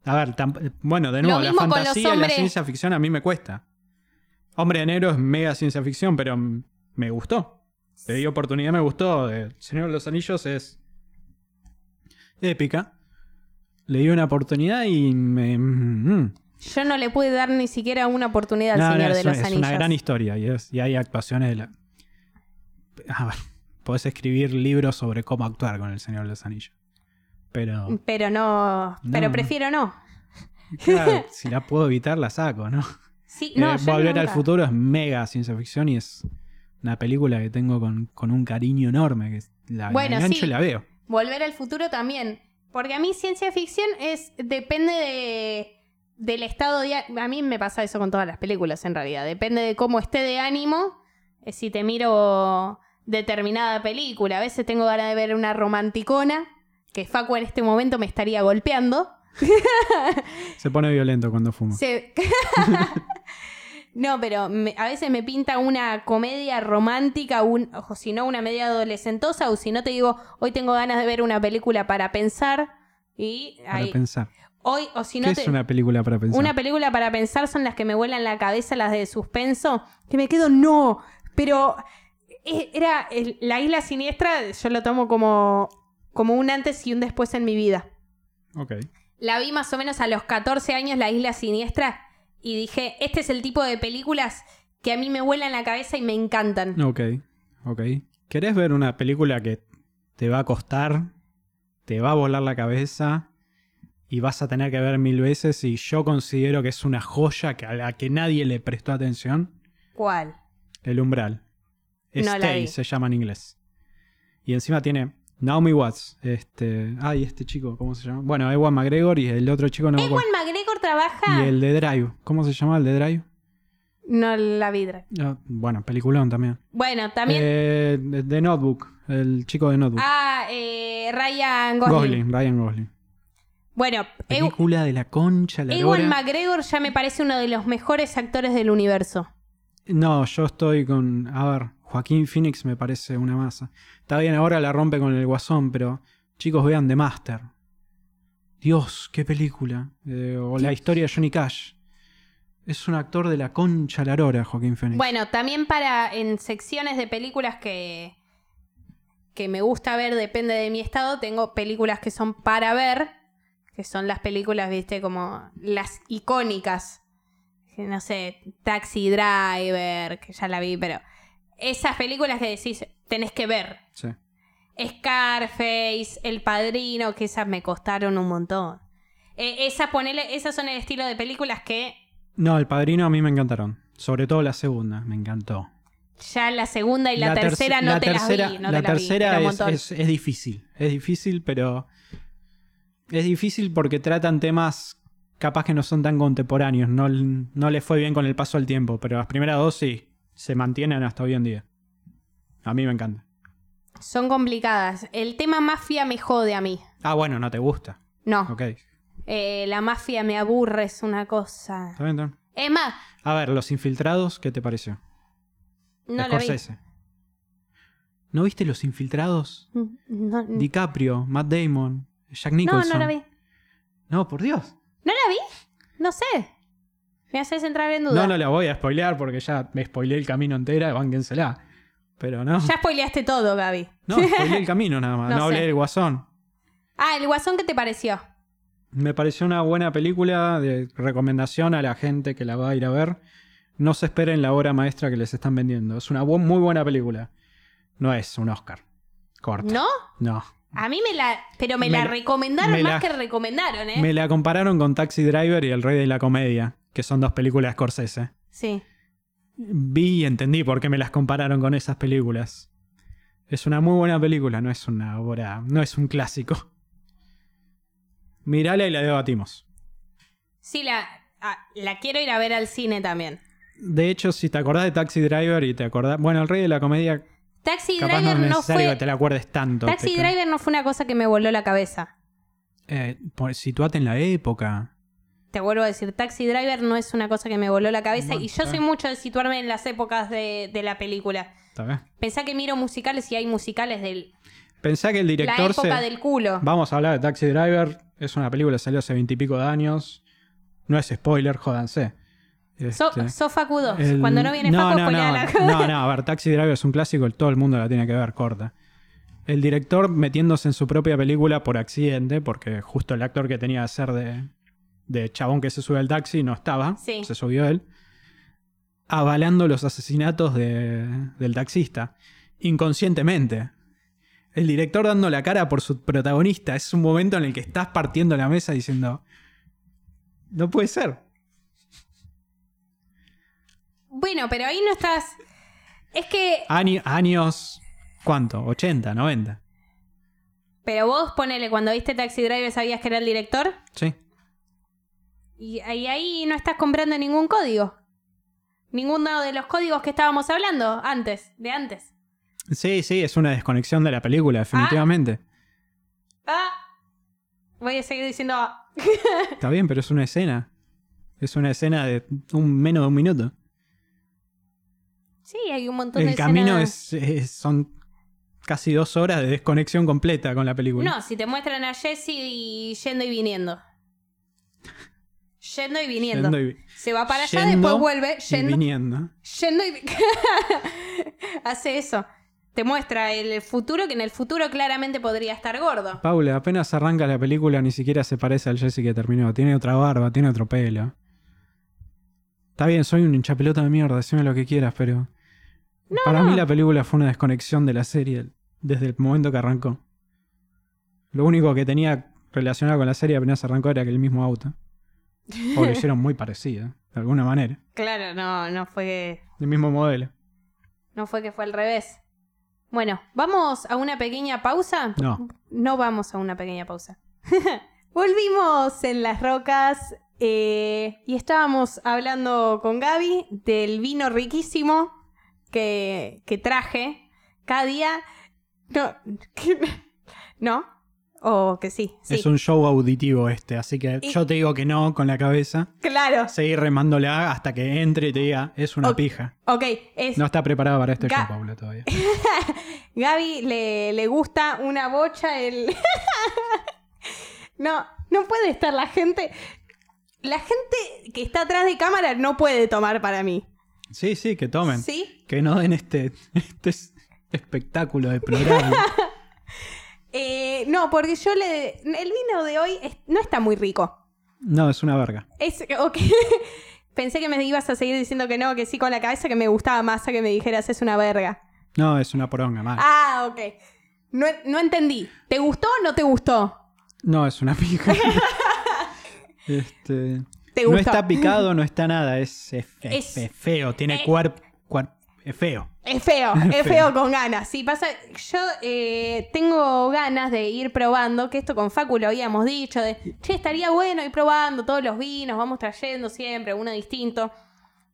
Speaker 2: A ver, tam- bueno, de nuevo,
Speaker 1: Lo
Speaker 2: la
Speaker 1: mismo con los
Speaker 2: fantasía y la
Speaker 1: hombres.
Speaker 2: ciencia ficción a mí me cuesta. Hombre de Negro es mega ciencia ficción, pero mm, me gustó. Le di oportunidad, me gustó. Eh, Señor de los Anillos es épica. Le di una oportunidad y me... mm, mm.
Speaker 1: Yo no le pude dar ni siquiera una oportunidad al
Speaker 2: No, no,
Speaker 1: Señor de
Speaker 2: es, una-
Speaker 1: los
Speaker 2: es
Speaker 1: Anillos.
Speaker 2: una gran historia y, es- y hay actuaciones de la... A ver, podés escribir libros sobre cómo actuar con el Señor de los Anillos. Pero
Speaker 1: Pero no.
Speaker 2: No,
Speaker 1: Pero
Speaker 2: no.
Speaker 1: prefiero no.
Speaker 2: claro, si la puedo evitar, la saco, ¿no?
Speaker 1: Sí, no,
Speaker 2: Eh,
Speaker 1: yo
Speaker 2: Volver al
Speaker 1: nunca.
Speaker 2: futuro es mega ciencia ficción y es una película que tengo con, con un cariño enorme. Que es- la, la
Speaker 1: Bueno,
Speaker 2: engancho
Speaker 1: sí.
Speaker 2: y la veo.
Speaker 1: Volver al futuro también. Porque a mí ciencia ficción es depende de, del estado de... á- A mí me pasa eso con todas las películas en realidad. Depende de cómo esté de ánimo. eh, Si te miro determinada película. A veces tengo ganas de ver una romanticona. Que Facu en este momento me estaría golpeando.
Speaker 2: Se pone violento cuando fumo.
Speaker 1: Se- no, pero me- a veces me pinta una comedia romántica, un, o si no, una media adolescentosa, o si no te digo, hoy tengo ganas de ver una película para pensar. Y
Speaker 2: para
Speaker 1: ahí,
Speaker 2: pensar.
Speaker 1: hoy, o si
Speaker 2: ¿Qué
Speaker 1: no te.
Speaker 2: es una película para pensar?
Speaker 1: una película para pensar son las que me vuelan la cabeza, las de suspenso, que me quedo, no, pero e- era el- la isla siniestra, yo lo tomo como, como un antes y un después en mi vida.
Speaker 2: Ok.
Speaker 1: La vi más o menos a los 14 años, La Isla Siniestra, y dije, este es el tipo de películas que a mí me vuelan la cabeza y me encantan.
Speaker 2: Ok. Ok. ¿Querés ver una película que te va a costar, te va a volar la cabeza y vas a tener que ver mil veces? Y yo considero que es una joya que a la que nadie le prestó atención.
Speaker 1: ¿Cuál?
Speaker 2: El umbral.
Speaker 1: No la
Speaker 2: Stay
Speaker 1: vi.
Speaker 2: se llama en inglés. Y encima tiene Naomi Watts. Este. Ay, este chico, ¿cómo se llama? Bueno, Ewan McGregor y el otro chico no me
Speaker 1: Ewan
Speaker 2: acuerdo.
Speaker 1: McGregor trabaja.
Speaker 2: Y el de Drive. ¿Cómo se llama el de Drive?
Speaker 1: No la vidra.
Speaker 2: Ah, bueno, peliculón también.
Speaker 1: Bueno, también.
Speaker 2: Eh, de- de Notebook. El chico de Notebook.
Speaker 1: Ah, eh, Ryan Gosling.
Speaker 2: Gosling, Ryan Gosling.
Speaker 1: Bueno, Ew-
Speaker 2: Película de la concha, la
Speaker 1: Ewan
Speaker 2: lora.
Speaker 1: McGregor ya me parece uno de los mejores actores del universo.
Speaker 2: No, yo estoy con. A ver, Joaquín Phoenix me parece una masa. Está bien, ahora la rompe con el guasón, pero chicos, vean The Master. Dios, qué película. Eh, o la historia de Johnny Cash. Es un actor de la concha la lora, Joaquín Phoenix.
Speaker 1: Bueno, también para en secciones de películas que que me gusta ver, depende de mi estado, tengo películas que son para ver, que son las películas, viste, como las icónicas. Que No sé, Taxi Driver, que ya la vi, pero esas películas que decís, tenés que ver.
Speaker 2: Sí.
Speaker 1: Scarface, El Padrino, que esas me costaron un montón. Eh, esas, ponele, esas son el estilo de películas que
Speaker 2: No, El Padrino a mí me encantaron. Sobre todo la segunda, me encantó.
Speaker 1: ya la segunda y la,
Speaker 2: terc-
Speaker 1: tercera no
Speaker 2: la
Speaker 1: te
Speaker 2: tercera-
Speaker 1: las vi. No
Speaker 2: la
Speaker 1: te las vi,
Speaker 2: tercera
Speaker 1: era un
Speaker 2: es,
Speaker 1: montón.
Speaker 2: es- es difícil. Es difícil, pero. Es difícil porque tratan temas capaz que no son tan contemporáneos. No, no les fue bien con el paso del tiempo, pero las primeras dos sí se mantienen hasta hoy en día. A mí me encanta.
Speaker 1: Son complicadas. El tema mafia me jode a mí.
Speaker 2: Ah, bueno, no te gusta.
Speaker 1: No,
Speaker 2: Ok. Está
Speaker 1: eh, la mafia me aburre, es una cosa.
Speaker 2: bien, está bien.
Speaker 1: Es más,
Speaker 2: A ver, Los Infiltrados, ¿qué te pareció?
Speaker 1: no la vi.
Speaker 2: Scorsese. ¿No viste Los Infiltrados?
Speaker 1: No, no,
Speaker 2: DiCaprio, Matt Damon, Jack
Speaker 1: Mm. no,
Speaker 2: Nicholson.
Speaker 1: no la vi.
Speaker 2: No, por Dios.
Speaker 1: ¿No la vi? No sé. Me haces entrar en duda.
Speaker 2: No, no la voy a spoilear porque ya me spoileé el camino entera, bánquensela. Pero no.
Speaker 1: Ya spoileaste todo, Gaby.
Speaker 2: No, spoileé el camino nada más.
Speaker 1: No
Speaker 2: No, hablé
Speaker 1: sé.
Speaker 2: del guasón.
Speaker 1: Ah, el guasón, ¿qué te pareció?
Speaker 2: Me pareció una buena película de recomendación a la gente que la va a ir a ver. No se esperen la obra maestra que les están vendiendo. Es una bu- muy buena película. No es un Oscar. Corta.
Speaker 1: ¿No?
Speaker 2: No.
Speaker 1: A mí me la. Pero me,
Speaker 2: Me
Speaker 1: la,
Speaker 2: la-
Speaker 1: recomendaron
Speaker 2: me
Speaker 1: más
Speaker 2: la-
Speaker 1: que recomendaron, ¿eh?
Speaker 2: Me la compararon con Taxi Driver y El Rey de la Comedia, que son dos películas de Scorsese.
Speaker 1: Sí.
Speaker 2: vi y entendí por qué me las compararon con esas películas. Es una muy buena película, no es una obra, no es un clásico. Mirala y la debatimos.
Speaker 1: Sí, la. ah, la quiero ir a ver al cine también.
Speaker 2: De hecho, si te acordás de Taxi Driver y te acordás, bueno, el rey de la comedia
Speaker 1: Taxi
Speaker 2: capaz no es
Speaker 1: Driver no,
Speaker 2: necesario
Speaker 1: fue.
Speaker 2: que te la acuerdes tanto.
Speaker 1: Taxi
Speaker 2: Te-
Speaker 1: Driver no fue una cosa que me voló la cabeza.
Speaker 2: Eh, por- situate en la época.
Speaker 1: Te vuelvo a decir, Taxi Driver no es una cosa que me voló la cabeza
Speaker 2: Bueno,
Speaker 1: y yo
Speaker 2: está
Speaker 1: soy
Speaker 2: bien.
Speaker 1: mucho de situarme en las épocas de, de la película.
Speaker 2: ¿Está bien?
Speaker 1: Pensá que miro musicales y hay musicales de
Speaker 2: Pensá que el
Speaker 1: la
Speaker 2: director se
Speaker 1: época del culo.
Speaker 2: Vamos a hablar de Taxi Driver. Es una película que salió hace veintipico de años. No es spoiler, jódanse.
Speaker 1: So-
Speaker 2: Este-
Speaker 1: Sofacu 2.
Speaker 2: El-
Speaker 1: Cuando no viene Facu,
Speaker 2: no,
Speaker 1: spoilea
Speaker 2: no,
Speaker 1: la
Speaker 2: no, no, a ver, Taxi Driver es un clásico, todo el mundo la tiene que ver, corta. El director metiéndose en su propia película por accidente, porque justo el actor que tenía que ser de, de chabón que se sube al taxi no estaba,
Speaker 1: Sí.
Speaker 2: se subió él, avalando los asesinatos de- del taxista, inconscientemente. El director dando la cara por su protagonista, es un momento en el que estás partiendo la mesa diciendo, no puede ser.
Speaker 1: Bueno, pero ahí no estás. Es que.
Speaker 2: Año- años. ¿Cuánto? 80, 90.
Speaker 1: Pero vos ponele, cuando viste Taxi Driver sabías que era el director
Speaker 2: Sí.
Speaker 1: y, y ahí no estás comprando ningún código. Ninguno de los códigos que estábamos hablando antes, de antes.
Speaker 2: Sí, sí, es una desconexión de la película, definitivamente.
Speaker 1: Ah, voy a seguir diciendo. ah.
Speaker 2: Está bien, pero es una escena. Es una escena de un, menos de un minuto.
Speaker 1: Sí, hay un montón de
Speaker 2: El camino
Speaker 1: escenas-
Speaker 2: es, es- son casi dos horas de desconexión completa con la película.
Speaker 1: No, si te muestran a Jesse y yendo y viniendo. Yendo y viniendo.
Speaker 2: Yendo y-
Speaker 1: Se va para allá,
Speaker 2: yendo
Speaker 1: después vuelve.
Speaker 2: y
Speaker 1: Yendo
Speaker 2: viniendo.
Speaker 1: Yendo y... Hace eso. Te muestra el futuro, que en el futuro claramente podría estar gordo.
Speaker 2: Paula, apenas arranca la película, ni siquiera se parece al Jesse que terminó. Tiene otra barba, tiene otro pelo. Está bien, soy un hinchapelota de mierda, decime lo que quieras, pero. para
Speaker 1: no.
Speaker 2: mí la película fue una desconexión de la serie desde el momento que arrancó. Lo único que tenía relacionado con la serie apenas arrancó era que el mismo auto. O lo hicieron muy parecido, de alguna manera.
Speaker 1: Claro, no, no fue que,
Speaker 2: El mismo modelo.
Speaker 1: no fue que fue al revés. Bueno, ¿vamos a una pequeña pausa?
Speaker 2: No.
Speaker 1: No vamos a una pequeña pausa. Volvimos en las rocas eh, y estábamos hablando con Gaby del vino riquísimo que, que traje cada día. No, ¿no? O que sí. sí.
Speaker 2: Es un show auditivo este, así que
Speaker 1: Y-
Speaker 2: yo te digo que no con la cabeza.
Speaker 1: Claro.
Speaker 2: Seguir remándola hasta que entre y te diga, es una
Speaker 1: Ok.
Speaker 2: pija.
Speaker 1: Ok, es,
Speaker 2: No está preparada para este
Speaker 1: Ga-
Speaker 2: show, Paula, todavía.
Speaker 1: Gaby le, le gusta una bocha el... no, no puede estar la gente... La gente que está atrás de cámara no puede tomar para mí.
Speaker 2: Sí, sí, que tomen.
Speaker 1: ¿Sí?
Speaker 2: Que no den este, este es- espectáculo de programa.
Speaker 1: Eh, no, porque yo le... El vino de hoy es- no está muy rico.
Speaker 2: No, es una verga.
Speaker 1: Es... ok. Pensé que me ibas a seguir diciendo que no, que sí con la cabeza, que me gustaba más a que me dijeras es una verga.
Speaker 2: No, es una poronga, mal.
Speaker 1: Ah, ok. No, no entendí. ¿Te gustó o no te gustó?
Speaker 2: No, es una pija. este,
Speaker 1: ¿Te
Speaker 2: no
Speaker 1: gustó?
Speaker 2: está picado, no está nada. Es, es,
Speaker 1: Es-
Speaker 2: es feo, tiene
Speaker 1: eh.
Speaker 2: cuerpo. es feo.
Speaker 1: Es feo, es
Speaker 2: Feo.
Speaker 1: feo con ganas. Sí, pasa, yo eh, tengo ganas de ir probando, que esto con Facu lo habíamos dicho, de, che, estaría bueno ir probando todos los vinos, vamos trayendo siempre uno distinto.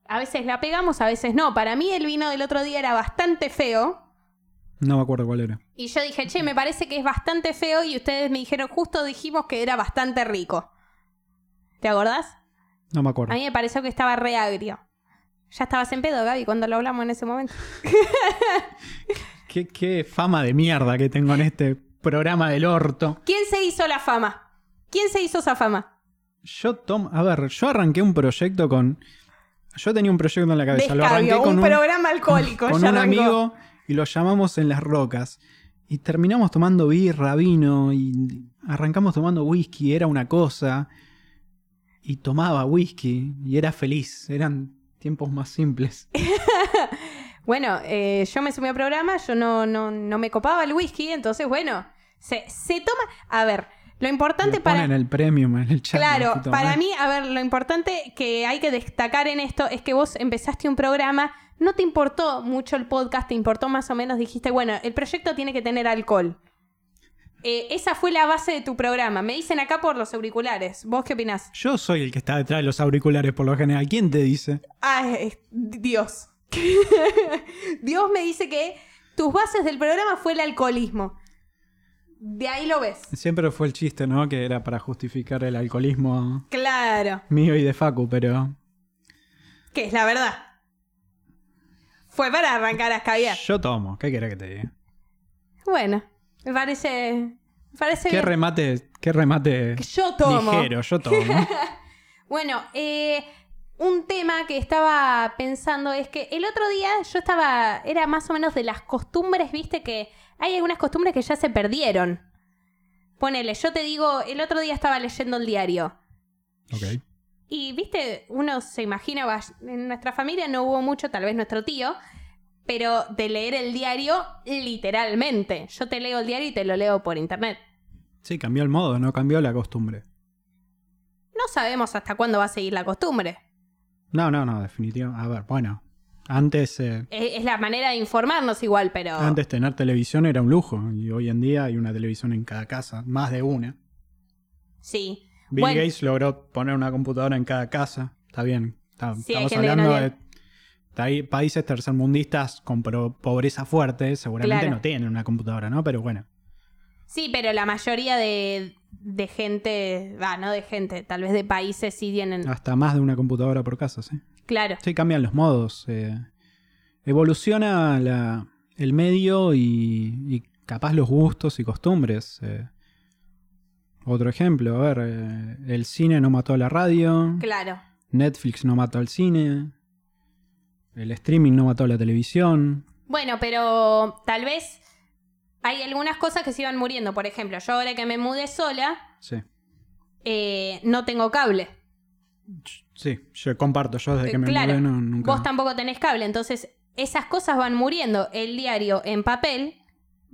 Speaker 1: A veces la pegamos, a veces no. Para mí el vino del otro día era bastante feo.
Speaker 2: No me acuerdo cuál era.
Speaker 1: Y yo dije, che, me parece que es bastante feo y ustedes me dijeron, justo dijimos que era bastante rico. ¿Te acordás?
Speaker 2: No me acuerdo.
Speaker 1: A mí me pareció que estaba re agrio. Ya estabas en pedo, Gaby, cuando lo hablamos en ese momento.
Speaker 2: ¿Qué, qué fama de mierda que tengo en este programa del orto.
Speaker 1: ¿Quién se hizo la fama? ¿Quién se hizo esa fama?
Speaker 2: Yo tom, a ver, yo arranqué un proyecto con. Yo tenía un proyecto en la cabeza. Eh, lo arranqué
Speaker 1: Descabio,
Speaker 2: con
Speaker 1: un,
Speaker 2: un,
Speaker 1: programa alcohólico.
Speaker 2: con
Speaker 1: ya
Speaker 2: un
Speaker 1: arrancó.
Speaker 2: amigo y lo llamamos en las rocas. Y terminamos tomando birra, vino y arrancamos tomando whisky, era una cosa. Y tomaba whisky y era feliz, eran tiempos más simples.
Speaker 1: Bueno, eh, yo me sumé al programa, yo no, no, no me copaba el whisky, entonces bueno, se, se toma... A ver, lo importante
Speaker 2: Le
Speaker 1: para...
Speaker 2: ponen el premium en el chat.
Speaker 1: Claro,
Speaker 2: Marquito,
Speaker 1: para
Speaker 2: ¿eh?
Speaker 1: mí, a ver, lo importante que hay que destacar en esto es que vos empezaste un programa, no te importó mucho el podcast, te importó más o menos, dijiste, bueno, el proyecto tiene que tener alcohol. Eh, esa fue la base de tu programa. Me dicen acá por los auriculares. ¿Vos qué opinás?
Speaker 2: Yo soy el que está detrás de los auriculares por lo general. ¿Quién te dice?
Speaker 1: Ah, es- Dios. Dios me dice que tus bases del programa fue el alcoholismo. De ahí lo ves.
Speaker 2: Siempre fue el chiste, ¿no? Que era para justificar el alcoholismo
Speaker 1: Claro,
Speaker 2: mío y de Facu, pero
Speaker 1: que es la verdad. Fue para arrancar a escabiar.
Speaker 2: yo tomo. ¿Qué querés que te diga?
Speaker 1: Bueno, me parece. me parece
Speaker 2: ¿Qué
Speaker 1: bien.
Speaker 2: remate, qué remate
Speaker 1: Que yo tomo.
Speaker 2: ligero? Yo tomo.
Speaker 1: Bueno, eh, un tema que estaba pensando es que el otro día yo estaba, era más o menos de las costumbres, viste que hay algunas costumbres que ya se perdieron. Ponele, yo te digo, el otro día estaba leyendo el diario.
Speaker 2: Ok.
Speaker 1: Y, viste, uno se imagina, va, en nuestra familia no hubo mucho, tal vez nuestro tío, pero de leer el diario literalmente. Yo te leo el diario y te lo leo por internet.
Speaker 2: Sí, cambió el modo, no cambió la costumbre.
Speaker 1: No sabemos hasta cuándo va a seguir la costumbre.
Speaker 2: No, no, no, definitivamente. A ver, bueno. Antes, eh,
Speaker 1: Es, es la manera de informarnos igual, pero...
Speaker 2: antes tener televisión era un lujo. Y hoy en día hay una televisión en cada casa, más de una.
Speaker 1: Sí.
Speaker 2: Bill
Speaker 1: Bueno,
Speaker 2: Gates logró poner una computadora en cada casa. Está bien. está-
Speaker 1: Sí, hay
Speaker 2: estamos
Speaker 1: gente que no
Speaker 2: hablando de,
Speaker 1: tiene.
Speaker 2: tai- países tercermundistas con pro- pobreza fuerte. Seguramente
Speaker 1: Claro.
Speaker 2: no tienen una computadora, ¿no? Pero bueno.
Speaker 1: Sí, pero la mayoría de, de gente, va, no de gente, tal vez de países sí tienen...
Speaker 2: Hasta más de una computadora por casa, sí.
Speaker 1: Claro,
Speaker 2: Sí, cambian los modos. eh, evoluciona la- el medio y, y capaz los gustos y costumbres. eh. Otro ejemplo, a ver, eh, el cine no mató a la radio,
Speaker 1: claro.
Speaker 2: Netflix no mató al cine, el streaming no mató a la televisión.
Speaker 1: Bueno, pero tal vez hay algunas cosas que se iban muriendo. Por ejemplo, yo ahora que me mudé sola,
Speaker 2: Sí,
Speaker 1: eh, no tengo cable.
Speaker 2: sí, yo comparto, yo desde
Speaker 1: Eh,
Speaker 2: que me
Speaker 1: claro.
Speaker 2: mudé no- nunca...
Speaker 1: Vos tampoco tenés cable, entonces esas cosas van muriendo. El diario en papel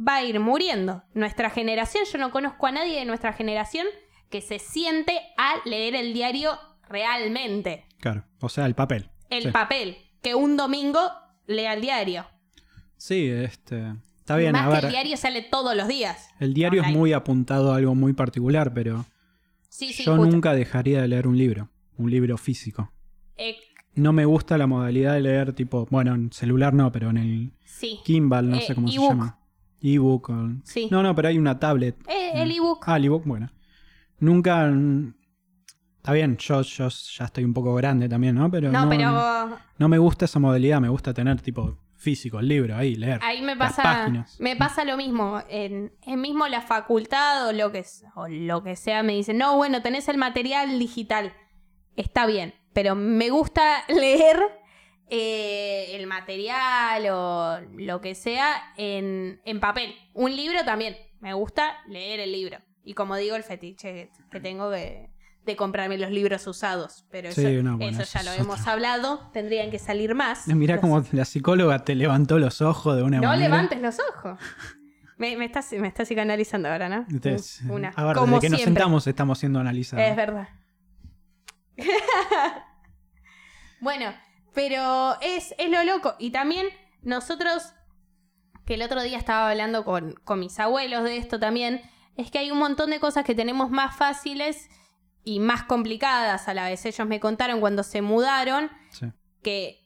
Speaker 1: va a ir muriendo. Nuestra generación, yo no conozco a nadie de nuestra generación que se siente a leer el diario realmente.
Speaker 2: Claro, o sea, el papel.
Speaker 1: El
Speaker 2: Sí.
Speaker 1: papel, que un domingo lea el diario.
Speaker 2: Sí, este... Está bien,
Speaker 1: Más
Speaker 2: a
Speaker 1: que
Speaker 2: ver.
Speaker 1: el diario sale todos los días.
Speaker 2: el diario es
Speaker 1: online.
Speaker 2: muy apuntado a algo muy particular, pero
Speaker 1: Sí, sí,
Speaker 2: yo
Speaker 1: justo.
Speaker 2: nunca dejaría de leer un libro, un libro físico.
Speaker 1: Eh,
Speaker 2: No me gusta la modalidad de leer tipo, bueno, en celular no, pero en el
Speaker 1: sí.
Speaker 2: Kindle, no
Speaker 1: Eh,
Speaker 2: sé cómo se
Speaker 1: ebook.
Speaker 2: llama. Ebook. o-
Speaker 1: Sí.
Speaker 2: No, no, pero hay una tablet.
Speaker 1: Eh, el
Speaker 2: Mm.
Speaker 1: ebook.
Speaker 2: Ah, el ebook, bueno. Nunca... mm, Está bien, yo, yo ya estoy un poco grande también, ¿no? Pero
Speaker 1: no,
Speaker 2: no,
Speaker 1: pero
Speaker 2: no me gusta esa modalidad, me gusta tener tipo físico, el libro ahí, leer.
Speaker 1: ahí me
Speaker 2: las
Speaker 1: pasa
Speaker 2: páginas.
Speaker 1: me pasa lo mismo en, en mismo la facultad o lo que s- o lo que sea me dicen no bueno tenés el material digital está bien pero me gusta leer eh, el material o lo que sea en, en papel un libro también me gusta leer el libro y como digo el fetiche que, que tengo de, de comprarme los libros usados pero
Speaker 2: Sí,
Speaker 1: eso,
Speaker 2: no, bueno,
Speaker 1: eso ya
Speaker 2: eso
Speaker 1: lo
Speaker 2: es
Speaker 1: hemos
Speaker 2: otro.
Speaker 1: hablado tendrían que salir más
Speaker 2: Mirá
Speaker 1: Los-
Speaker 2: como la psicóloga te levantó los ojos de una
Speaker 1: no
Speaker 2: manera.
Speaker 1: levantes los ojos. Me, me estás, me estás psicoanalizando ahora, ¿no?
Speaker 2: Entonces,
Speaker 1: Una.
Speaker 2: A ver,
Speaker 1: Como
Speaker 2: desde que nos
Speaker 1: siempre.
Speaker 2: sentamos estamos siendo analizados.
Speaker 1: Es verdad. bueno, pero es, es lo loco. Y también nosotros, que el otro día estaba hablando con, con mis abuelos de esto también, es que hay un montón de cosas que tenemos más fáciles y más complicadas a la vez. Ellos me contaron cuando se mudaron
Speaker 2: Sí.
Speaker 1: que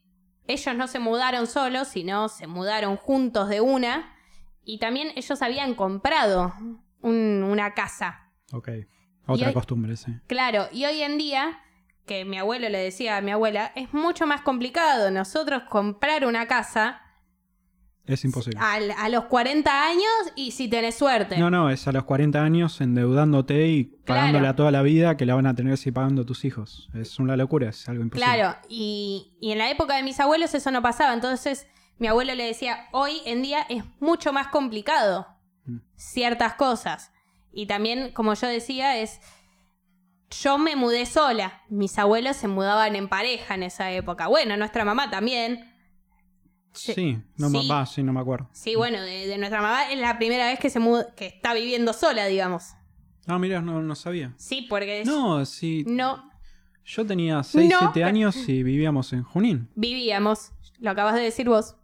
Speaker 1: ellos no se mudaron solos, sino se mudaron juntos de una. Y también ellos habían comprado un- una casa.
Speaker 2: Ok. Otra
Speaker 1: hoy-
Speaker 2: costumbre, sí.
Speaker 1: Claro, y hoy en día, que mi abuelo le decía a mi abuela, es mucho más complicado nosotros comprar una casa
Speaker 2: Es imposible.
Speaker 1: al- a los 40 años y si tenés suerte.
Speaker 2: No, no, es a los 40 años endeudándote y pagándola toda la vida que la van a tener si pagando tus hijos. Es una locura, es algo imposible.
Speaker 1: Claro, y, y en la época de mis abuelos eso no pasaba, entonces mi abuelo le decía, hoy en día es mucho más complicado
Speaker 2: Mm.
Speaker 1: ciertas cosas. Y también, como yo decía, es, yo me mudé sola, mis abuelos se mudaban en pareja en esa época, bueno, nuestra mamá también.
Speaker 2: Sí, no,
Speaker 1: Sí.
Speaker 2: Me, va, sí, no me acuerdo.
Speaker 1: Sí, bueno, de, de nuestra mamá es la primera vez que se muda, que está viviendo sola, digamos.
Speaker 2: Ah, mira, no, no sabía.
Speaker 1: Sí, porque es-
Speaker 2: No, sí.
Speaker 1: no
Speaker 2: Yo tenía 6,
Speaker 1: No.
Speaker 2: 7 años y vivíamos en Junín.
Speaker 1: vivíamos. Lo acabas de decir vos.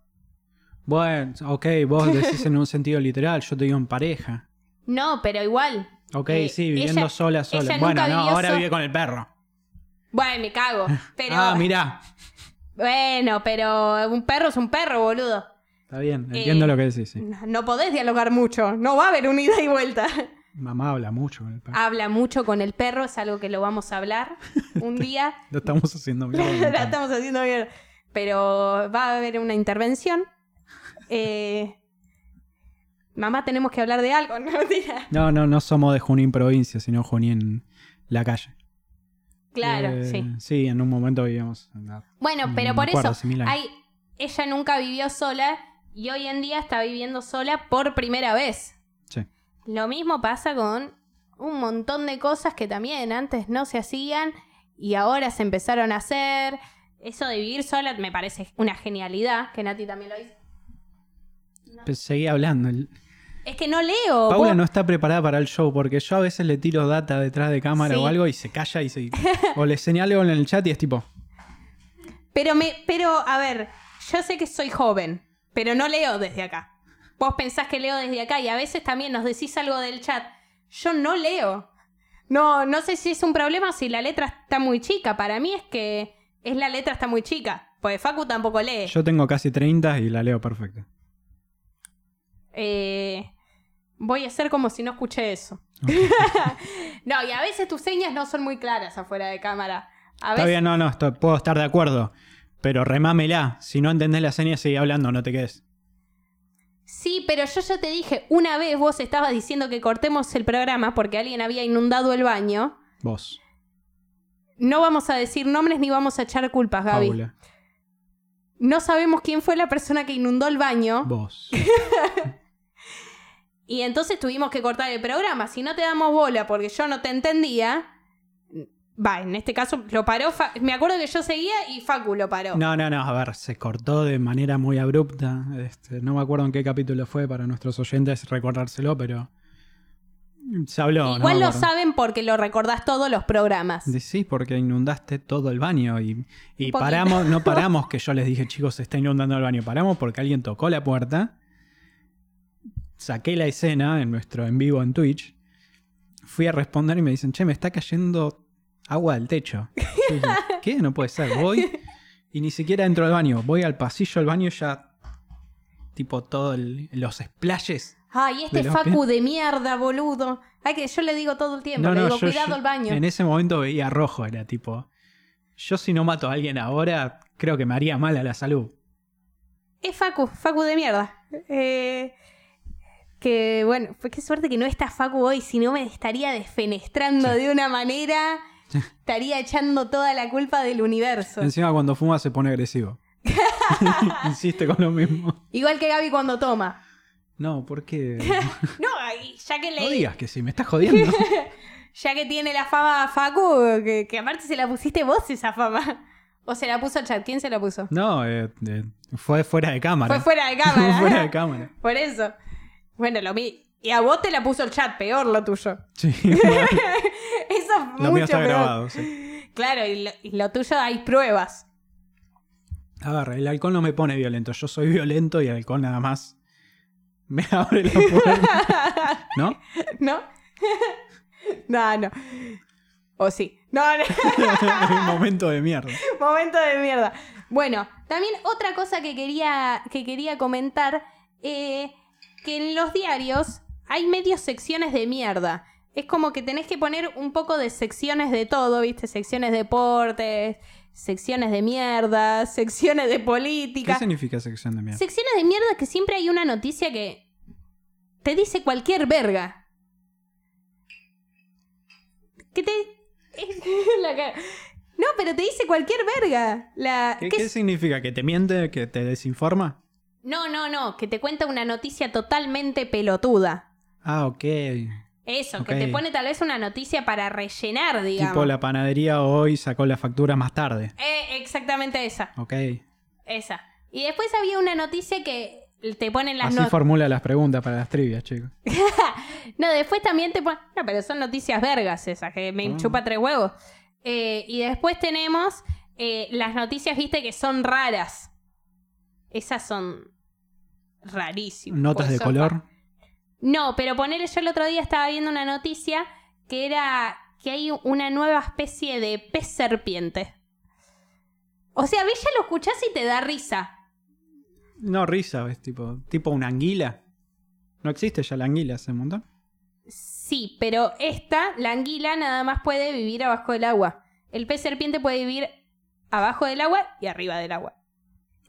Speaker 2: Bueno, ok, vos decís en un sentido literal, yo te digo en pareja.
Speaker 1: No, pero igual.
Speaker 2: Ok,
Speaker 1: Eh,
Speaker 2: sí, viviendo
Speaker 1: ella-
Speaker 2: sola, sola.
Speaker 1: ella
Speaker 2: Bueno,
Speaker 1: nunca
Speaker 2: no,
Speaker 1: vivió
Speaker 2: ahora
Speaker 1: so-
Speaker 2: vive con el perro.
Speaker 1: Bueno, me cago. Pero.
Speaker 2: Ah, mira.
Speaker 1: Bueno, pero un perro es un perro, boludo.
Speaker 2: Está bien,
Speaker 1: Eh,
Speaker 2: entiendo lo que decís. sí.
Speaker 1: No, no podés dialogar mucho. No va a haber un ida y vuelta.
Speaker 2: Mamá habla mucho con el perro.
Speaker 1: Habla mucho con el perro, es algo que lo vamos a hablar un día.
Speaker 2: Lo estamos haciendo mierda con el
Speaker 1: La
Speaker 2: perro.
Speaker 1: estamos haciendo bien. Pero va a haber una intervención. Eh, mamá, tenemos que hablar de algo, ¿no? Mentira.
Speaker 2: No, no, no somos de Junín provincia, sino Junín la calle.
Speaker 1: Claro,
Speaker 2: Eh,
Speaker 1: sí.
Speaker 2: Sí, en un momento vivíamos. en la-
Speaker 1: Bueno,
Speaker 2: no
Speaker 1: pero
Speaker 2: me
Speaker 1: por
Speaker 2: acuerdo,
Speaker 1: eso,
Speaker 2: hace mil años.
Speaker 1: hay, ella nunca vivió sola y hoy en día está viviendo sola por primera vez.
Speaker 2: Sí.
Speaker 1: Lo mismo pasa con un montón de cosas que también antes no se hacían y ahora se empezaron a hacer. Eso de vivir sola me parece una genialidad, que Nati también lo dice.
Speaker 2: Pero Seguí hablando. el-
Speaker 1: Es que no leo.
Speaker 2: Paula
Speaker 1: vos-
Speaker 2: no está preparada para el show porque yo a veces le tiro data detrás de cámara
Speaker 1: Sí.
Speaker 2: o algo y se calla y se... o le señalo en el chat y es tipo,
Speaker 1: Pero me, pero, a ver, yo sé que soy joven, pero no leo desde acá. Vos pensás que leo desde acá y a veces también nos decís algo del chat. Yo no leo. No, no sé si es un problema o si la letra está muy chica. Para mí es que es la letra está muy chica. Pues Facu tampoco lee.
Speaker 2: yo tengo casi 30 y la leo perfecta.
Speaker 1: Eh, voy a hacer como si no escuché eso. no, y a veces tus señas no son muy claras afuera de cámara. A
Speaker 2: Está
Speaker 1: veces,
Speaker 2: bien, no, no, esto- puedo estar de acuerdo. Pero remámela. Si no entendés la seña, sigue hablando, no te quedes.
Speaker 1: Sí, pero yo ya te dije, una vez vos estabas diciendo que cortemos el programa porque alguien había inundado el baño.
Speaker 2: Vos,
Speaker 1: No vamos a decir nombres ni vamos a echar culpas, Gaby.
Speaker 2: Paula.
Speaker 1: No sabemos quién fue la persona que inundó el baño.
Speaker 2: Vos.
Speaker 1: Y entonces tuvimos que cortar el programa. Si no te damos bola porque yo no te entendía. Va, en este caso lo paró. Fa- Me acuerdo que yo seguía y Facu lo paró.
Speaker 2: No, no, no, a ver, se cortó de manera muy abrupta. Este, no me acuerdo en qué capítulo fue para nuestros oyentes recordárselo, pero se habló. no
Speaker 1: Igual
Speaker 2: me
Speaker 1: lo
Speaker 2: acuerdo.
Speaker 1: saben porque lo recordás todos los programas.
Speaker 2: Decís porque inundaste todo el baño y, y
Speaker 1: Un poquito.
Speaker 2: paramos, no paramos que yo les dije, chicos, se está inundando el baño. Paramos porque alguien tocó la puerta saqué la escena en nuestro en vivo en Twitch, fui a responder y me dicen, che, me está cayendo agua del techo. Y yo, ¿Qué? No puede ser. Voy y ni siquiera entro al baño. Voy al pasillo al baño ya, tipo, todos los splashes.
Speaker 1: Ay, este
Speaker 2: De los
Speaker 1: Facu de mierda, boludo. Ay, que yo le digo todo el tiempo,
Speaker 2: No,
Speaker 1: le
Speaker 2: no,
Speaker 1: digo,
Speaker 2: yo-
Speaker 1: cuidado
Speaker 2: yo
Speaker 1: al baño.
Speaker 2: En e- ese momento veía rojo, era tipo, yo si no mato a alguien ahora, creo que me haría mal a la salud.
Speaker 1: Es Facu, Facu de mierda. Eh, que bueno, pues qué suerte que no está Facu hoy, si no me estaría desfenestrando de una manera, estaría echando toda la culpa del universo.
Speaker 2: Encima cuando fuma se pone agresivo. Insiste con lo mismo.
Speaker 1: Igual que Gaby cuando toma.
Speaker 2: No, porque...
Speaker 1: No, ay, ya que
Speaker 2: No
Speaker 1: le,
Speaker 2: digas que sí, me estás jodiendo.
Speaker 1: ya que tiene la fama Facu, que, que aparte se la pusiste vos esa fama. O se la puso chat, ¿quién se la puso?
Speaker 2: No, eh, eh, fue fuera de cámara.
Speaker 1: Fue fuera de cámara. ¿eh?
Speaker 2: Fue fuera de cámara.
Speaker 1: Por eso. Bueno, lo mi Y a vos te la puso el chat, peor lo tuyo.
Speaker 2: Sí,
Speaker 1: Eso es
Speaker 2: lo
Speaker 1: mucho
Speaker 2: mío está
Speaker 1: peor.
Speaker 2: grabado. sí.
Speaker 1: Claro, y lo, y lo tuyo hay pruebas.
Speaker 2: Agarra, el alcohol no me pone violento. Yo soy violento y el alcohol nada más me abre la puerta. ¿No?
Speaker 1: ¿No? no, no. O sí. No, no.
Speaker 2: Un momento de mierda.
Speaker 1: Momento de mierda. Bueno, también otra cosa que quería, que quería comentar, eh, que en los diarios hay medios secciones de mierda. Es como que tenés que poner un poco de secciones de todo, ¿viste? Secciones de deportes, secciones de mierda, secciones de
Speaker 2: ¿Qué
Speaker 1: política.
Speaker 2: significa sección de mierda?
Speaker 1: Secciones de mierda que siempre hay una noticia que te dice cualquier verga. ¿Qué te...? La cara. No, pero te dice cualquier verga. La...
Speaker 2: ¿Qué,
Speaker 1: ¿qué
Speaker 2: qué
Speaker 1: es-
Speaker 2: significa? ¿Que te miente? ¿Que te desinforma?
Speaker 1: No, no, no, que te cuenta una noticia totalmente pelotuda.
Speaker 2: Ah, ok.
Speaker 1: Eso,
Speaker 2: Ok.
Speaker 1: que te pone tal vez una noticia para rellenar, digamos.
Speaker 2: Tipo la panadería hoy sacó la factura más tarde.
Speaker 1: Eh, exactamente esa,
Speaker 2: Ok.
Speaker 1: esa. Y después había una noticia que te ponen las
Speaker 2: Así
Speaker 1: noticias.
Speaker 2: formula las preguntas para las trivias, chicos.
Speaker 1: No, después también te ponen. No, pero son noticias vergas esas, que me
Speaker 2: Ah.
Speaker 1: chupa tres huevos. Eh, y después tenemos eh, las noticias, viste, que son raras. Esas son rarísimas.
Speaker 2: Notas
Speaker 1: Pues
Speaker 2: de
Speaker 1: son-
Speaker 2: color.
Speaker 1: No, pero ponerle. Yo el otro día estaba viendo una noticia que era que hay una nueva especie de pez serpiente. O sea, ve, ya lo escuchás y te da risa.
Speaker 2: No, risa, es tipo, tipo una anguila. No existe ya la anguila hace un montón.
Speaker 1: Sí, pero esta, la anguila, nada más puede vivir abajo del agua. El pez serpiente puede vivir abajo del agua y arriba del agua.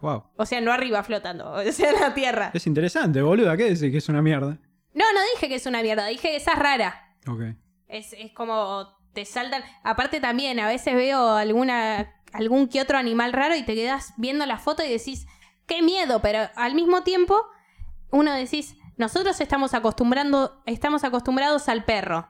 Speaker 2: Wow.
Speaker 1: O sea, no arriba flotando, o sea, en la tierra.
Speaker 2: Es interesante, boluda. ¿Qué decís que es una mierda?
Speaker 1: No, no dije que es una mierda, dije que esa es rara.
Speaker 2: Ok.
Speaker 1: Es, es como te saltan. Aparte también, a veces veo alguna, algún que otro animal raro y te quedas viendo la foto y decís, qué miedo, pero al mismo tiempo uno decís, nosotros estamos acostumbrando, estamos acostumbrados al perro.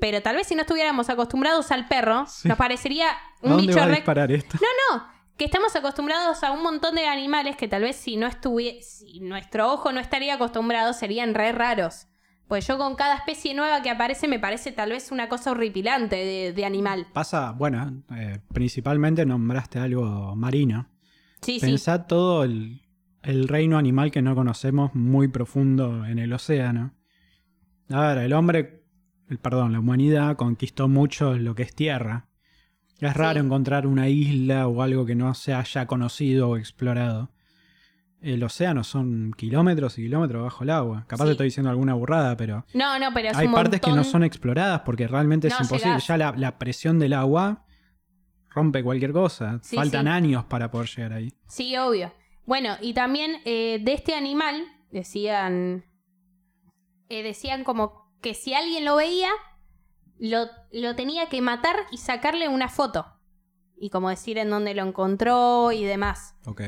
Speaker 1: Pero tal vez si no estuviéramos acostumbrados al perro,
Speaker 2: Sí.
Speaker 1: nos parecería
Speaker 2: ¿A
Speaker 1: un
Speaker 2: dónde
Speaker 1: bicho
Speaker 2: va a
Speaker 1: re-
Speaker 2: disparar esto?
Speaker 1: No, que estamos acostumbrados a un montón de animales que tal vez si no estuviera, si nuestro ojo no estaría acostumbrado, serían re raros. Pues yo con cada especie nueva que aparece me parece tal vez una cosa horripilante de, de animal.
Speaker 2: Pasa, bueno, eh, principalmente nombraste algo marino.
Speaker 1: Sí, sí.
Speaker 2: Pensá todo el, el reino animal que no conocemos muy profundo en el océano. A ver, el hombre, el, perdón, la humanidad conquistó mucho lo que es tierra. Es raro encontrar una isla o algo que no se haya conocido o explorado. El océano son kilómetros y kilómetros bajo el agua. Capaz
Speaker 1: Sí.
Speaker 2: estoy diciendo alguna burrada, pero
Speaker 1: No, no, pero es
Speaker 2: hay
Speaker 1: un
Speaker 2: partes que
Speaker 1: montón.
Speaker 2: no son exploradas porque realmente es
Speaker 1: No,
Speaker 2: imposible.
Speaker 1: llegás.
Speaker 2: Ya la, la presión del agua rompe cualquier cosa.
Speaker 1: Sí,
Speaker 2: Faltan
Speaker 1: sí.
Speaker 2: años para poder llegar ahí.
Speaker 1: Sí, obvio. Bueno, y también eh, de este animal decían. eh, decían como que si alguien lo veía, lo, lo tenía que matar y sacarle una foto. Y como decir en dónde lo encontró y demás.
Speaker 2: Ok.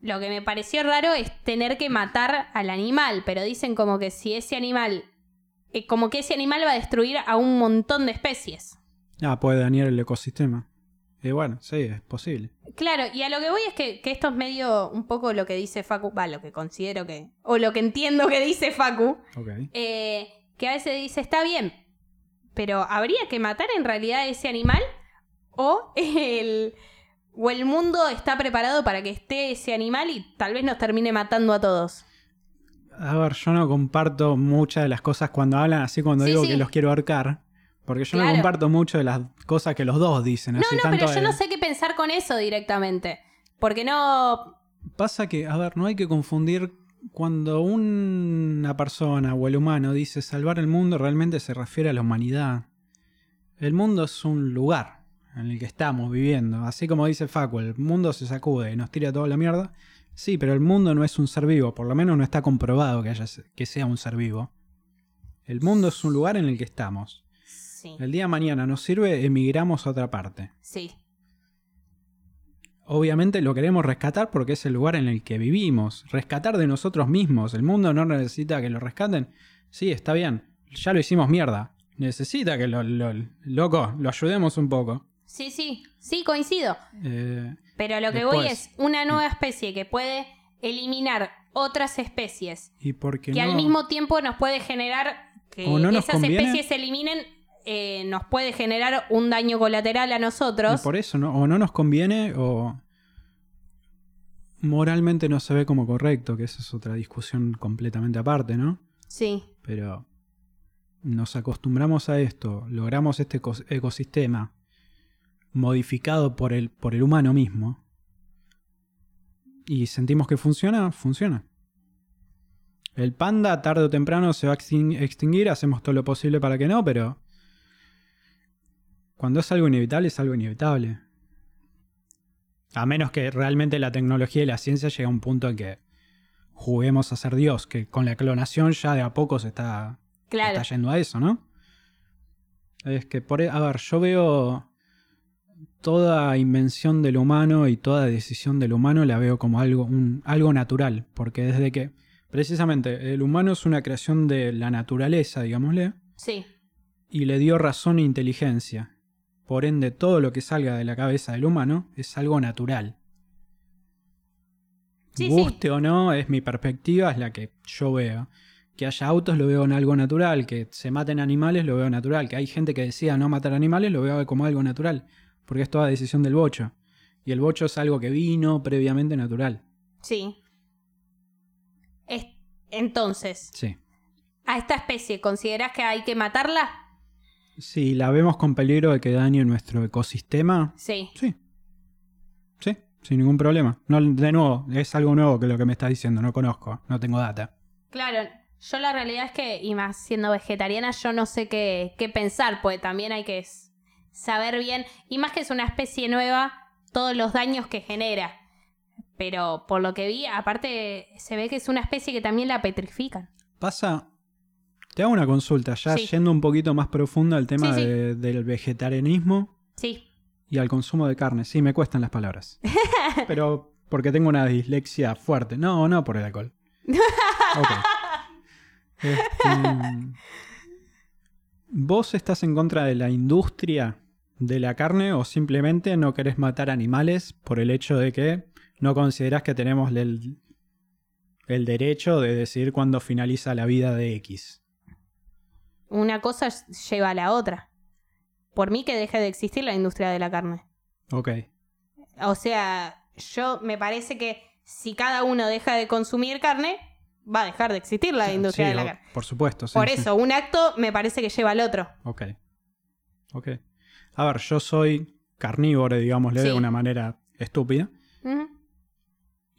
Speaker 1: Lo que me pareció raro es tener que matar al animal, pero dicen como que si ese animal. eh, como que ese animal va a destruir a un montón de especies.
Speaker 2: Ah, puede dañar el ecosistema. Y bueno, sí, es posible.
Speaker 1: Claro, y a lo que voy es que, que esto es medio un poco lo que dice Facu, va, lo que considero que, o lo que entiendo que dice Facu,
Speaker 2: Ok.
Speaker 1: eh, que a veces dice, está bien, pero ¿habría que matar en realidad a ese animal? ¿O el, ¿O el mundo está preparado para que esté ese animal y tal vez nos termine matando a todos?
Speaker 2: A ver, yo no comparto muchas de las cosas cuando hablan, así cuando
Speaker 1: Sí,
Speaker 2: digo
Speaker 1: sí.
Speaker 2: que los quiero ahorcar. Porque yo
Speaker 1: Claro.
Speaker 2: no comparto mucho de las cosas que los dos dicen.
Speaker 1: No,
Speaker 2: así,
Speaker 1: no,
Speaker 2: tanto
Speaker 1: pero yo
Speaker 2: de-
Speaker 1: no sé qué pensar con eso directamente. Porque no.
Speaker 2: Pasa que, a ver, no hay que confundir cuando una persona o el humano dice salvar el mundo, realmente se refiere a la humanidad. El mundo es un lugar en el que estamos viviendo. Así como dice Facu, el mundo se sacude y nos tira toda la mierda. Sí, pero el mundo no es un ser vivo, por lo menos no está comprobado que, haya, que sea un ser vivo. El mundo es un lugar en el que estamos.
Speaker 1: Sí,
Speaker 2: El día de mañana nos sirve, emigramos a otra parte.
Speaker 1: sí,
Speaker 2: Obviamente lo queremos rescatar porque es el lugar en el que vivimos. Rescatar de nosotros mismos. El mundo no necesita que lo rescaten. Sí, está bien. Ya lo hicimos mierda. Necesita que lo... lo- loco, lo ayudemos un poco.
Speaker 1: sí, sí, sí, coincido.
Speaker 2: Eh,
Speaker 1: Pero lo que voy
Speaker 2: Después.
Speaker 1: es una nueva especie que puede eliminar otras especies,
Speaker 2: y porque
Speaker 1: que
Speaker 2: no...
Speaker 1: al mismo tiempo nos puede generar que
Speaker 2: O no nos
Speaker 1: esas
Speaker 2: conviene.
Speaker 1: especies se eliminen, eh, nos puede generar un daño colateral a
Speaker 2: y
Speaker 1: nosotros.
Speaker 2: por eso no, o no nos conviene o... Moralmente no se ve como correcto, que esa es otra discusión completamente aparte, ¿no?
Speaker 1: Sí,
Speaker 2: pero nos acostumbramos a esto, logramos este ecos- ecosistema modificado por el, por el humano mismo y sentimos que funciona, funciona. El panda tarde o temprano se va a extin- extinguir, hacemos todo lo posible para que no, pero cuando es algo inevitable es algo inevitable. A menos que realmente la tecnología y la ciencia llegue a un punto en que juguemos a ser Dios, que con la clonación ya de a poco se está,
Speaker 1: claro.
Speaker 2: está yendo a eso, ¿no? Es que, por, e, a ver, yo veo toda invención del humano y toda decisión del humano la veo como algo, un- algo natural, porque desde que, precisamente, el humano es una creación de la naturaleza, digámosle,
Speaker 1: Sí,
Speaker 2: y le dio razón e inteligencia. Por ende, todo lo que salga de la cabeza del humano es algo natural.
Speaker 1: Sí, sí.
Speaker 2: Guste o no, es mi perspectiva, es la que yo veo. Que haya autos lo veo en algo natural, que se maten animales lo veo natural, que hay gente que decida no matar animales lo veo como algo natural, porque es toda decisión del bocho. Y el bocho es algo que vino previamente natural.
Speaker 1: sí. Es- Entonces,
Speaker 2: Sí.
Speaker 1: ¿a esta especie considerás que hay que matarla?
Speaker 2: Si la vemos con peligro de que dañe nuestro ecosistema,
Speaker 1: Sí,
Speaker 2: Sí. Sí, sin ningún problema. No, de nuevo, es algo nuevo que lo que me estás diciendo, no conozco, no tengo data.
Speaker 1: claro. Yo la realidad es que, y más siendo vegetariana, yo no sé qué, qué pensar, pues también hay que s- saber bien, y más que es una especie nueva, todos los daños que genera. Pero por lo que vi, aparte se ve que es una especie que también la petrifican.
Speaker 2: Pasa. Te hago una consulta, ya
Speaker 1: Sí.
Speaker 2: yendo un poquito más profundo al tema
Speaker 1: Sí, sí.
Speaker 2: de- del vegetarianismo
Speaker 1: Sí,
Speaker 2: y al consumo de carne. Sí, me cuestan las palabras. Pero porque tengo una dislexia fuerte. No, no por el alcohol. Ok. Este, ¿Vos estás en contra de la industria de la carne o simplemente no querés matar animales por el hecho de que no considerás que tenemos el, el derecho de decidir cuándo finaliza la vida de X?
Speaker 1: una cosa lleva a la otra. Por mí que deje de existir la industria de la carne.
Speaker 2: Ok.
Speaker 1: O sea, yo me parece que si cada uno deja de consumir carne, va a dejar de existir la industria
Speaker 2: Sí,
Speaker 1: de la
Speaker 2: o-
Speaker 1: carne.
Speaker 2: Por supuesto. sí,
Speaker 1: Por
Speaker 2: sí.
Speaker 1: eso, un acto me parece que lleva al otro.
Speaker 2: Ok. Ok. A ver, yo soy carnívoro, digámosle, de
Speaker 1: Sí.
Speaker 2: una manera estúpida.
Speaker 1: Ujú.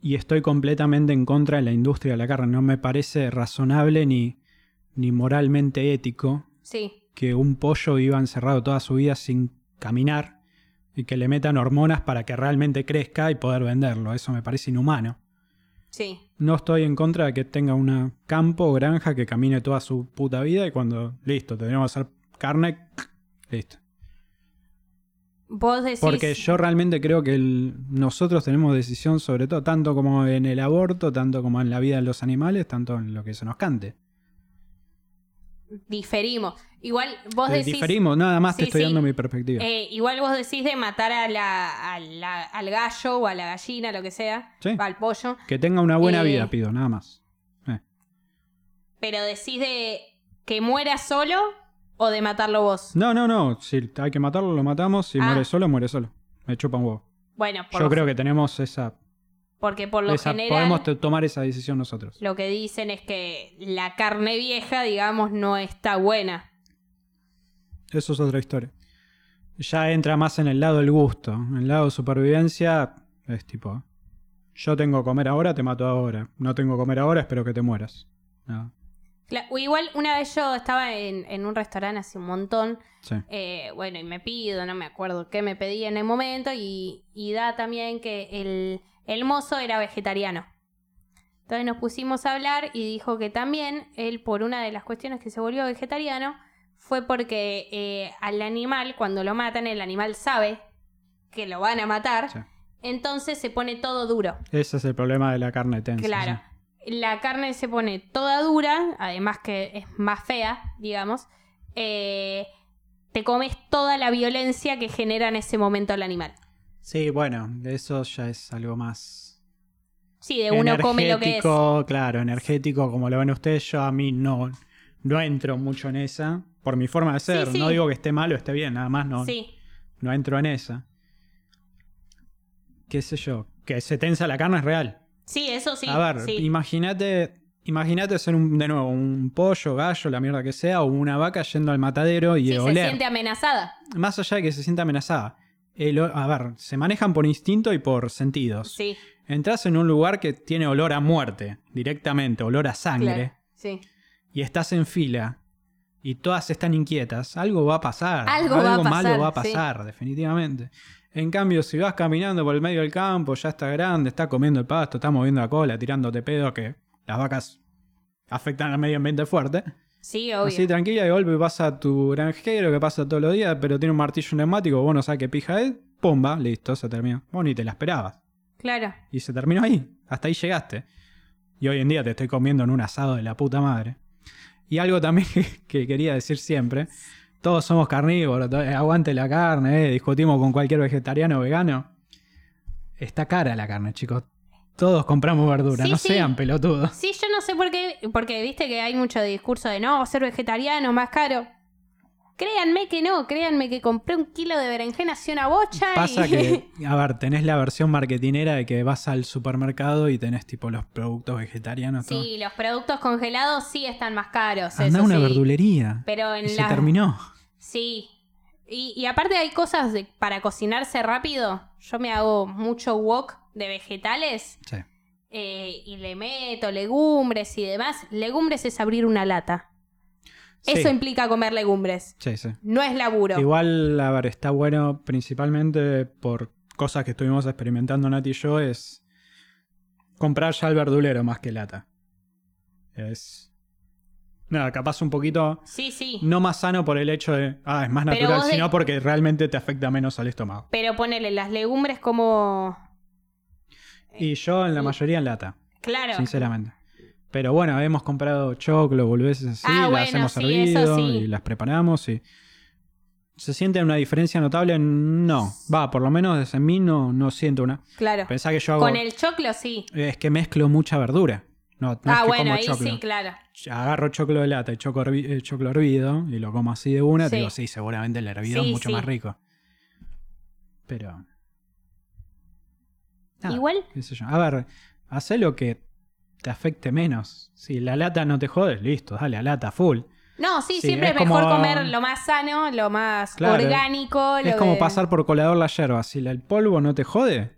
Speaker 2: Y estoy completamente en contra de la industria de la carne. No me parece razonable ni, ni moralmente ético
Speaker 1: Sí,
Speaker 2: que un pollo viva encerrado toda su vida sin caminar y que le metan hormonas para que realmente crezca y poder venderlo. Eso me parece inhumano.
Speaker 1: sí,
Speaker 2: No estoy en contra de que tenga una campo o granja que camine toda su puta vida y cuando, listo, tendríamos que hacer carne, listo.
Speaker 1: vos decís...
Speaker 2: Porque yo realmente creo que el- nosotros tenemos decisión sobre todo, tanto como en el aborto, tanto como en la vida de los animales, tanto en lo que se nos cante.
Speaker 1: Diferimos. Igual vos
Speaker 2: Eh,
Speaker 1: decís...
Speaker 2: diferimos, nada más
Speaker 1: Sí,
Speaker 2: te estoy
Speaker 1: sí.
Speaker 2: dando mi perspectiva.
Speaker 1: eh, igual vos decís de matar a la, a la- al gallo o a la gallina, lo que sea,
Speaker 2: Sí.
Speaker 1: al pollo,
Speaker 2: que tenga una buena
Speaker 1: eh,
Speaker 2: vida, pido, nada más. Eh,
Speaker 1: pero decís de que muera solo o de matarlo vos.
Speaker 2: No, no, no, si hay que matarlo, lo matamos, si
Speaker 1: Ah.
Speaker 2: muere solo, muere solo. Me chupa un huevo.
Speaker 1: Bueno, por
Speaker 2: Yo
Speaker 1: lo-
Speaker 2: creo que tenemos esa
Speaker 1: Porque por lo
Speaker 2: Esa-
Speaker 1: general
Speaker 2: Podemos to- tomar esa decisión nosotros.
Speaker 1: lo que dicen es que la carne vieja, digamos, no está buena.
Speaker 2: Eso es otra historia. Ya entra más en el lado del gusto. En el lado de supervivencia es tipo, yo tengo que comer ahora, te mato ahora. No tengo que comer ahora, espero que te mueras. Nada.
Speaker 1: La- o igual una vez yo estaba en, en un restaurante hace un montón,
Speaker 2: Sí.
Speaker 1: eh, bueno, y me pido, no me acuerdo qué me pedí en el momento, y, y da también que el, el mozo era vegetariano. Entonces nos pusimos a hablar y dijo que también él, por una de las cuestiones que se volvió vegetariano, fue porque eh, al animal, cuando lo matan, el animal sabe que lo van a matar,
Speaker 2: Sí.
Speaker 1: entonces se pone todo duro.
Speaker 2: Ese es el problema de la carne tensa.
Speaker 1: Claro.
Speaker 2: sí.
Speaker 1: La carne se pone toda dura, además que es más fea, digamos. eh, te comes toda la violencia que genera en ese momento el animal.
Speaker 2: Sí, bueno, eso ya es algo más
Speaker 1: Sí, de uno come lo que es.
Speaker 2: Energético, claro, energético, como lo ven ustedes, yo a mí no, no entro mucho en esa, por mi forma de ser.
Speaker 1: sí.
Speaker 2: No digo que esté mal o esté bien, nada más no,
Speaker 1: Sí,
Speaker 2: no entro en esa. ¿Qué sé yo? Que se tensa la carne es real.
Speaker 1: sí, eso sí.
Speaker 2: a ver,
Speaker 1: sí.
Speaker 2: imagínate imagínate ser un, de nuevo un pollo, gallo, la mierda que sea, o una vaca yendo al matadero y
Speaker 1: Sí, se
Speaker 2: oler.
Speaker 1: siente amenazada.
Speaker 2: Más allá de que se sienta amenazada. el o- a ver, se manejan por instinto y por sentidos.
Speaker 1: Sí,
Speaker 2: Entrás en un lugar que tiene olor a muerte, directamente, olor a sangre,
Speaker 1: claro. Sí.
Speaker 2: y estás en fila, y todas están inquietas, algo va a pasar.
Speaker 1: Algo va a
Speaker 2: malo
Speaker 1: pasar,
Speaker 2: va a
Speaker 1: sí.
Speaker 2: pasar, definitivamente. En cambio, si vas caminando por el medio del campo, ya está grande, está comiendo el pasto, está moviendo la cola, tirándote pedo, que las vacas afectan al medio ambiente fuerte.
Speaker 1: Sí, obvio.
Speaker 2: Así tranquila, de golpe pasa tu granjero que pasa todos los días, pero tiene un martillo neumático, vos no sabes qué pija es, pumba, listo, se terminó. Vos ni te la esperabas.
Speaker 1: Claro.
Speaker 2: Y se terminó ahí. Hasta ahí llegaste. Y hoy en día te estoy comiendo en un asado de la puta madre. Y algo también que, que quería decir siempre. Todos somos carnívoros, to- eh, aguante la carne, eh, discutimos con cualquier vegetariano o vegano. Está cara la carne, chicos. Todos compramos verdura,
Speaker 1: Sí,
Speaker 2: no
Speaker 1: sí.
Speaker 2: sean pelotudos.
Speaker 1: Sí, yo no sé por qué, porque viste que hay mucho discurso de no, ser vegetariano, más caro. Créanme que no, créanme que compré un kilo de berenjenas y una bocha
Speaker 2: Pasa
Speaker 1: y...
Speaker 2: que, a ver, tenés la versión marketinera de que vas al supermercado y tenés tipo los productos vegetarianos. todo.
Speaker 1: Sí, los productos congelados sí están más caros.
Speaker 2: Andá a
Speaker 1: eso
Speaker 2: Ah, una
Speaker 1: sí.
Speaker 2: verdulería.
Speaker 1: Pero en
Speaker 2: y
Speaker 1: la-
Speaker 2: se terminó.
Speaker 1: Sí. Y, y aparte hay cosas de- para cocinarse rápido. Yo me hago mucho wok de vegetales
Speaker 2: Sí.
Speaker 1: eh, y le meto legumbres y demás. Legumbres es abrir una lata. Eso
Speaker 2: sí,
Speaker 1: implica comer legumbres.
Speaker 2: sí, sí.
Speaker 1: No es laburo.
Speaker 2: Igual, a ver, está bueno principalmente por cosas que estuvimos experimentando Nati y yo, es comprar ya el verdulero más que lata. Es... Nada, capaz un poquito,
Speaker 1: Sí, sí.
Speaker 2: no más sano por el hecho de, ah, es más
Speaker 1: Pero
Speaker 2: natural,
Speaker 1: vos de-
Speaker 2: sino porque realmente te afecta menos al estómago.
Speaker 1: Pero ponele las legumbres como... Eh,
Speaker 2: Y yo en la mayoría en lata,
Speaker 1: Claro.
Speaker 2: sinceramente. Pero bueno, hemos comprado choclo, boludeces así,
Speaker 1: Ah,
Speaker 2: las
Speaker 1: bueno,
Speaker 2: hemos
Speaker 1: sí,
Speaker 2: servido
Speaker 1: eso sí.
Speaker 2: y las preparamos y... ¿Se siente una diferencia notable? No. Va, por lo menos en mí no, no siento una.
Speaker 1: Claro.
Speaker 2: Pensá que yo hago.
Speaker 1: Con el choclo sí.
Speaker 2: Es que mezclo mucha verdura. No, no es
Speaker 1: ah,
Speaker 2: que
Speaker 1: bueno,
Speaker 2: como
Speaker 1: ahí
Speaker 2: choclo.
Speaker 1: sí, claro.
Speaker 2: Agarro choclo de lata y choco hervi- eh, choclo hervido y lo como así de una.
Speaker 1: Sí.
Speaker 2: Te digo, sí, seguramente el hervido
Speaker 1: Sí,
Speaker 2: es mucho
Speaker 1: sí.
Speaker 2: más rico. Pero. nada,
Speaker 1: Igual
Speaker 2: qué sé yo. A ver, hacé lo que te afecte menos. Si la lata no te jodes, listo, dale a lata full.
Speaker 1: No, sí,
Speaker 2: Sí,
Speaker 1: siempre
Speaker 2: es
Speaker 1: es mejor
Speaker 2: como-
Speaker 1: comer lo más sano, lo más
Speaker 2: Claro.
Speaker 1: orgánico.
Speaker 2: es
Speaker 1: lo
Speaker 2: como
Speaker 1: de-
Speaker 2: pasar por colador la yerba. Si la- el polvo no te jode,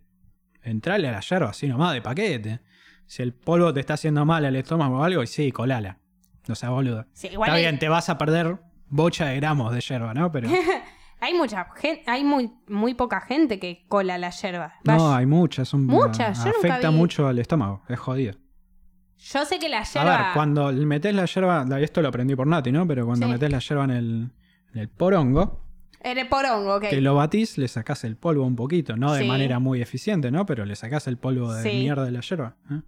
Speaker 2: entrale a la yerba así nomás de paquete. Si el polvo te está haciendo mal al estómago o algo, y sí, colala. No sea boludo.
Speaker 1: Sí, igual
Speaker 2: está
Speaker 1: hay,
Speaker 2: bien, te vas a perder bocha de gramos de yerba, ¿no? Pero
Speaker 1: hay mucha gente, hay muy, muy poca gente que cola la yerba.
Speaker 2: no,
Speaker 1: Vaya.
Speaker 2: hay muchas. Son,
Speaker 1: Muchas, yo nunca
Speaker 2: afecta
Speaker 1: vi.
Speaker 2: mucho al estómago. Es jodido.
Speaker 1: Yo sé que la
Speaker 2: A
Speaker 1: yerba.
Speaker 2: ver, cuando metes la yerba, esto lo aprendí por Nati, ¿no? Pero cuando
Speaker 1: Sí.
Speaker 2: metes la yerba en el, en el porongo,
Speaker 1: En el porongo, ok.
Speaker 2: que lo batís, le sacás el polvo un poquito, no de
Speaker 1: Sí.
Speaker 2: manera muy eficiente, ¿no? Pero le sacás el polvo de
Speaker 1: Sí.
Speaker 2: mierda de la yerba. ¿eh?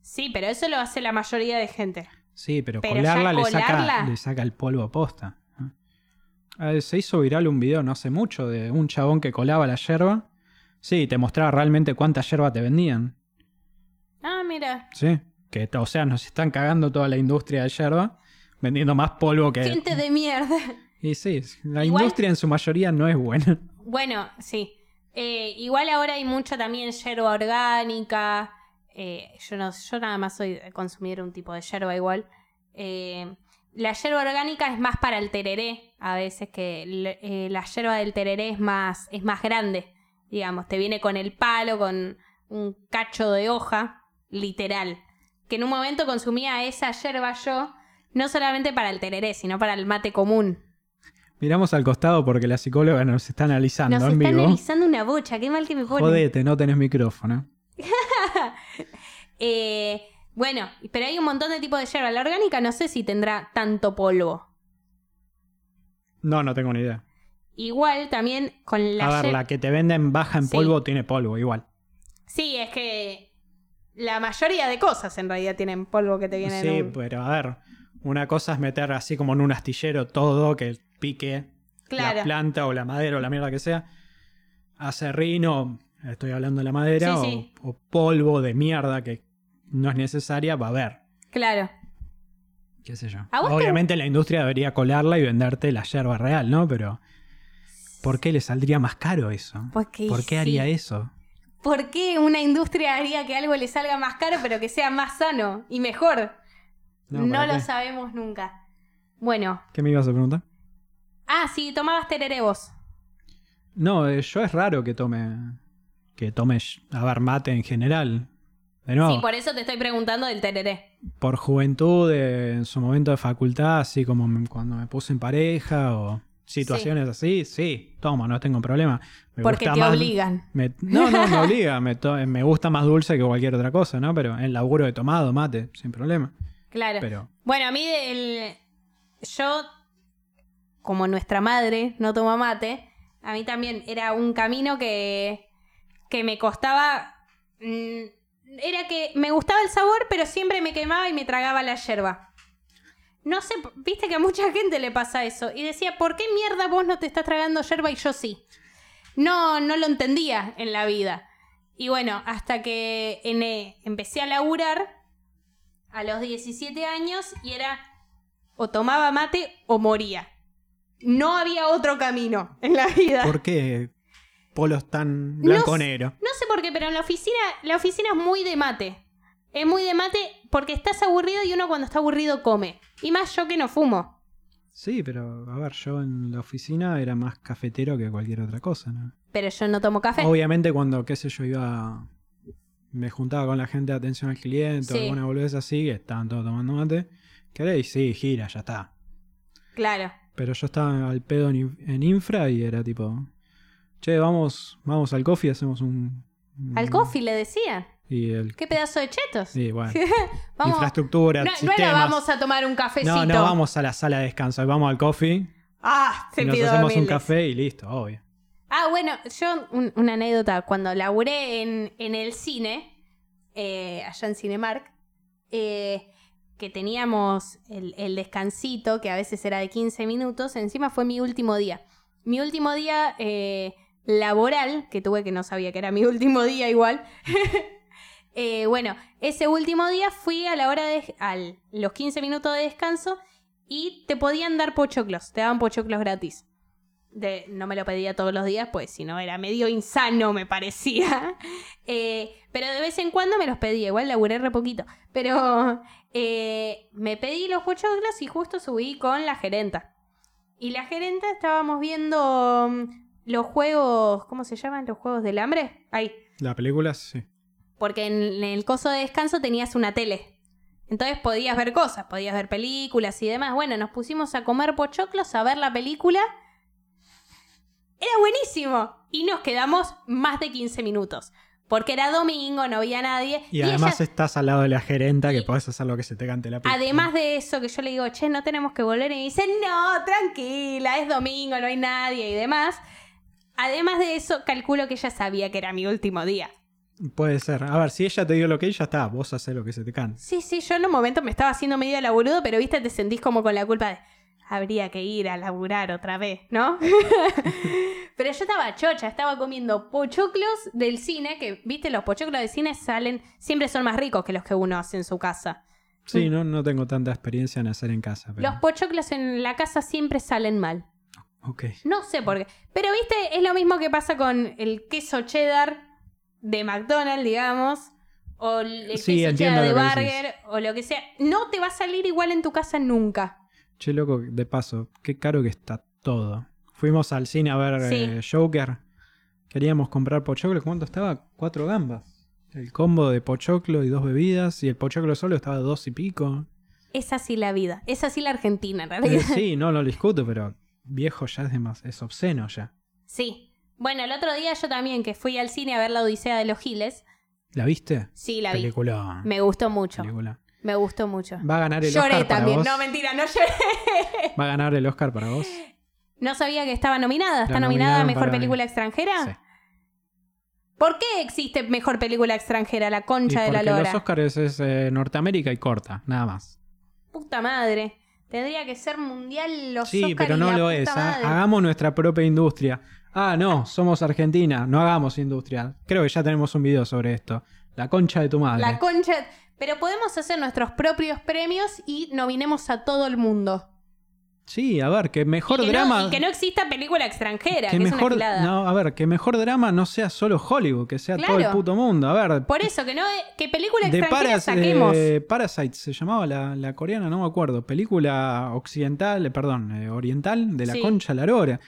Speaker 1: Sí, pero eso lo hace la mayoría de gente.
Speaker 2: Sí, pero,
Speaker 1: Pero ya
Speaker 2: colarla, Le,
Speaker 1: colarla.
Speaker 2: saca, le saca el polvo a posta. Eh, se hizo viral un video no hace mucho de un chabón que colaba la yerba. Sí, te mostraba realmente cuánta yerba te vendían.
Speaker 1: Ah, mira.
Speaker 2: Sí. Que, o sea, nos están cagando toda la industria de yerba, vendiendo más polvo que.
Speaker 1: Gente de mierda.
Speaker 2: Y sí, la
Speaker 1: Igual-
Speaker 2: industria en su mayoría no es buena.
Speaker 1: Bueno, sí. Eh, igual ahora hay mucha también yerba orgánica. eh, yo, no, yo nada más soy de consumir un tipo de yerba igual. Eh, la yerba orgánica es más para el tereré. A veces que le- eh, la yerba del tereré es más, es más grande. Digamos, te viene con el palo, con un cacho de hoja, literal. Que en un momento consumía esa yerba yo, no solamente para el tereré, sino para el mate común.
Speaker 2: Miramos al costado porque la psicóloga nos está analizando
Speaker 1: Nos
Speaker 2: en
Speaker 1: están
Speaker 2: vivo.
Speaker 1: analizando una bocha, qué mal que me ponen.
Speaker 2: Jodete, no tenés micrófono.
Speaker 1: Eh, bueno, pero hay un montón de tipos de yerba. La orgánica no sé si tendrá tanto polvo.
Speaker 2: No, no tengo ni idea.
Speaker 1: Igual también con la,
Speaker 2: a ver,
Speaker 1: yer-
Speaker 2: la que te venden baja en
Speaker 1: Sí.
Speaker 2: polvo tiene polvo, igual.
Speaker 1: Sí, es que la mayoría de cosas en realidad tienen polvo que te vienen.
Speaker 2: Sí,
Speaker 1: un-
Speaker 2: pero a ver, una cosa es meter así como en un astillero todo que pique
Speaker 1: Claro.
Speaker 2: la planta o la madera o la mierda que sea. Acerrino, estoy hablando de la
Speaker 1: Sí,
Speaker 2: madera, o-
Speaker 1: sí.
Speaker 2: o polvo de mierda que no es necesaria, va a haber.
Speaker 1: Claro.
Speaker 2: qué sé yo.
Speaker 1: ¿A vos te-
Speaker 2: Obviamente la industria debería colarla y venderte la yerba real, ¿no? Pero ¿por qué le saldría más caro eso?
Speaker 1: Porque
Speaker 2: ¿Por qué haría
Speaker 1: Pues, sí.
Speaker 2: eso?
Speaker 1: ¿Por qué una industria haría que algo le salga más caro pero que sea más sano y mejor? No,
Speaker 2: ¿para
Speaker 1: lo
Speaker 2: qué?
Speaker 1: sabemos nunca. Bueno.
Speaker 2: ¿Qué me ibas a preguntar?
Speaker 1: Ah, sí, tomabas tereré vos.
Speaker 2: No, eh, yo es raro que tome que tome sh- a ver mate en general. De nuevo,
Speaker 1: Sí,
Speaker 2: por...
Speaker 1: por eso te estoy preguntando del tereré.
Speaker 2: juventud, eh, en su momento de facultad, así como me- cuando me puse en pareja o situaciones así, sí, tomo, no tengo problema. Me
Speaker 1: Porque
Speaker 2: gusta
Speaker 1: te
Speaker 2: más-
Speaker 1: obligan.
Speaker 2: Me- no, no, me obliga. Me, to- eh, me gusta más dulce que cualquier otra cosa, ¿no? Pero en laburo he tomado mate, sin problema.
Speaker 1: Claro.
Speaker 2: Pero
Speaker 1: Bueno, a mí el... Yo, como nuestra madre no toma mate, a mí también era un camino que, que me costaba... mm, Era que me gustaba el sabor, pero siempre me quemaba y me tragaba la yerba. No sé, p- viste que a mucha gente le pasa eso. Y decía, ¿por qué mierda vos no te estás tragando yerba y yo sí? No, no lo entendía en la vida. Y bueno, hasta que en, eh, empecé a laburar, a los 17 años y era o tomaba mate o moría. No había otro camino en la vida.
Speaker 2: ¿por qué polos tan
Speaker 1: No sé.
Speaker 2: blanco-negro?
Speaker 1: No sé por qué, pero en la oficina, la oficina es muy de mate. Es muy de mate porque estás aburrido y uno cuando está aburrido come. Y más yo que no fumo.
Speaker 2: Sí, pero a ver, yo en la oficina era más cafetero que cualquier otra cosa, ¿no?
Speaker 1: Pero yo no tomo café.
Speaker 2: Obviamente cuando, qué sé yo, iba... Me juntaba con la gente de atención al cliente
Speaker 1: Sí.
Speaker 2: o alguna boludez así, que estaban todos tomando mate. ¿Queréis? Sí, gira, ya está.
Speaker 1: Claro.
Speaker 2: Pero yo estaba al pedo en, in- en infra y era tipo... Che, vamos, vamos al coffee, hacemos un... un-
Speaker 1: Al coffee le decían.
Speaker 2: Y el...
Speaker 1: Qué pedazo de chetos.
Speaker 2: Sí, bueno.
Speaker 1: Vamos-
Speaker 2: Infraestructura,
Speaker 1: no, no
Speaker 2: sistemas.
Speaker 1: era vamos a tomar un cafecito.
Speaker 2: no, no vamos a la sala de descanso, vamos al coffee,
Speaker 1: Ah, se
Speaker 2: y nos
Speaker 1: pidió
Speaker 2: hacemos un
Speaker 1: humildes.
Speaker 2: café y listo, obvio.
Speaker 1: Ah, bueno, yo un- una anécdota. Cuando laburé en, en el cine, eh, allá en Cinemark, eh, que teníamos el, el descansito, que a veces era de 15 minutos, encima fue mi último día. Mi último día eh, laboral, que tuve que no sabía que era mi último día igual. Eh, bueno, ese último día fui a la hora de a los 15 minutos de descanso y te podían dar pochoclos, te daban pochoclos gratis. De- no me lo pedía todos los días, pues si no era medio insano, me parecía. Eh, pero de vez en cuando me los pedía, igual laburé re poquito. Pero eh, me pedí los pochoclos y justo subí con la gerenta. Y la gerenta estábamos viendo mm, los juegos, ¿cómo se llaman? Los juegos del hambre. Ahí.
Speaker 2: La película, sí.
Speaker 1: Porque en, en el coso de descanso tenías una tele. Entonces podías ver cosas, podías ver películas y demás. Bueno, nos pusimos a comer pochoclos, a ver la película. Era buenísimo. Y nos quedamos más de 15 minutos. Porque era domingo, no había nadie.
Speaker 2: Y, además
Speaker 1: ella-
Speaker 2: estás al lado de la gerenta que podés hacer lo que se te cante la pipa.
Speaker 1: además de eso, que yo le digo, che, no tenemos que volver. Y me dice, no, tranquila, es domingo, no hay nadie y demás. Además de eso, calculo que ella sabía que era mi último día.
Speaker 2: Puede ser. A ver, si ella te dio lo que ella está, vos haces lo que se te cante.
Speaker 1: Sí, sí, yo en un momento me estaba haciendo medio laburudo, pero viste, te sentís como con la culpa de habría que ir a laburar otra vez, ¿no? pero yo estaba chocha, estaba comiendo pochoclos del cine, que viste, los pochoclos del cine salen, siempre son más ricos que los que uno hace en su casa. Mm.
Speaker 2: Sí, no, no tengo tanta experiencia en hacer en casa. Pero...
Speaker 1: Los pochoclos en la casa siempre salen mal.
Speaker 2: Ok.
Speaker 1: No sé por qué. Pero viste, es lo mismo que pasa con el queso cheddar de McDonald's, digamos. O el el
Speaker 2: Sí,
Speaker 1: queso
Speaker 2: entiendo
Speaker 1: cheddar de
Speaker 2: lo que decís.
Speaker 1: Burger, o lo que sea. No te va a salir igual en tu casa nunca.
Speaker 2: Che, loco, de paso, qué caro que está todo. Fuimos al cine a ver
Speaker 1: Sí.
Speaker 2: eh, Joker. Queríamos comprar pochoclo. ¿Cuánto estaba? Cuatro gambas. El combo de pochoclo y dos bebidas. Y el pochoclo solo estaba dos y pico.
Speaker 1: Es así la vida. Es así la Argentina, en realidad.
Speaker 2: Eh, sí, no lo discuto, pero viejo ya es demasiado. Es obsceno ya.
Speaker 1: Sí. Bueno, el otro día yo también, que fui al cine a ver La Odisea de los Giles.
Speaker 2: ¿La viste?
Speaker 1: Sí, la vi.
Speaker 2: Película.
Speaker 1: Me gustó mucho.
Speaker 2: Película.
Speaker 1: Me gustó mucho.
Speaker 2: Va a ganar el
Speaker 1: Lloré
Speaker 2: Oscar para
Speaker 1: también.
Speaker 2: vos.
Speaker 1: No, mentira, no lloré.
Speaker 2: Va a ganar el Oscar para vos.
Speaker 1: No sabía que estaba nominada. Está
Speaker 2: La
Speaker 1: nominada a
Speaker 2: nominaron
Speaker 1: Mejor
Speaker 2: para-
Speaker 1: Película Extranjera.
Speaker 2: Sí.
Speaker 1: ¿Por qué existe Mejor Película Extranjera? La
Speaker 2: Y
Speaker 1: concha de la
Speaker 2: porque
Speaker 1: lora.
Speaker 2: los Oscars es eh, Norteamérica y corta, nada más.
Speaker 1: Puta madre. Tendría que ser mundial los
Speaker 2: Sí,
Speaker 1: Oscar
Speaker 2: pero
Speaker 1: y
Speaker 2: no
Speaker 1: la
Speaker 2: lo
Speaker 1: puta
Speaker 2: es. ¿ah?
Speaker 1: madre.
Speaker 2: Hagamos nuestra propia industria. Ah, no, somos Argentina, no hagamos industria. Creo que ya tenemos un video sobre esto. La concha de tu madre.
Speaker 1: La concha. Pero podemos hacer nuestros propios premios y nominemos a todo el mundo.
Speaker 2: sí, a ver, que mejor
Speaker 1: Y que no-
Speaker 2: drama.
Speaker 1: y que no exista película extranjera, que,
Speaker 2: que mejor,
Speaker 1: es una gilada.
Speaker 2: no, a ver, que mejor drama no sea solo Hollywood, que sea todo el
Speaker 1: Claro.
Speaker 2: puto mundo. A ver,
Speaker 1: Por eso, que no que película
Speaker 2: de
Speaker 1: extranjera
Speaker 2: Paras-
Speaker 1: saquemos.
Speaker 2: eh, Parasite se llamaba la, la coreana, no me acuerdo. Película occidental, eh, perdón, eh, oriental de la
Speaker 1: Sí.
Speaker 2: concha a la lora.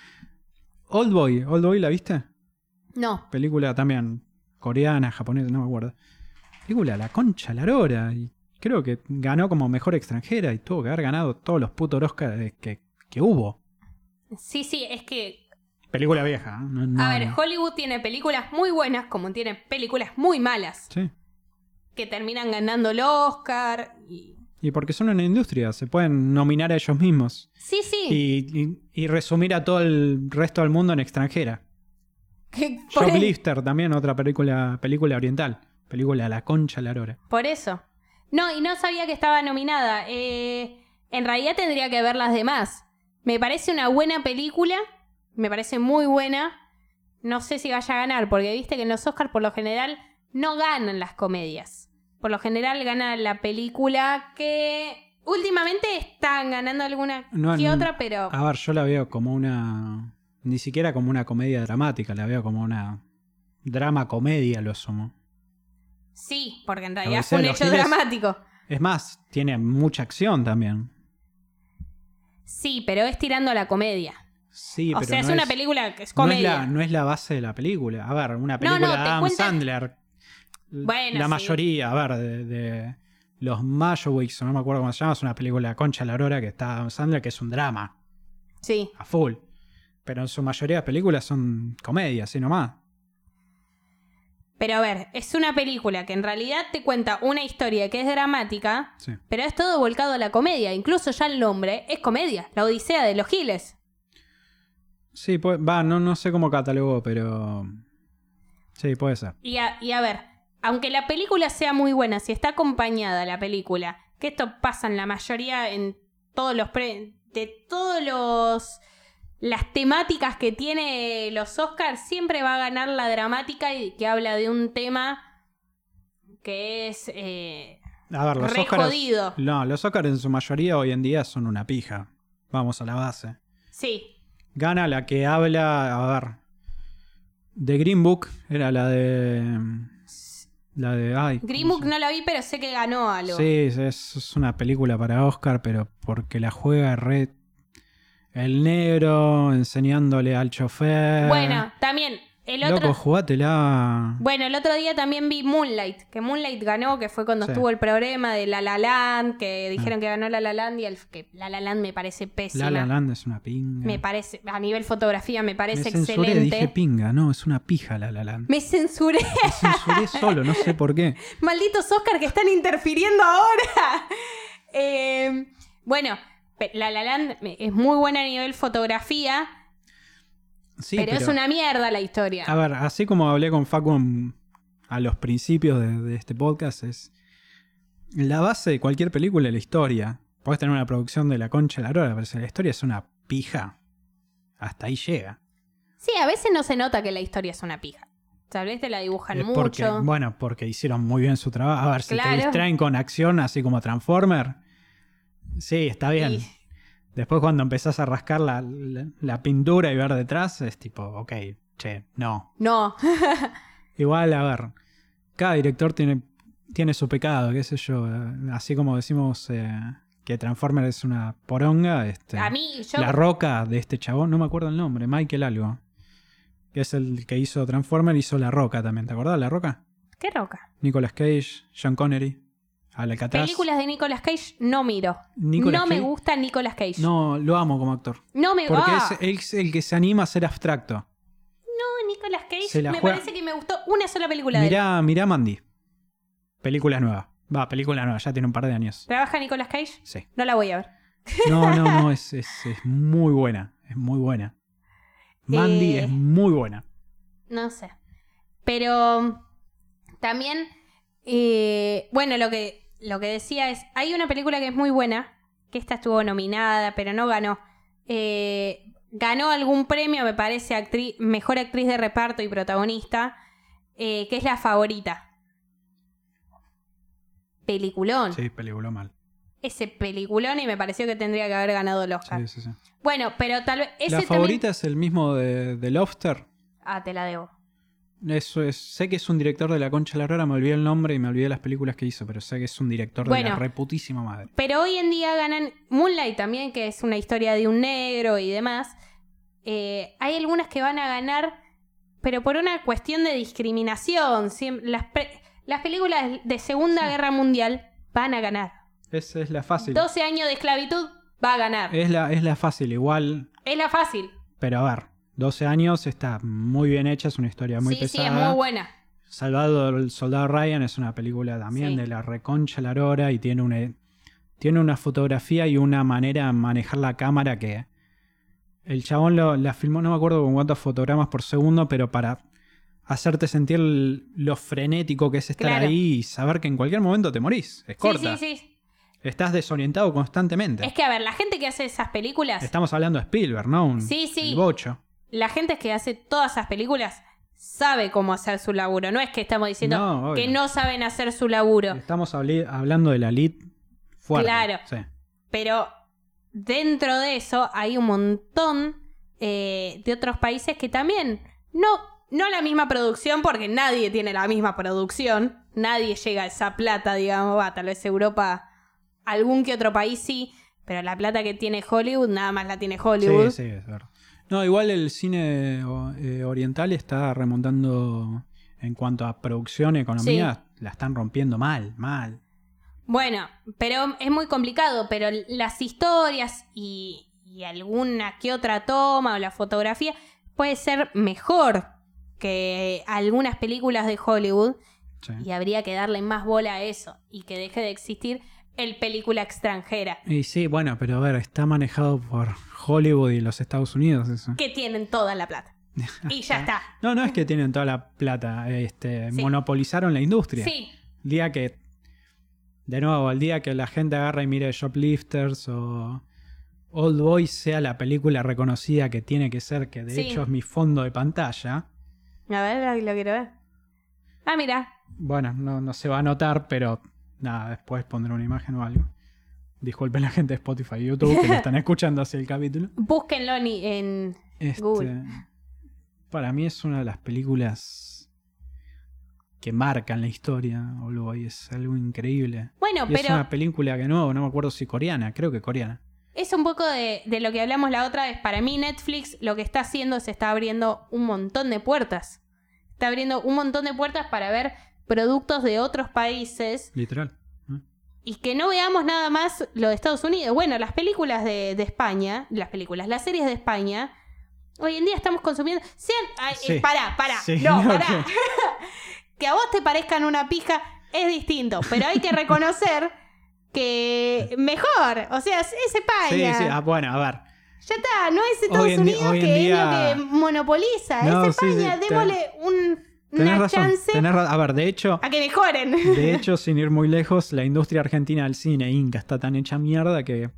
Speaker 2: Old Boy, Old Boy, ¿la viste?
Speaker 1: No.
Speaker 2: película también coreana, japonesa, no me acuerdo. Película La Concha la Lora. Y creo que ganó como mejor extranjera y tuvo que haber ganado todos los putos Oscars eh, que, que hubo.
Speaker 1: Sí, sí, es que.
Speaker 2: Película vieja. ¿eh? No- no-
Speaker 1: a ver, Hollywood tiene películas muy buenas como tiene películas muy malas
Speaker 2: Sí.
Speaker 1: que terminan ganando el Oscar. y-
Speaker 2: Y porque son una industria, se pueden nominar a ellos mismos
Speaker 1: Sí, sí.
Speaker 2: y, y- y resumir a todo el resto del mundo en extranjera.
Speaker 1: que por, e-
Speaker 2: Shoplifter también, otra película, película oriental. Película La Concha la Lora.
Speaker 1: por eso. No, y no sabía que estaba nominada. Eh, en realidad tendría que ver las demás. Me parece una buena película. Me parece muy buena. No sé si vaya a ganar, porque viste que en los Oscars por lo general no ganan las comedias. Por lo general gana la película que últimamente están ganando alguna
Speaker 2: No,
Speaker 1: que
Speaker 2: no. Ah.
Speaker 1: otra, pero
Speaker 2: A ver, yo la veo como una. Ni siquiera como una comedia dramática, la veo como una. Drama comedia, lo sumo.
Speaker 1: sí, porque en realidad
Speaker 2: Odisea
Speaker 1: fue un
Speaker 2: de los
Speaker 1: hecho
Speaker 2: Giles.
Speaker 1: dramático.
Speaker 2: Es más, tiene mucha acción también.
Speaker 1: Sí, pero es tirando a la comedia.
Speaker 2: Sí,
Speaker 1: o
Speaker 2: pero.
Speaker 1: sea,
Speaker 2: no
Speaker 1: es una película que es
Speaker 2: no es,
Speaker 1: comedia.
Speaker 2: la, no es la base de la película. A ver, una
Speaker 1: No, no,
Speaker 2: película de
Speaker 1: te
Speaker 2: Adam
Speaker 1: cuentan-
Speaker 2: Sandler.
Speaker 1: Bueno,
Speaker 2: la
Speaker 1: sí.
Speaker 2: mayoría, a ver, de, de los Mayowicks, no me acuerdo cómo se llama, es una película de Concha la Aurora que está Adam Sandler, que es un drama,
Speaker 1: Sí.
Speaker 2: a full. Pero en su mayoría de películas son comedias, así nomás.
Speaker 1: Pero a ver, es una película que en realidad te cuenta una historia que es dramática,
Speaker 2: Sí.
Speaker 1: pero es todo volcado a la comedia. Incluso ya el nombre es comedia, la Odisea de los Giles.
Speaker 2: Sí, puede- va, no, no sé cómo catalogó, pero. Sí, puede ser.
Speaker 1: Y a, y a ver, aunque la película sea muy buena, si está acompañada la película, que esto pasa en la mayoría en todos los pre- de todos los las temáticas que tiene los Oscars, siempre va a ganar la dramática y que habla de un tema que es eh,
Speaker 2: A ver, los
Speaker 1: re
Speaker 2: Oscars.
Speaker 1: jodido.
Speaker 2: No, los Oscars en su mayoría hoy en día son una pija. Vamos a la base.
Speaker 1: Sí,
Speaker 2: Gana la que habla. A ver. De Green Book. Era la de. La de. Ay. ¿cómo
Speaker 1: Green Book
Speaker 2: se-
Speaker 1: no la vi, pero sé que ganó algo.
Speaker 2: Sí, es, es una película para Oscar, pero porque la juega re. El negro enseñándole al chofer.
Speaker 1: Bueno, también el
Speaker 2: eh, Loco,
Speaker 1: otro.
Speaker 2: jugátela.
Speaker 1: Bueno, el otro día también vi Moonlight, que Moonlight ganó, que fue cuando
Speaker 2: Sí. Ah.
Speaker 1: estuvo el problema de La La Land, que dijeron que ganó La La Land y el, que La La Land me parece pésima.
Speaker 2: La La Land es una pinga.
Speaker 1: Me parece, a nivel fotografía me
Speaker 2: Me
Speaker 1: parece
Speaker 2: censuré,
Speaker 1: excelente.
Speaker 2: dije pinga, no, es una pija la la Land.
Speaker 1: me censuré.
Speaker 2: Me censuré solo, no sé por qué.
Speaker 1: Malditos Oscar que están interfiriendo ahora. Eh, bueno, pe- La La Land es muy buena a nivel fotografía,
Speaker 2: Sí,
Speaker 1: pero, es
Speaker 2: pero-
Speaker 1: una mierda la historia.
Speaker 2: A ver, así como hablé con Facu en- a los principios de, de este podcast, es la base de cualquier película es la historia. Podés tener una producción de la concha de la aurora, pero si la historia es una pija, hasta ahí llega.
Speaker 1: Sí, a veces no se nota que la historia es una pija. Tal vez te la dibujan
Speaker 2: Eh,
Speaker 1: mucho.
Speaker 2: porque, bueno, porque hicieron muy bien su trabajo. A ver, si
Speaker 1: Claro.
Speaker 2: te distraen con acción, así como Transformer, sí, está bien.
Speaker 1: Y-
Speaker 2: Después cuando empezás a rascar la, la- la pintura y ver detrás, es tipo, ok, che, no.
Speaker 1: No,
Speaker 2: Igual, a ver, cada director tiene, tiene su pecado, qué sé yo. eh, Así como decimos eh, que Transformers es una poronga, este,
Speaker 1: a mí, yo.
Speaker 2: la roca de este chabón, no me acuerdo el nombre, Michael algo. Que es el que hizo Transformers, hizo La Roca también, ¿te acordás? de La Roca.
Speaker 1: ¿Qué roca?
Speaker 2: Nicolas Cage, John Connery, Al Alcatraz.
Speaker 1: Películas de Nicolas Cage no miro.
Speaker 2: Nicolas
Speaker 1: no me
Speaker 2: Cage-
Speaker 1: gusta Nicolas Cage. No,
Speaker 2: No, lo amo como actor.
Speaker 1: me
Speaker 2: Porque eh,
Speaker 1: gusta.
Speaker 2: es, es el que se anima a ser abstracto.
Speaker 1: Nicolas Cage
Speaker 2: se la
Speaker 1: me
Speaker 2: juega-
Speaker 1: parece que me gustó una sola película de él.
Speaker 2: Mirá, mirá Mandy. Película nueva. Va, película nueva, ya tiene un par de años.
Speaker 1: ¿Trabaja Nicolas Cage?
Speaker 2: Sí.
Speaker 1: No la voy a ver.
Speaker 2: No, no, no, es, es, es muy buena. Es muy buena. Mandy
Speaker 1: Eh.
Speaker 2: es muy buena.
Speaker 1: No sé. Pero también, eh, bueno, lo que, lo que decía es, hay una película que es muy buena, que esta estuvo nominada, pero no ganó. Eh, ganó algún premio, me parece, actri- mejor actriz de reparto y protagonista, eh, que es la favorita. Peliculón.
Speaker 2: Sí, película mal.
Speaker 1: Ese peliculón y me pareció que tendría que haber ganado el Oscar.
Speaker 2: Sí, sí, sí.
Speaker 1: Bueno, pero tal vez... Ah. Ese
Speaker 2: La
Speaker 1: también-
Speaker 2: favorita es el mismo de, de Lobster.
Speaker 1: Ah, te la debo.
Speaker 2: Eso es, sé que es un director de la concha de la Aurora, me olvidé el nombre y me olvidé las películas que hizo, pero sé que es un director de la
Speaker 1: Bueno.
Speaker 2: reputísima madre.
Speaker 1: Pero hoy en día ganan Moonlight también, que es una historia de un negro y demás. Eh, hay algunas que van a ganar, pero por una cuestión de discriminación. Siem- las, pre- las películas de Segunda Guerra Mundial van a ganar.
Speaker 2: Esa es la fácil.
Speaker 1: 12 años de esclavitud va a ganar.
Speaker 2: Es la, es la fácil, igual,
Speaker 1: es la fácil.
Speaker 2: pero a ver, 12 años está muy bien hecha, es una historia muy
Speaker 1: sí, sí, es
Speaker 2: pesada.
Speaker 1: muy buena.
Speaker 2: Salvado el Soldado Ryan es una película también
Speaker 1: Sí.
Speaker 2: de la reconcha la aurora y tiene una, tiene una fotografía y una manera de manejar la cámara que el chabón lo- la filmó, no me acuerdo con cuántos fotogramas por segundo, pero para hacerte sentir el- lo frenético que es estar
Speaker 1: Claro.
Speaker 2: ahí y saber que en cualquier momento te morís. Es corta.
Speaker 1: Sí, sí, sí.
Speaker 2: Estás desorientado constantemente.
Speaker 1: Es que, a ver, la gente que hace esas películas,
Speaker 2: Estamos hablando de Spielberg, ¿no? Un,
Speaker 1: Sí, sí.
Speaker 2: el bocho.
Speaker 1: la gente que hace todas esas películas sabe cómo hacer su laburo. No es que estamos diciendo
Speaker 2: No, obvio.
Speaker 1: que no saben hacer su laburo.
Speaker 2: Estamos habli- hablando de la lead fuerte.
Speaker 1: Claro.
Speaker 2: Sí.
Speaker 1: Pero dentro de eso hay un montón eh, de otros países que también no, no la misma producción, porque nadie tiene la misma producción, nadie llega a esa plata, digamos, va, tal vez Europa, algún que otro país sí, pero la plata que tiene Hollywood nada más la tiene Hollywood.
Speaker 2: Sí, sí, es verdad. No, igual el cine o- eh, oriental está remontando en cuanto a producción, economía, la están rompiendo mal, mal.
Speaker 1: Bueno, pero es muy complicado, pero las historias y, y alguna que otra toma o la fotografía puede ser mejor que algunas películas de Hollywood
Speaker 2: sí.
Speaker 1: y habría que darle más bola a eso y que deje de existir el película extranjera,
Speaker 2: Y sí, bueno, pero a ver, está manejado por Hollywood y los Estados Unidos eso.
Speaker 1: que tienen toda la plata. Y ya está.
Speaker 2: No, no es que tienen toda la plata, este,
Speaker 1: Sí.
Speaker 2: monopolizaron la industria.
Speaker 1: Sí,
Speaker 2: El día que, de nuevo, el día que la gente agarra y mire Shoplifters o Old Boy sea la película reconocida que tiene que ser, que de
Speaker 1: Sí.
Speaker 2: hecho es mi fondo de pantalla.
Speaker 1: a ver, lo quiero ver. Ah, mira,
Speaker 2: Bueno, no, no se va a notar, pero nada, después pondré una imagen o algo. Disculpen la gente de Spotify y YouTube que lo están escuchando hacia el capítulo.
Speaker 1: búsquenlo en, en-
Speaker 2: Este,
Speaker 1: Google.
Speaker 2: Para mí es una de las películas que marcan la historia, Old Boy, Es algo increíble.
Speaker 1: Bueno,
Speaker 2: Y es
Speaker 1: pero
Speaker 2: una película que no, no me acuerdo si coreana, creo que coreana.
Speaker 1: Es un poco de, de lo que hablamos la otra vez. Para mí, Netflix lo que está haciendo se está abriendo un montón de puertas. Está abriendo un montón de puertas para ver productos de otros países
Speaker 2: Literal.
Speaker 1: y que no veamos nada más lo de Estados Unidos. Bueno, las películas de, de España, las películas, las series de España, hoy en día estamos consumiendo. Sean. ay,
Speaker 2: Sí.
Speaker 1: eh, pará, pará.
Speaker 2: Sí,
Speaker 1: no,
Speaker 2: no,
Speaker 1: pará.
Speaker 2: que-
Speaker 1: que a vos te parezcan una pija es distinto, pero hay que reconocer que mejor. O sea, es es
Speaker 2: Sí,
Speaker 1: España.
Speaker 2: sí, ah, bueno, a ver.
Speaker 1: Ya está, no es Estados
Speaker 2: Hoy en di-
Speaker 1: Unidos
Speaker 2: hoy en
Speaker 1: que
Speaker 2: día-
Speaker 1: es lo que monopoliza,
Speaker 2: No,
Speaker 1: es
Speaker 2: sí, sí,
Speaker 1: España,
Speaker 2: ten-
Speaker 1: démosle un-
Speaker 2: Tenés
Speaker 1: una
Speaker 2: razón.
Speaker 1: chance
Speaker 2: tenés ra- a ver, de hecho,
Speaker 1: a que mejoren.
Speaker 2: De hecho, sin ir muy lejos, la industria argentina del cine inca está tan hecha mierda que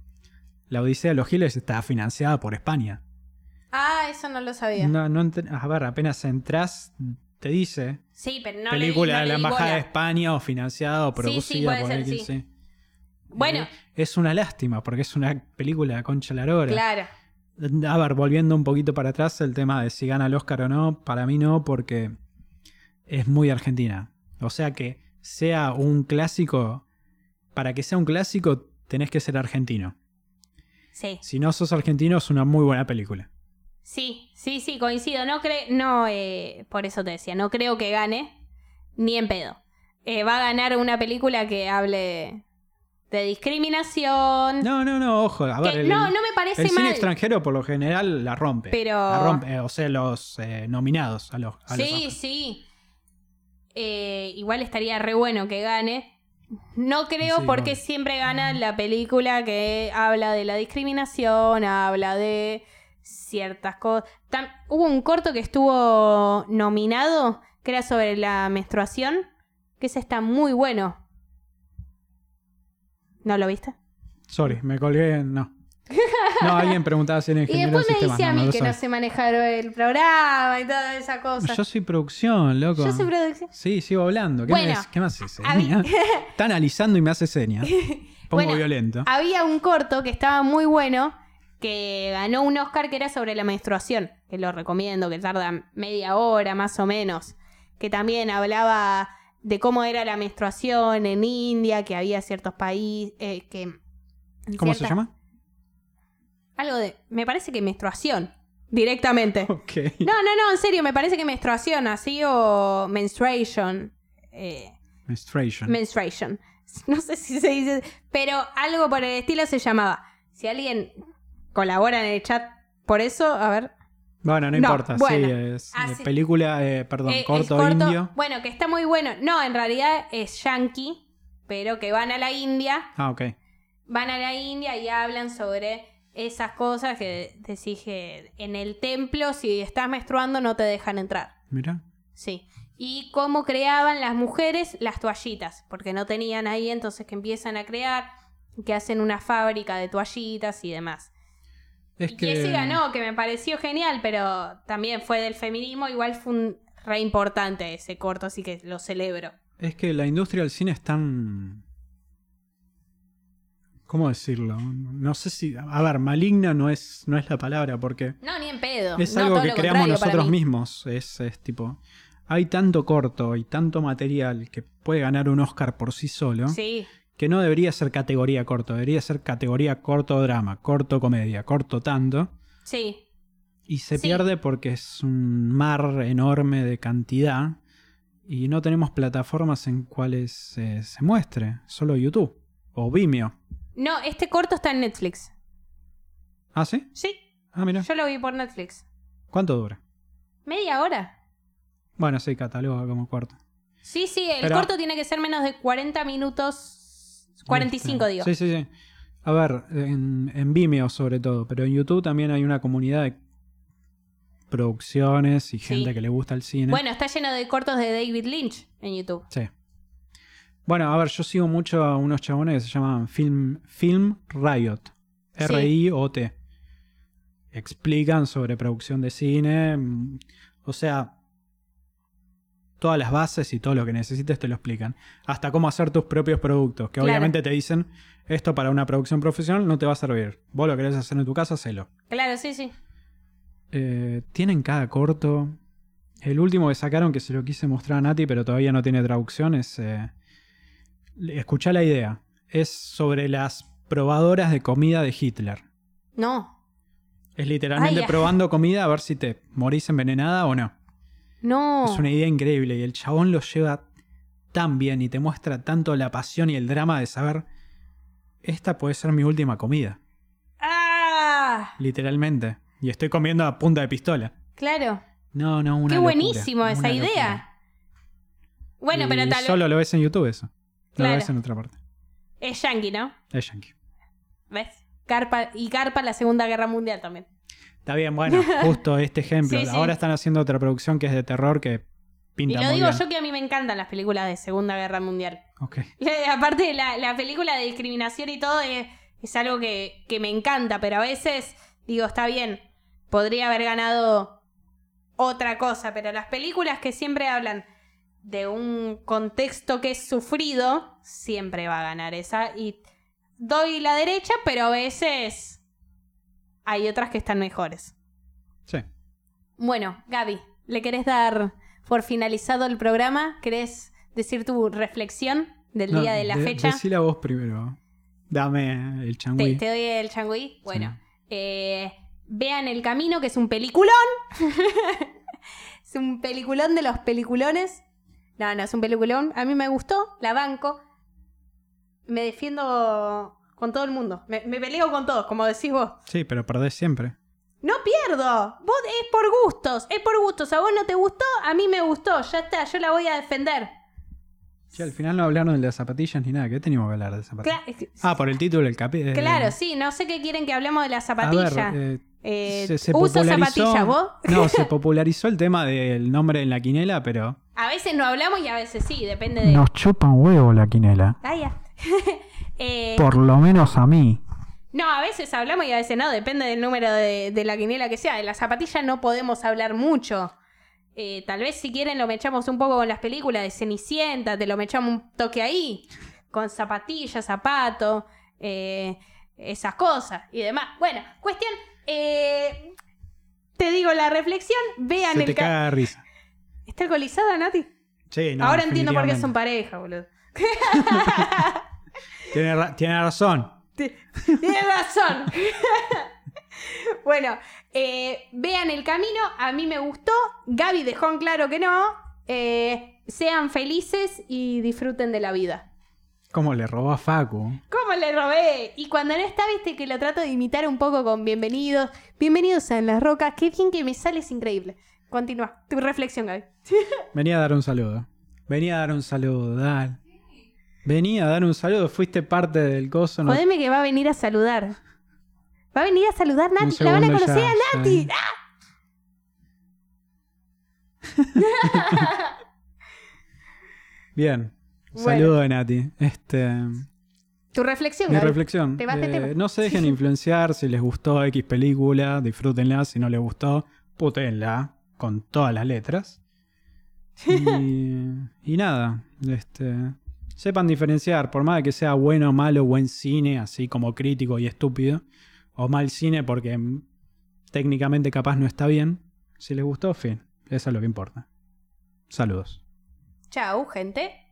Speaker 2: la Odisea de los Giles está financiada por España.
Speaker 1: ah, eso no lo sabía.
Speaker 2: No, no ent- a ver, apenas entras, te dice
Speaker 1: Sí, pero no le di-
Speaker 2: película
Speaker 1: no
Speaker 2: de
Speaker 1: le
Speaker 2: la
Speaker 1: di
Speaker 2: Embajada
Speaker 1: bola.
Speaker 2: de España o financiada o
Speaker 1: Sí, sí,
Speaker 2: producida
Speaker 1: puede
Speaker 2: por
Speaker 1: ser,
Speaker 2: alguien,
Speaker 1: sí.
Speaker 2: sí.
Speaker 1: Bueno,
Speaker 2: Eh, Es una lástima, porque es una película de concha la lora.
Speaker 1: claro.
Speaker 2: A ver, volviendo un poquito para atrás, el tema de si gana el Oscar o no, para mí no, porque es muy argentina. O sea que sea un clásico, para que sea un clásico tenés que ser argentino.
Speaker 1: Sí.
Speaker 2: Si no sos argentino es una muy buena película.
Speaker 1: Sí, sí, sí, coincido. No creo. No, eh, por eso te decía, no creo que gane. Ni en pedo. Eh, va a ganar una película que hable de discriminación.
Speaker 2: No, no, no, ojo. A ver,
Speaker 1: que-
Speaker 2: el,
Speaker 1: no, no me
Speaker 2: el
Speaker 1: parece
Speaker 2: cine
Speaker 1: mal.
Speaker 2: extranjero por lo general la rompe.
Speaker 1: Pero-
Speaker 2: La rompe, eh, o sea, los eh, nominados a los... a los
Speaker 1: Sí,
Speaker 2: Oscars.
Speaker 1: sí. Eh, igual estaría re bueno que gane. No creo
Speaker 2: Sí,
Speaker 1: porque
Speaker 2: obvio.
Speaker 1: siempre gana la película que habla de la discriminación, habla de ciertas cosas. Tam- Hubo un corto que estuvo nominado que era sobre la menstruación, que ese está muy bueno. ¿No lo viste?
Speaker 2: Sorry, me colgué, no. No, alguien preguntaba si era
Speaker 1: Y
Speaker 2: ingeniero
Speaker 1: después
Speaker 2: de
Speaker 1: me
Speaker 2: sistemas.
Speaker 1: dice a
Speaker 2: no,
Speaker 1: mí
Speaker 2: lo
Speaker 1: que
Speaker 2: soy.
Speaker 1: no sé manejar el programa y toda esa cosa.
Speaker 2: Yo soy producción, loco.
Speaker 1: Yo soy producción.
Speaker 2: Sí, sigo hablando. ¿Qué,
Speaker 1: Bueno,
Speaker 2: más, ¿qué más es?
Speaker 1: a mí-
Speaker 2: seña? Está analizando y me hace señas. Pongo
Speaker 1: Bueno,
Speaker 2: violento.
Speaker 1: Había un corto que estaba muy bueno que ganó un Oscar que era sobre la menstruación, que lo recomiendo, que tarda media hora más o menos, que también hablaba de cómo era la menstruación en India, que había ciertos países que en
Speaker 2: ¿Cómo se
Speaker 1: cierta-
Speaker 2: llama?
Speaker 1: Algo de me parece que menstruación directamente.
Speaker 2: Ok.
Speaker 1: No, no, no, en serio, me parece que menstruación así o menstruation. eh,
Speaker 2: Menstruation.
Speaker 1: menstruation. No sé si se dice, pero algo por el estilo se llamaba. Si alguien colabora en el chat por eso, a ver.
Speaker 2: Bueno,
Speaker 1: No,
Speaker 2: no, importa. sí,
Speaker 1: bueno,
Speaker 2: es eh,
Speaker 1: así-
Speaker 2: película, eh, perdón,
Speaker 1: Eh, el
Speaker 2: corto, indio.
Speaker 1: Bueno, que está muy bueno. No, en realidad es yankee, pero que van a la India,
Speaker 2: Ah, ok.
Speaker 1: van a la India y hablan sobre esas cosas que decís que en el templo, si estás menstruando, no te dejan entrar.
Speaker 2: Mira.
Speaker 1: Sí. Y cómo creaban las mujeres las toallitas, porque no tenían ahí, entonces que empiezan a crear, que hacen una fábrica de toallitas y demás.
Speaker 2: Es
Speaker 1: y
Speaker 2: que.
Speaker 1: ese ganó, que me pareció genial, pero también fue del feminismo, igual fue un re importante ese corto, así que lo celebro.
Speaker 2: Es que la industria del cine es tan. ¿Cómo decirlo? No sé si. A ver, maligna no es, no es la palabra, porque.
Speaker 1: No, ni en pedo.
Speaker 2: Es
Speaker 1: No,
Speaker 2: algo
Speaker 1: todo
Speaker 2: que
Speaker 1: lo
Speaker 2: creamos
Speaker 1: contrario para
Speaker 2: nosotros
Speaker 1: mí.
Speaker 2: mismos. Es, es tipo. Hay tanto corto y tanto material que puede ganar un Oscar por sí solo.
Speaker 1: Sí,
Speaker 2: Que no debería ser categoría corto. Debería ser categoría corto drama, corto comedia, corto tanto.
Speaker 1: sí.
Speaker 2: Y se
Speaker 1: Sí.
Speaker 2: pierde porque es un mar enorme de cantidad. Y no tenemos plataformas en cuales eh, se muestre. Solo YouTube. O Vimeo.
Speaker 1: No, este corto está en Netflix.
Speaker 2: ¿Ah, sí?
Speaker 1: Sí,
Speaker 2: Ah, mira.
Speaker 1: yo lo vi por Netflix.
Speaker 2: ¿Cuánto dura?
Speaker 1: Media hora.
Speaker 2: Bueno, sí, cataloga como corto.
Speaker 1: Sí, sí, el
Speaker 2: Pero-
Speaker 1: corto tiene que ser menos de 40 minutos. 45,
Speaker 2: Este,
Speaker 1: digo.
Speaker 2: Sí, sí, sí. A ver, en, en Vimeo sobre todo, pero en YouTube también hay una comunidad de producciones y gente que le gusta el cine.
Speaker 1: Bueno, está lleno de cortos de David Lynch en YouTube.
Speaker 2: Sí. Bueno, a ver, yo sigo mucho a unos chabones que se llaman Film, Film Riot.
Speaker 1: Sí.
Speaker 2: R-I-O-T. Explican sobre producción de cine. mm, O sea, todas las bases y todo lo que necesites te lo explican. Hasta cómo hacer tus propios productos. Que
Speaker 1: Claro.
Speaker 2: obviamente te dicen, esto para una producción profesional no te va a servir. Vos lo querés hacer en tu casa, hacelo.
Speaker 1: Claro, sí, sí.
Speaker 2: Eh, tienen cada corto. El último que sacaron, que se lo quise mostrar a Nati, pero todavía no tiene traducción, es... eh, escuchá la idea. Es sobre las probadoras de comida de Hitler.
Speaker 1: No,
Speaker 2: Es literalmente
Speaker 1: Ay, ah.
Speaker 2: probando comida a ver si te morís envenenada o no.
Speaker 1: no.
Speaker 2: Es una idea increíble y el chabón lo lleva tan bien y te muestra tanto la pasión y el drama de saber, esta puede ser mi última comida,
Speaker 1: ¡Ah!
Speaker 2: literalmente. Y estoy comiendo a punta de pistola.
Speaker 1: Claro.
Speaker 2: No, no, una
Speaker 1: Qué
Speaker 2: locura,
Speaker 1: buenísimo esa
Speaker 2: una
Speaker 1: idea.
Speaker 2: locura.
Speaker 1: Bueno,
Speaker 2: Y
Speaker 1: pero tal vez.
Speaker 2: Solo lo ves en YouTube eso. No
Speaker 1: Claro.
Speaker 2: lo ves en otra parte.
Speaker 1: Es yankee, ¿no?
Speaker 2: Es yankee.
Speaker 1: ¿Ves? Carpa, y Carpa la Segunda Guerra Mundial también.
Speaker 2: Está bien, bueno, justo este ejemplo.
Speaker 1: Sí, sí.
Speaker 2: Ahora están haciendo otra producción que es de terror que
Speaker 1: Y
Speaker 2: pinta
Speaker 1: lo
Speaker 2: muy
Speaker 1: digo
Speaker 2: bien.
Speaker 1: yo que a mí me encantan las películas de Segunda Guerra Mundial.
Speaker 2: Ok.
Speaker 1: Aparte, la, la película de discriminación y todo es, es algo que, que me encanta, pero a veces digo, está bien, podría haber ganado otra cosa, pero las películas que siempre hablan de un contexto que es sufrido, siempre va a ganar esa. Y doy la derecha, pero a veces hay otras que están mejores.
Speaker 3: Sí.
Speaker 1: Bueno, Gaby, ¿le querés dar por finalizado el programa? ¿Querés decir tu reflexión del
Speaker 2: No,
Speaker 1: día de la
Speaker 2: de-
Speaker 1: fecha?
Speaker 2: Decí la voz primero. Dame el
Speaker 1: ¿Te,
Speaker 2: changüí.
Speaker 1: te doy el changüí? Bueno. eh, vean El Camino, que es un peliculón. es un peliculón de los peliculones. No, no, es un peliculón. A mí me gustó, la banco. Me defiendo con todo el mundo. Me, me peleo con todos, como decís vos.
Speaker 2: Sí, pero perdés siempre.
Speaker 1: No pierdo. Vos es por gustos, es por gustos. A vos no te gustó, a mí me gustó. Ya está, yo la voy a defender.
Speaker 2: Che, al final no hablaron de las zapatillas ni nada. ¿Qué teníamos que hablar de zapatillas?
Speaker 1: Cla- es que-
Speaker 2: Ah, por el título del capítulo.
Speaker 1: claro, sí, no sé qué quieren que hablemos de la zapatilla.
Speaker 2: A ver, eh,
Speaker 1: Eh,
Speaker 2: se, se
Speaker 1: uso
Speaker 2: popularizó-
Speaker 1: zapatillas, vos.
Speaker 2: No, se popularizó el tema del nombre en la quinela, pero.
Speaker 1: A veces no hablamos y a veces sí, depende de.
Speaker 2: chupan huevo la quinela.
Speaker 1: Ah, ya. Eh,
Speaker 2: lo menos a mí.
Speaker 1: No, a veces hablamos y a veces no, depende del número de, de la quiniela que sea. De la zapatilla no podemos hablar mucho. Eh, tal vez si quieren lo mechamos un poco con las películas de Cenicienta, te lo mechamos un toque ahí, con zapatillas, zapato, eh, esas cosas y demás. Bueno, cuestión, eh, te digo la reflexión, vean
Speaker 2: Se
Speaker 1: el...
Speaker 2: te
Speaker 1: ca-
Speaker 2: caga de risa.
Speaker 1: ¿Está alcoholizada, Nati?
Speaker 2: Sí, no,
Speaker 1: Ahora entiendo por qué son
Speaker 2: definitivamente.
Speaker 1: pareja, boludo.
Speaker 2: Tiene, ra- tiene razón.
Speaker 1: Ti- Tienes razón. bueno, eh, vean el camino. A mí me gustó. Gaby dejó en claro que no. Eh, sean felices y disfruten de la vida.
Speaker 2: ¿Cómo le robó a Facu?
Speaker 1: ¿Cómo le robé? Y cuando no está, viste que lo trato de imitar un poco con bienvenidos. Bienvenidos a En las Rocas. Qué bien que me sale, es increíble. Continúa. Tu reflexión, Gaby.
Speaker 2: Venía a dar un saludo. Venía a dar un saludo, dale. Venía a dar un saludo, fuiste parte del coso. no-
Speaker 1: Jodeme que va a venir a saludar. Va a venir a saludar
Speaker 2: Un
Speaker 1: Nati. La van a
Speaker 2: segundo
Speaker 1: conocer
Speaker 2: ya,
Speaker 1: a Nati. Ah,
Speaker 2: ya. Bien.
Speaker 1: Bueno.
Speaker 2: Saludo de Nati. Este,
Speaker 1: Tu reflexión,
Speaker 2: mi
Speaker 1: Gaby.
Speaker 2: reflexión.
Speaker 1: Te vas de
Speaker 2: eh,
Speaker 1: tema.
Speaker 2: no se dejen influenciar si les gustó X película, disfrútenla. Si no les gustó, putenla con todas las letras. Y, y nada, este, sepan diferenciar, por más de que sea bueno, malo, buen cine, así como crítico y estúpido, o mal cine porque mm, técnicamente capaz no está bien. Si les gustó, fin. Eso es lo que importa. Saludos.
Speaker 1: Chau, gente.